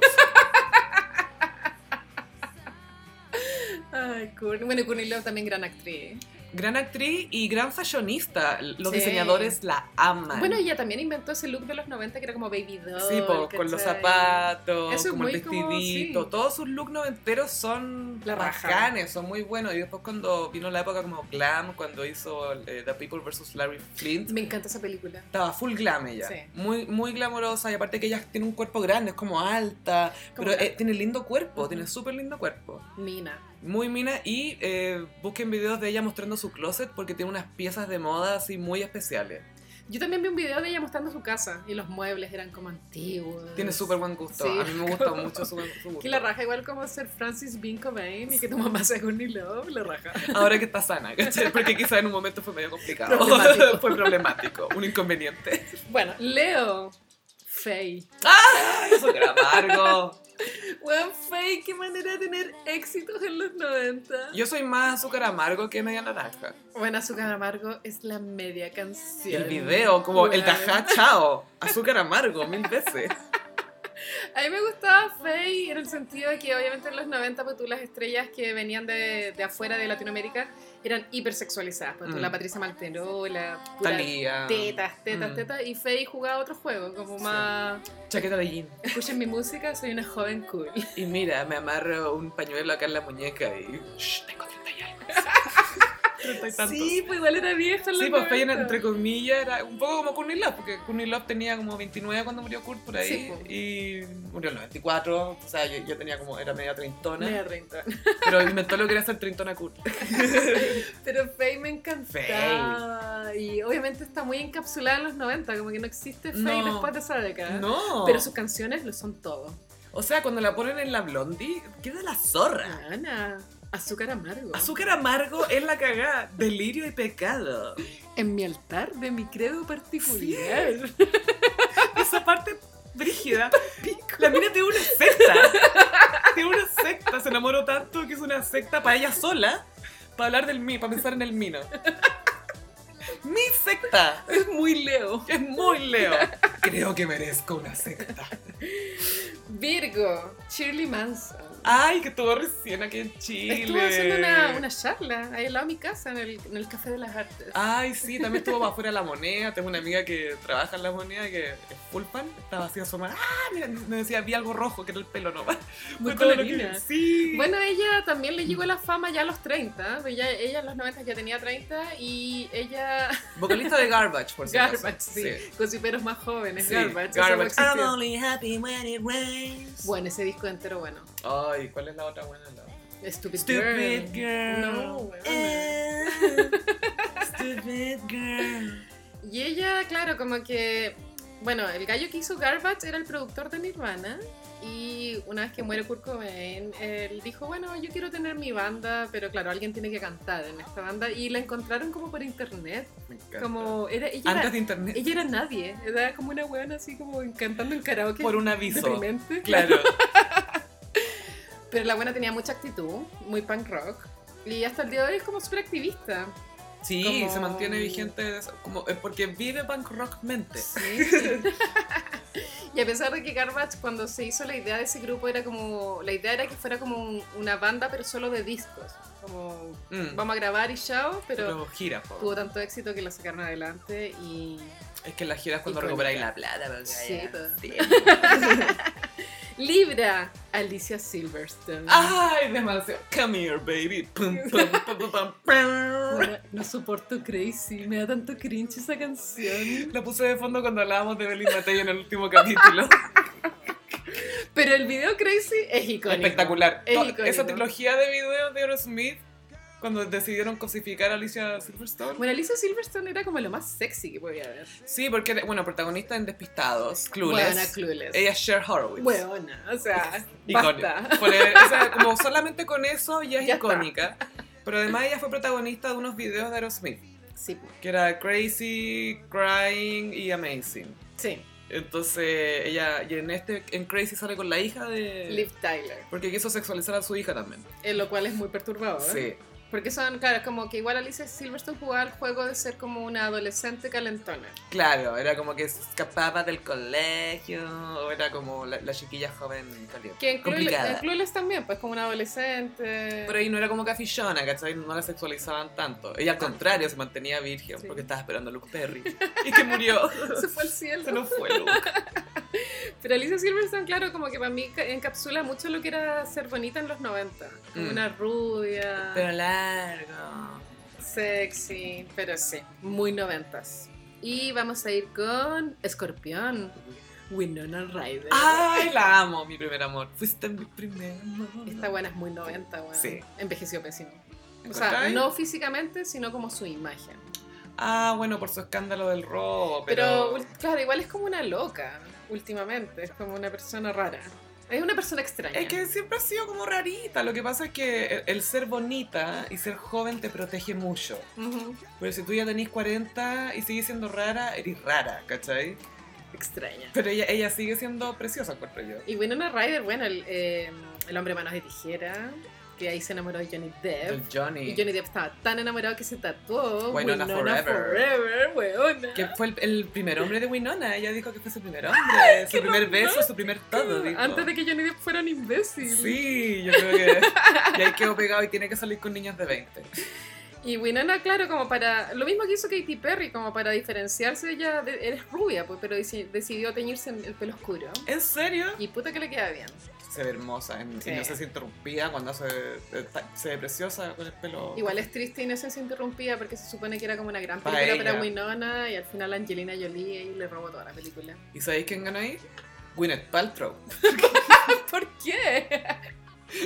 B: Ay, Courtney. Bueno, Courtney Love también gran actriz.
A: Gran actriz y gran fashionista. Los
B: Sí.
A: diseñadores la aman.
B: Bueno, ella también inventó ese look de los 90 que era como baby doll.
A: sí, po, con los
B: ¿cachai?
A: zapatos,
B: Eso es
A: como el
B: muy como-
A: vestidito.
B: sí.
A: Todos sus looks noventeros son
B: La raja.
A: bacanes, son muy buenos. Y después cuando vino la época como glam, cuando hizo eh, The People vs. Larry Flint,
B: Me encanta esa película.
A: Estaba full glam ella.
B: Sí.
A: Muy, muy glamorosa. Y aparte que ella tiene un cuerpo grande, es como alta.
B: Como
A: pero
B: alta.
A: eh, tiene lindo cuerpo,
B: Ujú.
A: tiene súper lindo cuerpo.
B: Mina.
A: Muy mina. Y eh, busquen videos de ella mostrando su closet porque tiene unas piezas de moda así muy especiales.
B: Yo también vi un video de ella mostrando su casa y los muebles eran como antiguos.
A: Tiene súper buen gusto.
B: Sí.
A: A mí me gusta mucho su, su gusto.
B: Que la raja igual como ser Francis Bean Cobain y que tu mamá sea Courtney Love, la raja.
A: Ahora que está sana, ¿cachai? Porque quizá en un momento fue medio complicado.
B: Problemático.
A: fue problemático, un inconveniente.
B: Bueno, Leo. Faye.
A: Eso era amargo.
B: Weón, Faye, qué manera de tener éxitos en los 90.
A: Yo soy más azúcar amargo que media naranja.
B: Bueno, Azúcar Amargo es la media canción.
A: El video, como el
B: Weón.
A: tajá, chao. Azúcar amargo, mil veces.
B: A mí me gustaba Faye en el sentido de que obviamente en los 90 pues, tú las estrellas que venían de, de afuera de Latinoamérica eran hipersexualizadas. Pues, tú,
A: Mm.
B: La Patricia Malterola, pura
A: Talía.
B: tetas, tetas,
A: Mm.
B: tetas. Y Faye jugaba otro juego, como
A: Sí.
B: más...
A: Chaqueta de jean.
B: Escuchen mi música, soy una joven cool.
A: Y mira, me amarro un pañuelo acá en la muñeca y. Shh, tengo 30 y algo. 30 y tantos.
B: Sí, pues igual era vieja en
A: Sí,
B: los
A: pues Faye,
B: 90.
A: entre comillas, era un poco como Courtney Love, porque Courtney Love tenía como 29 cuando murió Kurt por ahí,
B: Sí, pues.
A: y murió en los 24, o sea, yo, yo tenía como, era media treintona,
B: Media treintona.
A: pero inventó lo que era ser treintona Kurt.
B: Pero Faye me encantaba. Y obviamente está muy encapsulada en los 90, como que no existe Faye
A: No.
B: después de esa década.
A: No,
B: Pero sus canciones lo son todo.
A: o sea, cuando la ponen en la blondie, queda la zorra.
B: Ana, azúcar amargo.
A: Azúcar amargo es la cagada, delirio y pecado.
B: en mi altar de mi credo particular.
A: Esa parte brígida. La mina tiene una secta. Tiene una secta. Se enamoró tanto que es una secta para ella sola. Para hablar del mí, para pensar en el mino. Mi secta.
B: Es muy Leo.
A: Es muy Leo. Creo que merezco una secta.
B: Virgo, Shirley Manson.
A: Ay, que estuvo recién aquí en Chile.
B: Estuvo haciendo una, una charla ahí al lado de mi casa, en el, en el Café de las Artes.
A: Ay, sí, también estuvo para afuera de la moneda. Tengo una amiga que trabaja en la moneda que es full fan. Estaba así asomada. Ah, mira, me decía, vi algo rojo que era el pelo nomás. Fue
B: Muy
A: Ah, todo lo que-
B: colorina.
A: Sí.
B: Bueno, ella también le llegó la fama ya a los 30. pues ya- ella en los 90 ya tenía 30 y ella.
A: Vocalista de Garbage, por si acaso.
B: Garbage, sí. Gossiperos más jóvenes,
A: Sí,
B: Garbage. eso
A: Garbage. Ah,
B: no existía.
A: I'm only happy when it rains.
B: Bueno, ese disco entero, bueno.
A: Ay, ¿cuál es la otra buena? La...
B: Stupid,
A: Stupid
B: Girl.
A: girl.
B: No, weona.
A: Eh, Stupid girl.
B: Y ella, claro, como que. Bueno, el gallo que hizo Garbage era el productor de Nirvana. Y una vez que muere Kurt Cobain, él dijo, bueno, yo quiero tener mi banda, pero claro, alguien tiene que cantar en esta banda. Y la encontraron como por internet.
A: Me encanta.
B: Como era, ella,
A: Antes
B: era,
A: de internet.
B: ella era nadie. Era como una weona así como cantando en karaoke.
A: Por un aviso.
B: deprimente.
A: Claro.
B: Pero la buena tenía mucha actitud, muy punk rock. Y hasta el día de hoy es como súper activista.
A: Sí,
B: Como-
A: se mantiene vigente. eso, Como, es porque vive punk rock mente.
B: y a pesar de que Garbage cuando se hizo la idea de ese grupo era como la idea era que fuera como un- una banda pero solo de discos, como
A: Mm,
B: vamos a grabar y chao, pero
A: pero gira, po.
B: tuvo tanto éxito que la sacaron adelante y
A: Es que la gira es cuando
B: Icónica.
A: recuperáis la plata. porque
B: Sí,
A: ya-
B: po.
A: sí.
B: Libra Alicia Silverstone.
A: Ay, demasiado. Come here, baby. Pum, pum, pum, pum, pum, pum.
B: Bueno, no soporto Crazy, me da tanto cringe esa canción.
A: La puse de fondo cuando hablábamos de Belinda Matei en el último capítulo.
B: Pero el video Crazy es icónico.
A: Espectacular.
B: Es
A: To-
B: icónico.
A: Esa trilogía de videos de Aerosmith, cuando decidieron cosificar a Alicia Silverstone.
B: Bueno, Alicia Silverstone era como lo más sexy que podía haber.
A: Sí, porque, bueno, protagonista en Despistados, Clueless.
B: Buena, Clueless.
A: Ella es Cher Horowitz.
B: Hueona, o sea,
A: Icónica.
B: basta.
A: Por el- o sea, como solamente con eso ya es
B: Ya está.
A: icónica. Pero además ella fue protagonista de unos videos de Aerosmith,
B: Sí, pues.
A: que era Crazy, Crying y Amazing.
B: sí,
A: Entonces ella, y en este, en Crazy sale con la hija de...
B: Liv Tyler,
A: Porque quiso sexualizar a su hija también.
B: eh, lo cual es muy perturbador.
A: Sí.
B: Porque son, claro, como que igual Alicia Silverstone jugaba al juego de ser como una adolescente calentona.
A: Claro, era como que se escapaba del colegio, o era como la, la chiquilla joven caliente.
B: Que en Cluel-
A: Complicada.
B: en Clueless también, pues como una adolescente.
A: Pero ahí no era como cafillona, ¿cachai? No la sexualizaban tanto. Ella al contrario se mantenía virgen
B: Sí.
A: porque estaba esperando a Luke Perry. Y que murió.
B: se fue al
A: Se
B: cielo.
A: nos fue Luke.
B: Pero Alicia Silverstone, claro, como que para mí ca- encapsula mucho lo que era ser bonita en los 90. Como
A: Mm.
B: una rubia,
A: largo.
B: sexy, pero sí, muy noventas. Y vamos a ir con Escorpión, Winona Ryder.
A: Ay, la amo, mi primer amor. Fuiste mi primer amor.
B: Esta buena es muy 90, weón.
A: Sí.
B: Envejeció pésimo. O sea,
A: ¿Encontráis?
B: no físicamente, sino como su imagen.
A: Ah, bueno, por su escándalo del robo,
B: Pero,
A: pero...
B: ul- claro, igual es como una loca últimamente. Es como una persona rara. Es una persona extraña.
A: Es que siempre ha sido como rarita. Lo que pasa es que el- el ser bonita y ser joven te protege mucho.
B: Ujú.
A: Pero si tú ya tenés 40 y sigues siendo rara, eres rara, ¿cachai?
B: Extraña.
A: Pero ella, ella sigue siendo preciosa, encuentro yo.
B: Y Winona Ryder, bueno, el, eh, el hombre manos de tijera, que ahí se enamoró de Johnny
A: Del
B: Depp.
A: Johnny.
B: Y Johnny Depp estaba tan enamorado que se tatuó.
A: Winona Forever.
B: Forever, weona.
A: Que fue el, el primer hombre de Winona. Ella dijo que fue su primer hombre, su
B: qué
A: primer beso, su primer todo. dijo.
B: Antes de que Johnny Depp fuera un imbécil.
A: Sí, yo creo que. Y ahí quedó pegado y tiene que salir con niñas de 20.
B: Y Winona, claro, como para. Lo mismo que hizo Katy Perry, como para diferenciarse, ella de- eres rubia, pues, pero deci- decidió teñirse en el pelo oscuro.
A: ¿En serio?
B: Y puta que le queda bien.
A: Se ve hermosa en-
B: Sí.
A: y no se siente interrumpida cuando hace, está- se ve preciosa con el pelo.
B: Igual es triste Inocencia Interrumpida porque se supone que era como una gran
A: Para
B: película para
A: ella.
B: Winona y al final Angelina Jolie ahí le robó toda la película.
A: ¿Y sabéis quién ganó ahí? Gwyneth Paltrow.
B: ¿Por qué?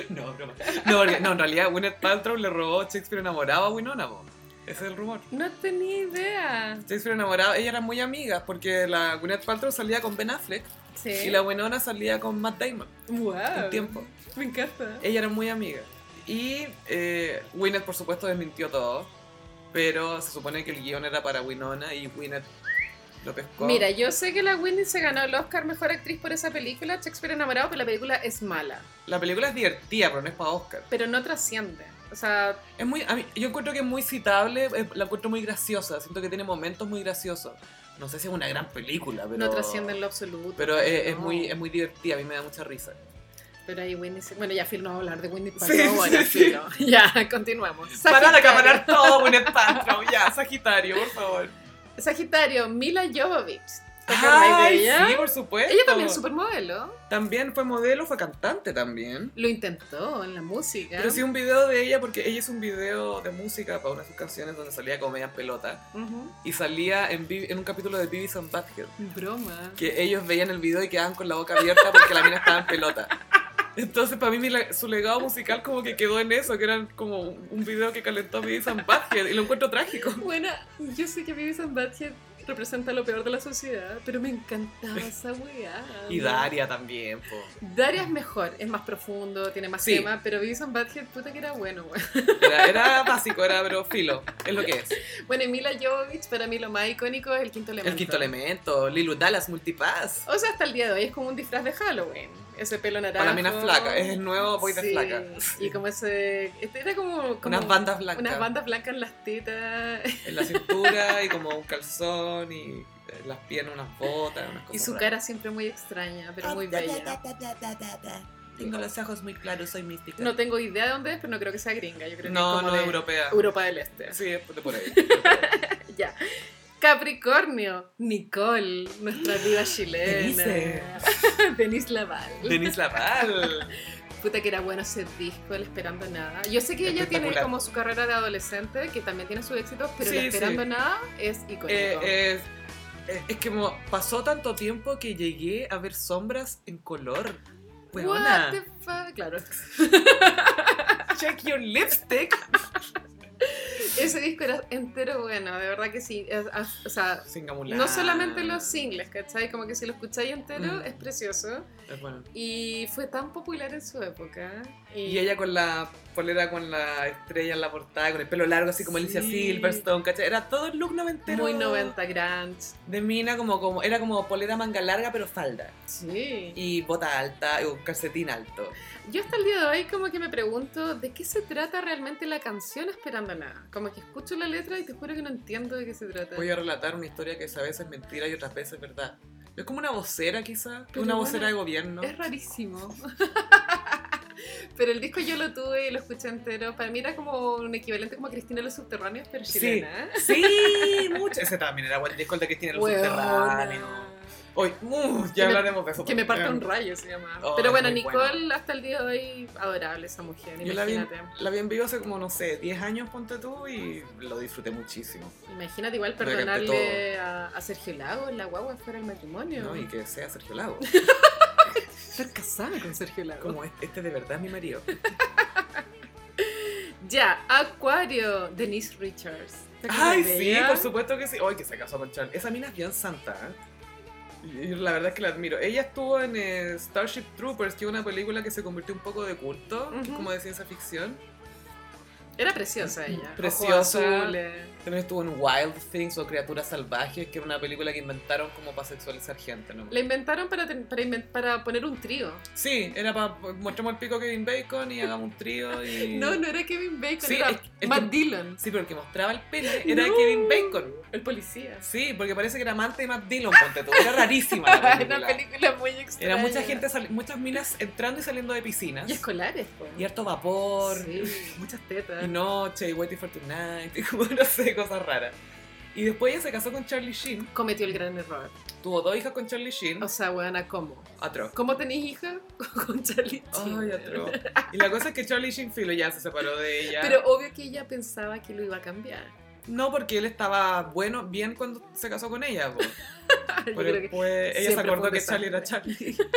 A: No, broma. No, porque- no, en realidad Gwyneth Paltrow le robó Shakespeare enamorado a Winona, po. Ese es el rumor.
B: No tenía idea.
A: Shakespeare enamorado, ellas eran muy amigas porque la Gwyneth Paltrow salía con Ben Affleck
B: Sí. Ah,
A: y la Winona salía con Matt Damon
B: Wow.
A: un tiempo.
B: Me encanta.
A: Ellas eran muy amigas. Y eh, Gwyneth, por supuesto, desmintió todo, pero se supone que el guión era para Winona y Gwyneth lo pescó.
B: Mira, yo sé que la Winnie se ganó el Oscar Mejor Actriz por esa película, Shakespeare enamorado, pero la película es mala.
A: La película es divertida, pero no es para Oscar.
B: Pero no trasciende. O sea,
A: Es muy, a mí- yo encuentro que es muy citable, eh, la encuentro muy graciosa, siento que tiene momentos muy graciosos. No sé si es una gran película, pero...
B: no trasciende en lo absoluto.
A: Pero es, es
B: No.
A: muy, es muy divertida, a mí me da mucha risa.
B: Pero ahí Winnie se- Bueno, ya Phil no va a hablar de Winnie
A: Sí,
B: Paltrow,
A: sí,
B: ahora,
A: sí.
B: filo. Ya, continuamos.
A: Para de
B: Sagitario.
A: acaparar todo, Gwyneth Paltrow, ya, Sagitario, por favor.
B: Sagitario, Mila Jovovich. ¿Te acordáis de
A: Ay,
B: ella?
A: sí, por supuesto.
B: Ella también es supermodelo.
A: También fue modelo, fue cantante también.
B: Lo intentó en la música.
A: Pero sí un video de ella, porque ella hizo un video de música para una de sus canciones donde salía como media en pelota.
B: Ujú.
A: Y salía en, Bee- en un capítulo de Beavis and Butthead.
B: Broma.
A: que ellos veían el video y quedaban con la boca abierta porque la mina estaba en pelota. Entonces, para mí, mi le- su legado musical como que quedó en eso, que era como un video que calentó a Beavis and Butthead, y lo encuentro trágico.
B: Bueno, yo sé que Vives and Butthead representa lo peor de la sociedad, pero me encantaba esa weá.
A: Y Daria también, po.
B: Daria es mejor, es más profundo, tiene más
A: Sí.
B: tema, pero Beavis and Butthead, puta que era bueno, weón.
A: Era, era básico, era pero filo. Es lo que es.
B: Bueno, y Mila Jovovich, para mí lo más icónico es el quinto elemento.
A: El quinto elemento, Lilu Dallas Multipass.
B: O sea, hasta el día de hoy es como un disfraz de Halloween. Ese pelo naranja.
A: Para la mina flaca, es el nuevo boy de
B: Sí,
A: flaca.
B: Y como ese. este Era como. como
A: Unas bandas blancas
B: Unas bandas blancas en las tetas.
A: en la cintura y como un calzón y eh, las piernas, unas botas, unas cosas.
B: Y su
A: raras.
B: cara siempre muy extraña, pero muy bella.
A: Tengo los ojos muy claros, soy mística.
B: No tengo idea de dónde es, pero no creo que sea gringa. Yo creo que
A: no,
B: es como
A: no,
B: de
A: europea.
B: Europa del Este.
A: Sí, es de por ahí.
B: Ya. Capricornio, Nicole, nuestra diva chilena.
A: Denise.
B: Denise Laval.
A: Denise Laval.
B: Puta que era bueno ese disco, El Esperando Nada. Yo sé que ella tiene
A: Espectacular.
B: como su carrera de adolescente, que también tiene sus éxitos, pero El
A: Sí,
B: Esperando
A: sí.
B: Nada es icónico.
A: Eh, eh, eh, es que mo- pasó tanto tiempo que llegué a ver sombras en color.
B: What
A: Weona.
B: the fuck? Claro.
A: Check your lipstick.
B: Ese disco era entero bueno, de verdad que sí. Es- as- o sea,
A: Singamular.
B: no solamente los singles, ¿cachai? Como que si lo escucháis entero
A: Mm.
B: es precioso.
A: Es bueno.
B: Y fue tan popular en su época.
A: Y ella con la polera con la estrella en la portada, con el pelo largo, así como Alicia
B: Sí.
A: Silverstone, ¿cachai? Era todo el look noventero.
B: Muy 90 Grant.
A: De mina, como, como, era como polera manga larga, pero falda.
B: Sí.
A: Y bota alta, y un calcetín alto.
B: Yo hasta el día de hoy como que me pregunto de qué se trata realmente la canción Esperando Nada. Como que escucho la letra y te juro que no entiendo de qué se trata.
A: Voy a relatar una historia que es a veces mentira y otras veces verdad. Es como una vocera, quizás.
B: Pero
A: una
B: bueno,
A: vocera de gobierno.
B: Es rarísimo. pero el disco yo lo tuve y lo escuché entero. Para mí era como un equivalente como a Cristina y los Subterráneos, pero
A: Sí.
B: chilena.
A: Sí, mucho. Ese también era buen disco el de Cristina los
B: Weona.
A: subterráneos. Hoy, uh, ya
B: Que me-
A: hablaremos de eso. pues,
B: Que me
A: también.
B: parta un rayo se llama.
A: Oh,
B: pero
A: es
B: bueno,
A: muy
B: Nicole hasta el día de hoy adorable esa mujer,
A: Yo la vi-
B: imagínate.
A: La vi en vivo hace como, no sé, 10 años, ponte tú, y lo disfruté muchísimo.
B: Imagínate igual
A: Pero que ante
B: perdonarle a, a Sergio Lagos la guagua fuera del matrimonio.
A: ¿no? Y que sea Sergio Lago.
B: Estar casada con Sergio Lagos.
A: Como este, este de verdad es mi marido.
B: Ya, Acuario, Denise Richards. ¿Te acuerdas
A: Ay,
B: de
A: sí,
B: ella?
A: por supuesto que sí. Ay, que se casó con Charles. Esa mina es bien santa, ¿eh? Y- y la verdad es que la admiro. Ella estuvo en eh, Starship Troopers, que es una película que se convirtió un poco de culto, que es
B: Ujú.
A: como de ciencia ficción.
B: Era preciosa ella. eh.
A: Preciosa.
B: ojos azules.
A: También estuvo en Wild Things o Criaturas Salvajes, que era una película que inventaron como para sexualizar gente, ¿no?
B: La inventaron para, ten- para, inven- para poner un trío.
A: Sí, era para mostramos el pico a Kevin Bacon y hagamos un trío y...
B: No, no era Kevin Bacon,
A: Sí,
B: era
A: es- es
B: Matt
A: que-
B: Dillon,
A: Sí, pero el que mostraba el pene era
B: No.
A: Kevin Bacon.
B: el policía.
A: Sí, porque parece que era amante de Matt Dillon, ponte tú. Era rarísima la película.
B: Una película muy extraña.
A: Era mucha gente, sali- muchas minas entrando y saliendo de piscinas.
B: Y escolares, pues.
A: Y harto vapor.
B: Sí, muchas
A: Y
B: tetas.
A: noche, y waiting for tonight, y como no sé, cosas raras. Y después ella se casó con Charlie Sheen.
B: Cometió el gran error.
A: Tuvo dos hijas con Charlie Sheen.
B: O sea, weona, ¿cómo?
A: Atroz.
B: ¿Cómo tenés hija? Con Charlie
A: Ay,
B: Sheen.
A: atroz. Y la cosa es que Charlie Sheen filo ya se separó de ella.
B: Pero obvio que ella pensaba que lo iba a cambiar.
A: no porque él estaba bueno, bien cuando se casó con ella. po.
B: Yo
A: Pero
B: creo que-
A: después ella se
B: siempre
A: acordó
B: fue un
A: que Charlie era
B: desastre.
A: Charlie.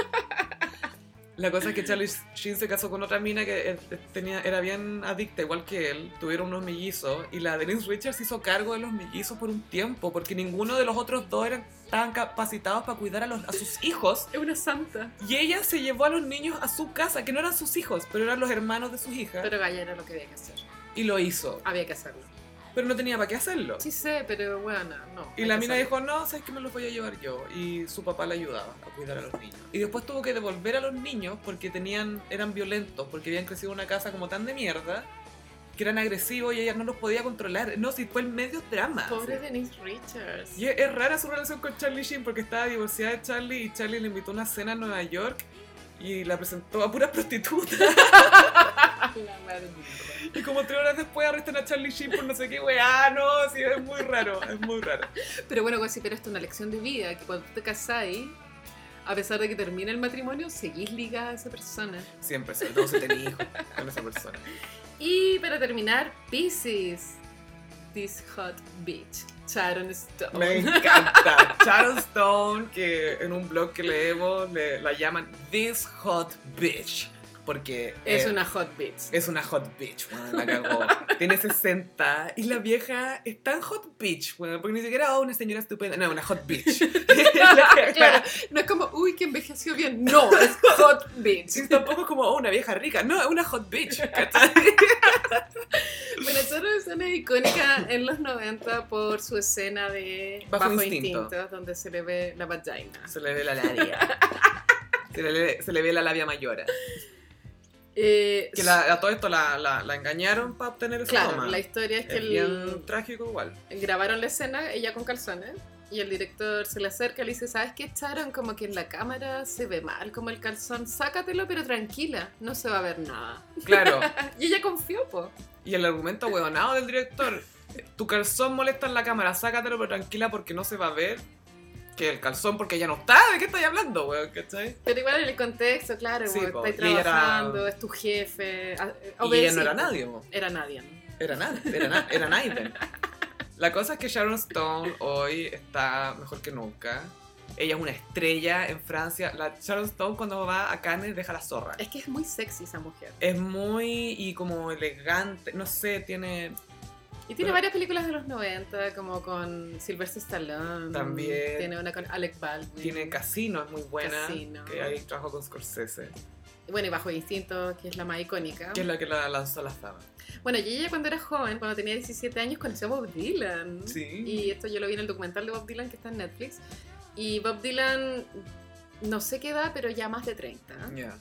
A: La cosa es que Charlie Sheen se casó con otra mina que eh, tenía, era bien adicta, igual que él. Tuvieron unos mellizos y la Denise Richards hizo cargo de los mellizos por un tiempo, porque ninguno de los otros dos eran, estaban capacitados para cuidar a, los, a sus hijos.
B: Es una santa.
A: Y ella se llevó a los niños a su casa, que no eran sus hijos, pero eran los hermanos de sus hijas,
B: Pero Gaya era lo que había que hacer.
A: y lo hizo.
B: Había que hacerlo.
A: Pero no tenía para qué hacerlo.
B: Sí sé, pero bueno, no.
A: Y
B: hay
A: la
B: que
A: mina
B: hacerlo.
A: dijo, no, sabes que me los voy a llevar yo. Y su papá la ayudaba a cuidar a los niños. Y después tuvo que devolver a los niños porque tenían, eran violentos, porque habían crecido en una casa como tan de mierda, que eran agresivos y ella no los podía controlar. No, si fue el medio drama.
B: Pobre
A: "Ah, Sí.
B: Denise Richards.
A: Y es, es rara su relación con Charlie Sheen porque estaba divorciada de Charlie y Charlie le invitó a una cena a Nueva York y la presentó a puras prostitutas.
B: Ah, la madre mía.
A: Y como tres horas después arrestan a Charlie Sheen por no sé qué weá, no, sí, es muy raro, es muy raro.
B: Pero bueno, Guasi, pero esto es una lección de vida, que cuando tú te casáis, a pesar de que termina el matrimonio, seguís ligada a esa persona.
A: Siempre, sobre todo si tenía hijos con esa persona.
B: Y para terminar, Pisces. This hot bitch. Sharon Stone.
A: Me encanta. Charleston, que en un blog que leemos le- la llaman This Hot Bitch. Porque
B: Es
A: eh,
B: una hot bitch.
A: es una hot bitch, weón, la cagó. Tiene 60 y la vieja es tan hot bitch, weón, porque ni siquiera, oh, una señora estupenda. No, una hot bitch. La cagó.
B: Claro, no es como, uy, que envejeció bien. No, es hot bitch.
A: Sí, tampoco es como, oh, una vieja rica. No, es una hot bitch. ¿cachai?
B: Bueno, Charo Besana es icónica en los 90 por su escena de
A: Bajo
B: Bajo,
A: Instinto.
B: Instinto. donde se le ve la vagina.
A: Se le ve la labia. Se le, se le ve la labia mayora.
B: Eh,
A: Que la- a todo esto la, la- la engañaron para obtener esa
B: claro,
A: toma.
B: la historia es que
A: Es
B: el-
A: bien trágico igual.
B: grabaron la escena, ella con calzones, y el director se le acerca y le dice, ¿sabes qué, Charon? Como que en la cámara se ve mal como el calzón, sácatelo, pero tranquila, no se va a ver nada.
A: Claro.
B: Y ella confió, po.
A: Y el argumento huevonado del director. Tu calzón molesta en la cámara, sácatelo, pero tranquila porque no se va a ver que el calzón porque ya no está. ¿De qué estáis hablando, weón? ¿Cachai?
B: Pero igual en el contexto, claro,
A: Sí,
B: como
A: po,
B: estáis
A: y ella era-
B: trabajando, es tu jefe. a-
A: Y ella no
B: obedecí,
A: era
B: po.
A: nadie, weón.
B: Era nadie, ¿no?
A: Era nada, era, na- era Naiden. La cosa es que Sharon Stone hoy está mejor que nunca. Ella es una estrella en Francia. La Sharon Stone cuando va a Cannes deja la zorra.
B: Es que es muy sexy esa mujer.
A: Es muy y como elegante, no sé, tiene
B: Y tiene
A: Pero-
B: varias películas de los 90, como con Sylvester Stallone.
A: También.
B: Tiene una con Alec Baldwin.
A: tiene casino, es muy buena.
B: Mm. Casino.
A: Que ahí trabajó con Scorsese,
B: Bueno, y Bajo Instinto, que es la más icónica.
A: que es la que la lanzó a la fama.
B: Bueno, y ella cuando era joven, cuando tenía 17 años, conoció a Bob Dylan.
A: Sí.
B: Y esto yo lo vi en el documental de Bob Dylan que está en Netflix. Y Bob Dylan, no sé qué edad, pero ya más de 30.
A: Ya.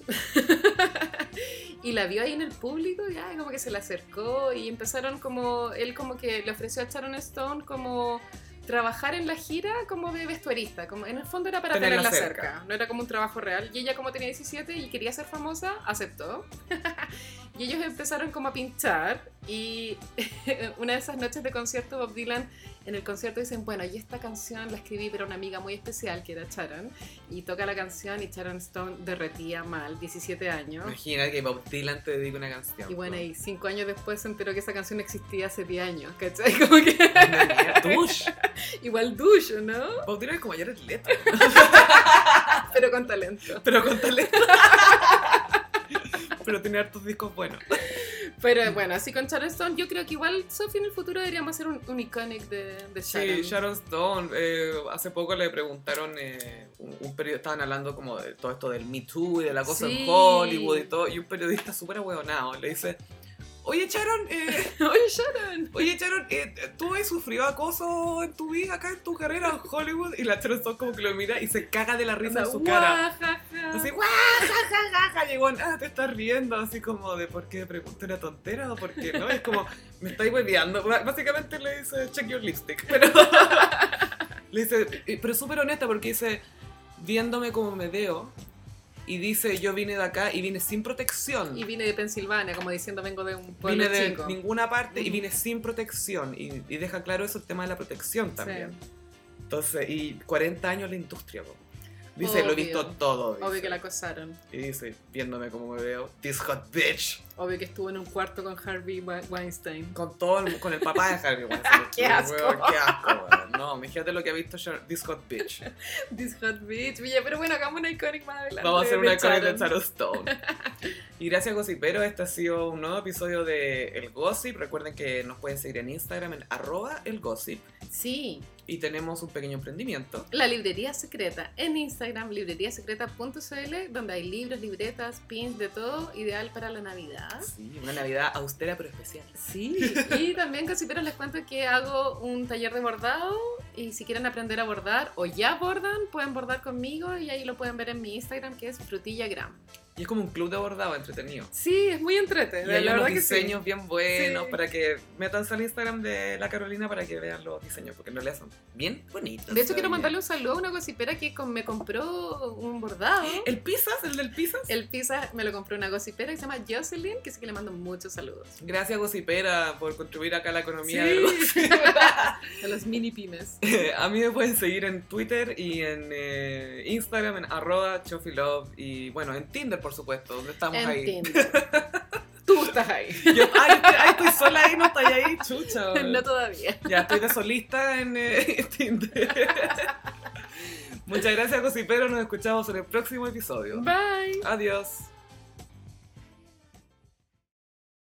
B: Y la vio ahí en el público, ya, como que se le acercó y empezaron como, él como que le ofreció a Sharon Stone como trabajar en la gira como de vestuarista, como en el fondo era para
A: Tenerla
B: tenerla, cerca.
A: cerca.
B: no era como un trabajo real. Y ella como tenía 17 y quería ser famosa, aceptó. y ellos empezaron como a pinchar y una de esas noches de concierto Bob Dylan en el concierto dicen, bueno, y esta canción la escribí para una amiga muy especial que era Sharon y toca la canción y Sharon Stone derretía mal, 17 años.
A: Imagina que Bob Dylan te dedica una canción.
B: Y bueno,
A: ¿no?
B: y cinco años después se enteró que esa canción existía hace 10 años, ¿cachai? Como que
A: Una mierda. Tush.
B: igual ducho, ¿no?
A: Bob Dylan es como Jared Leto,
B: Pero con talento.
A: pero con talento. pero tiene hartos discos buenos.
B: Pero bueno, así con Charleston, yo creo que igual Sophie en el futuro deberíamos hacer un, un iconic de, de
A: Sí,
B: Sharon.
A: Sharon Stone. eh, hace poco le preguntaron, eh, un, un periodista, estaban hablando como de todo esto del Me Too y de la cosa
B: Sí.
A: en Hollywood y todo, y un periodista súper hueonado le dice, oye Sharon, eh,
B: Oye, Sharon.
A: oye Sharon, eh, ¿tú has sufrido acoso en tu vida acá, en tu carrera en Hollywood? Y la Sharon Stone como que lo mira y se caga de la risa en su cara.
B: Guajaja.
A: Así, guau, ja, ja, ja, ja", y bueno, ah, te estás riendo, así como de por qué pregunté una tontera o por qué no, es como, me estáis hueveando. Bá- Básicamente le dice, check your lipstick, pero le dice, y- pero súper honesta porque dice, viéndome como me veo, y dice, yo vine de acá y vine sin protección.
B: Y vine de Pensilvania, como diciendo vengo de un pueblo
A: Vine de
B: chico. Mm.
A: ninguna parte y
B: Ujú.
A: vine sin protección. Y, y deja claro eso el tema de la protección también.
B: Sí.
A: Entonces, y 40 años la industria, po. Dice, lo he
B: Obvio.
A: visto todo.
B: Obvio
A: dice.
B: que la acosaron.
A: Y dice, viéndome como me veo, this hot bitch.
B: Obvio que estuvo en un cuarto con Harvey Wa- Weinstein.
A: Con todo el, con el papá de Harvey Weinstein.
B: ¡Qué asco!
A: Weón, qué asco, weón. No, imagínate lo que ha visto Sharon- this hot bitch.
B: This hot bitch. Oye, Pero bueno, hagamos una iconic más adelante.
A: Vamos a hacer una historia de
B: Sharon.
A: Sharon Stone. Y gracias, Gossiperos. Este ha sido un nuevo episodio de El Gossip. Recuerden que nos pueden seguir en Instagram en arroba el gossip.
B: Sí.
A: Y tenemos un pequeño emprendimiento.
B: La librería secreta en Instagram, libreriasecreta.cl, donde hay libros, libretas, pins, de todo, ideal para la Navidad.
A: Sí, una Navidad austera pero especial.
B: Sí, y también cosiperos les cuento que hago un taller de bordado y si quieren aprender a bordar o ya bordan, pueden bordar conmigo y ahí lo pueden ver en mi Instagram que es frutillagram.
A: Y es como un club de bordado entretenido.
B: Sí, es muy entretenido,
A: Y hay
B: la
A: unos
B: verdad que sí.
A: diseños bien buenos
B: Sí.
A: para que metanse al Instagram de la Carolina para que vean los diseños, porque en realidad son bien bonitos.
B: De hecho quiero
A: Bien.
B: mandarle un saludo a una cosipera que con- me compró un bordado.
A: ¿El Pisas? ¿El del Pisas?
B: El pizza me lo compró una gocipera que se llama Jocelyn, que sí que le mando muchos saludos.
A: Gracias, Gocipera, por contribuir acá a la economía. del
B: Sí. A los mini pymes.
A: gossip. a mí me pueden seguir en Twitter y en eh, Instagram, en arroba chofilove y bueno, en Tinder, por supuesto, donde estamos ahí.
B: Entiendo. Tú estás ahí.
A: Yo, ay, estoy, ay, estoy sola ahí, no estoy ahí, chucha.
B: No todavía.
A: Ya estoy de solista en eh, Tinder. Muchas gracias, Gocipero. Nos escuchamos en el próximo episodio.
B: Bye.
A: Adiós.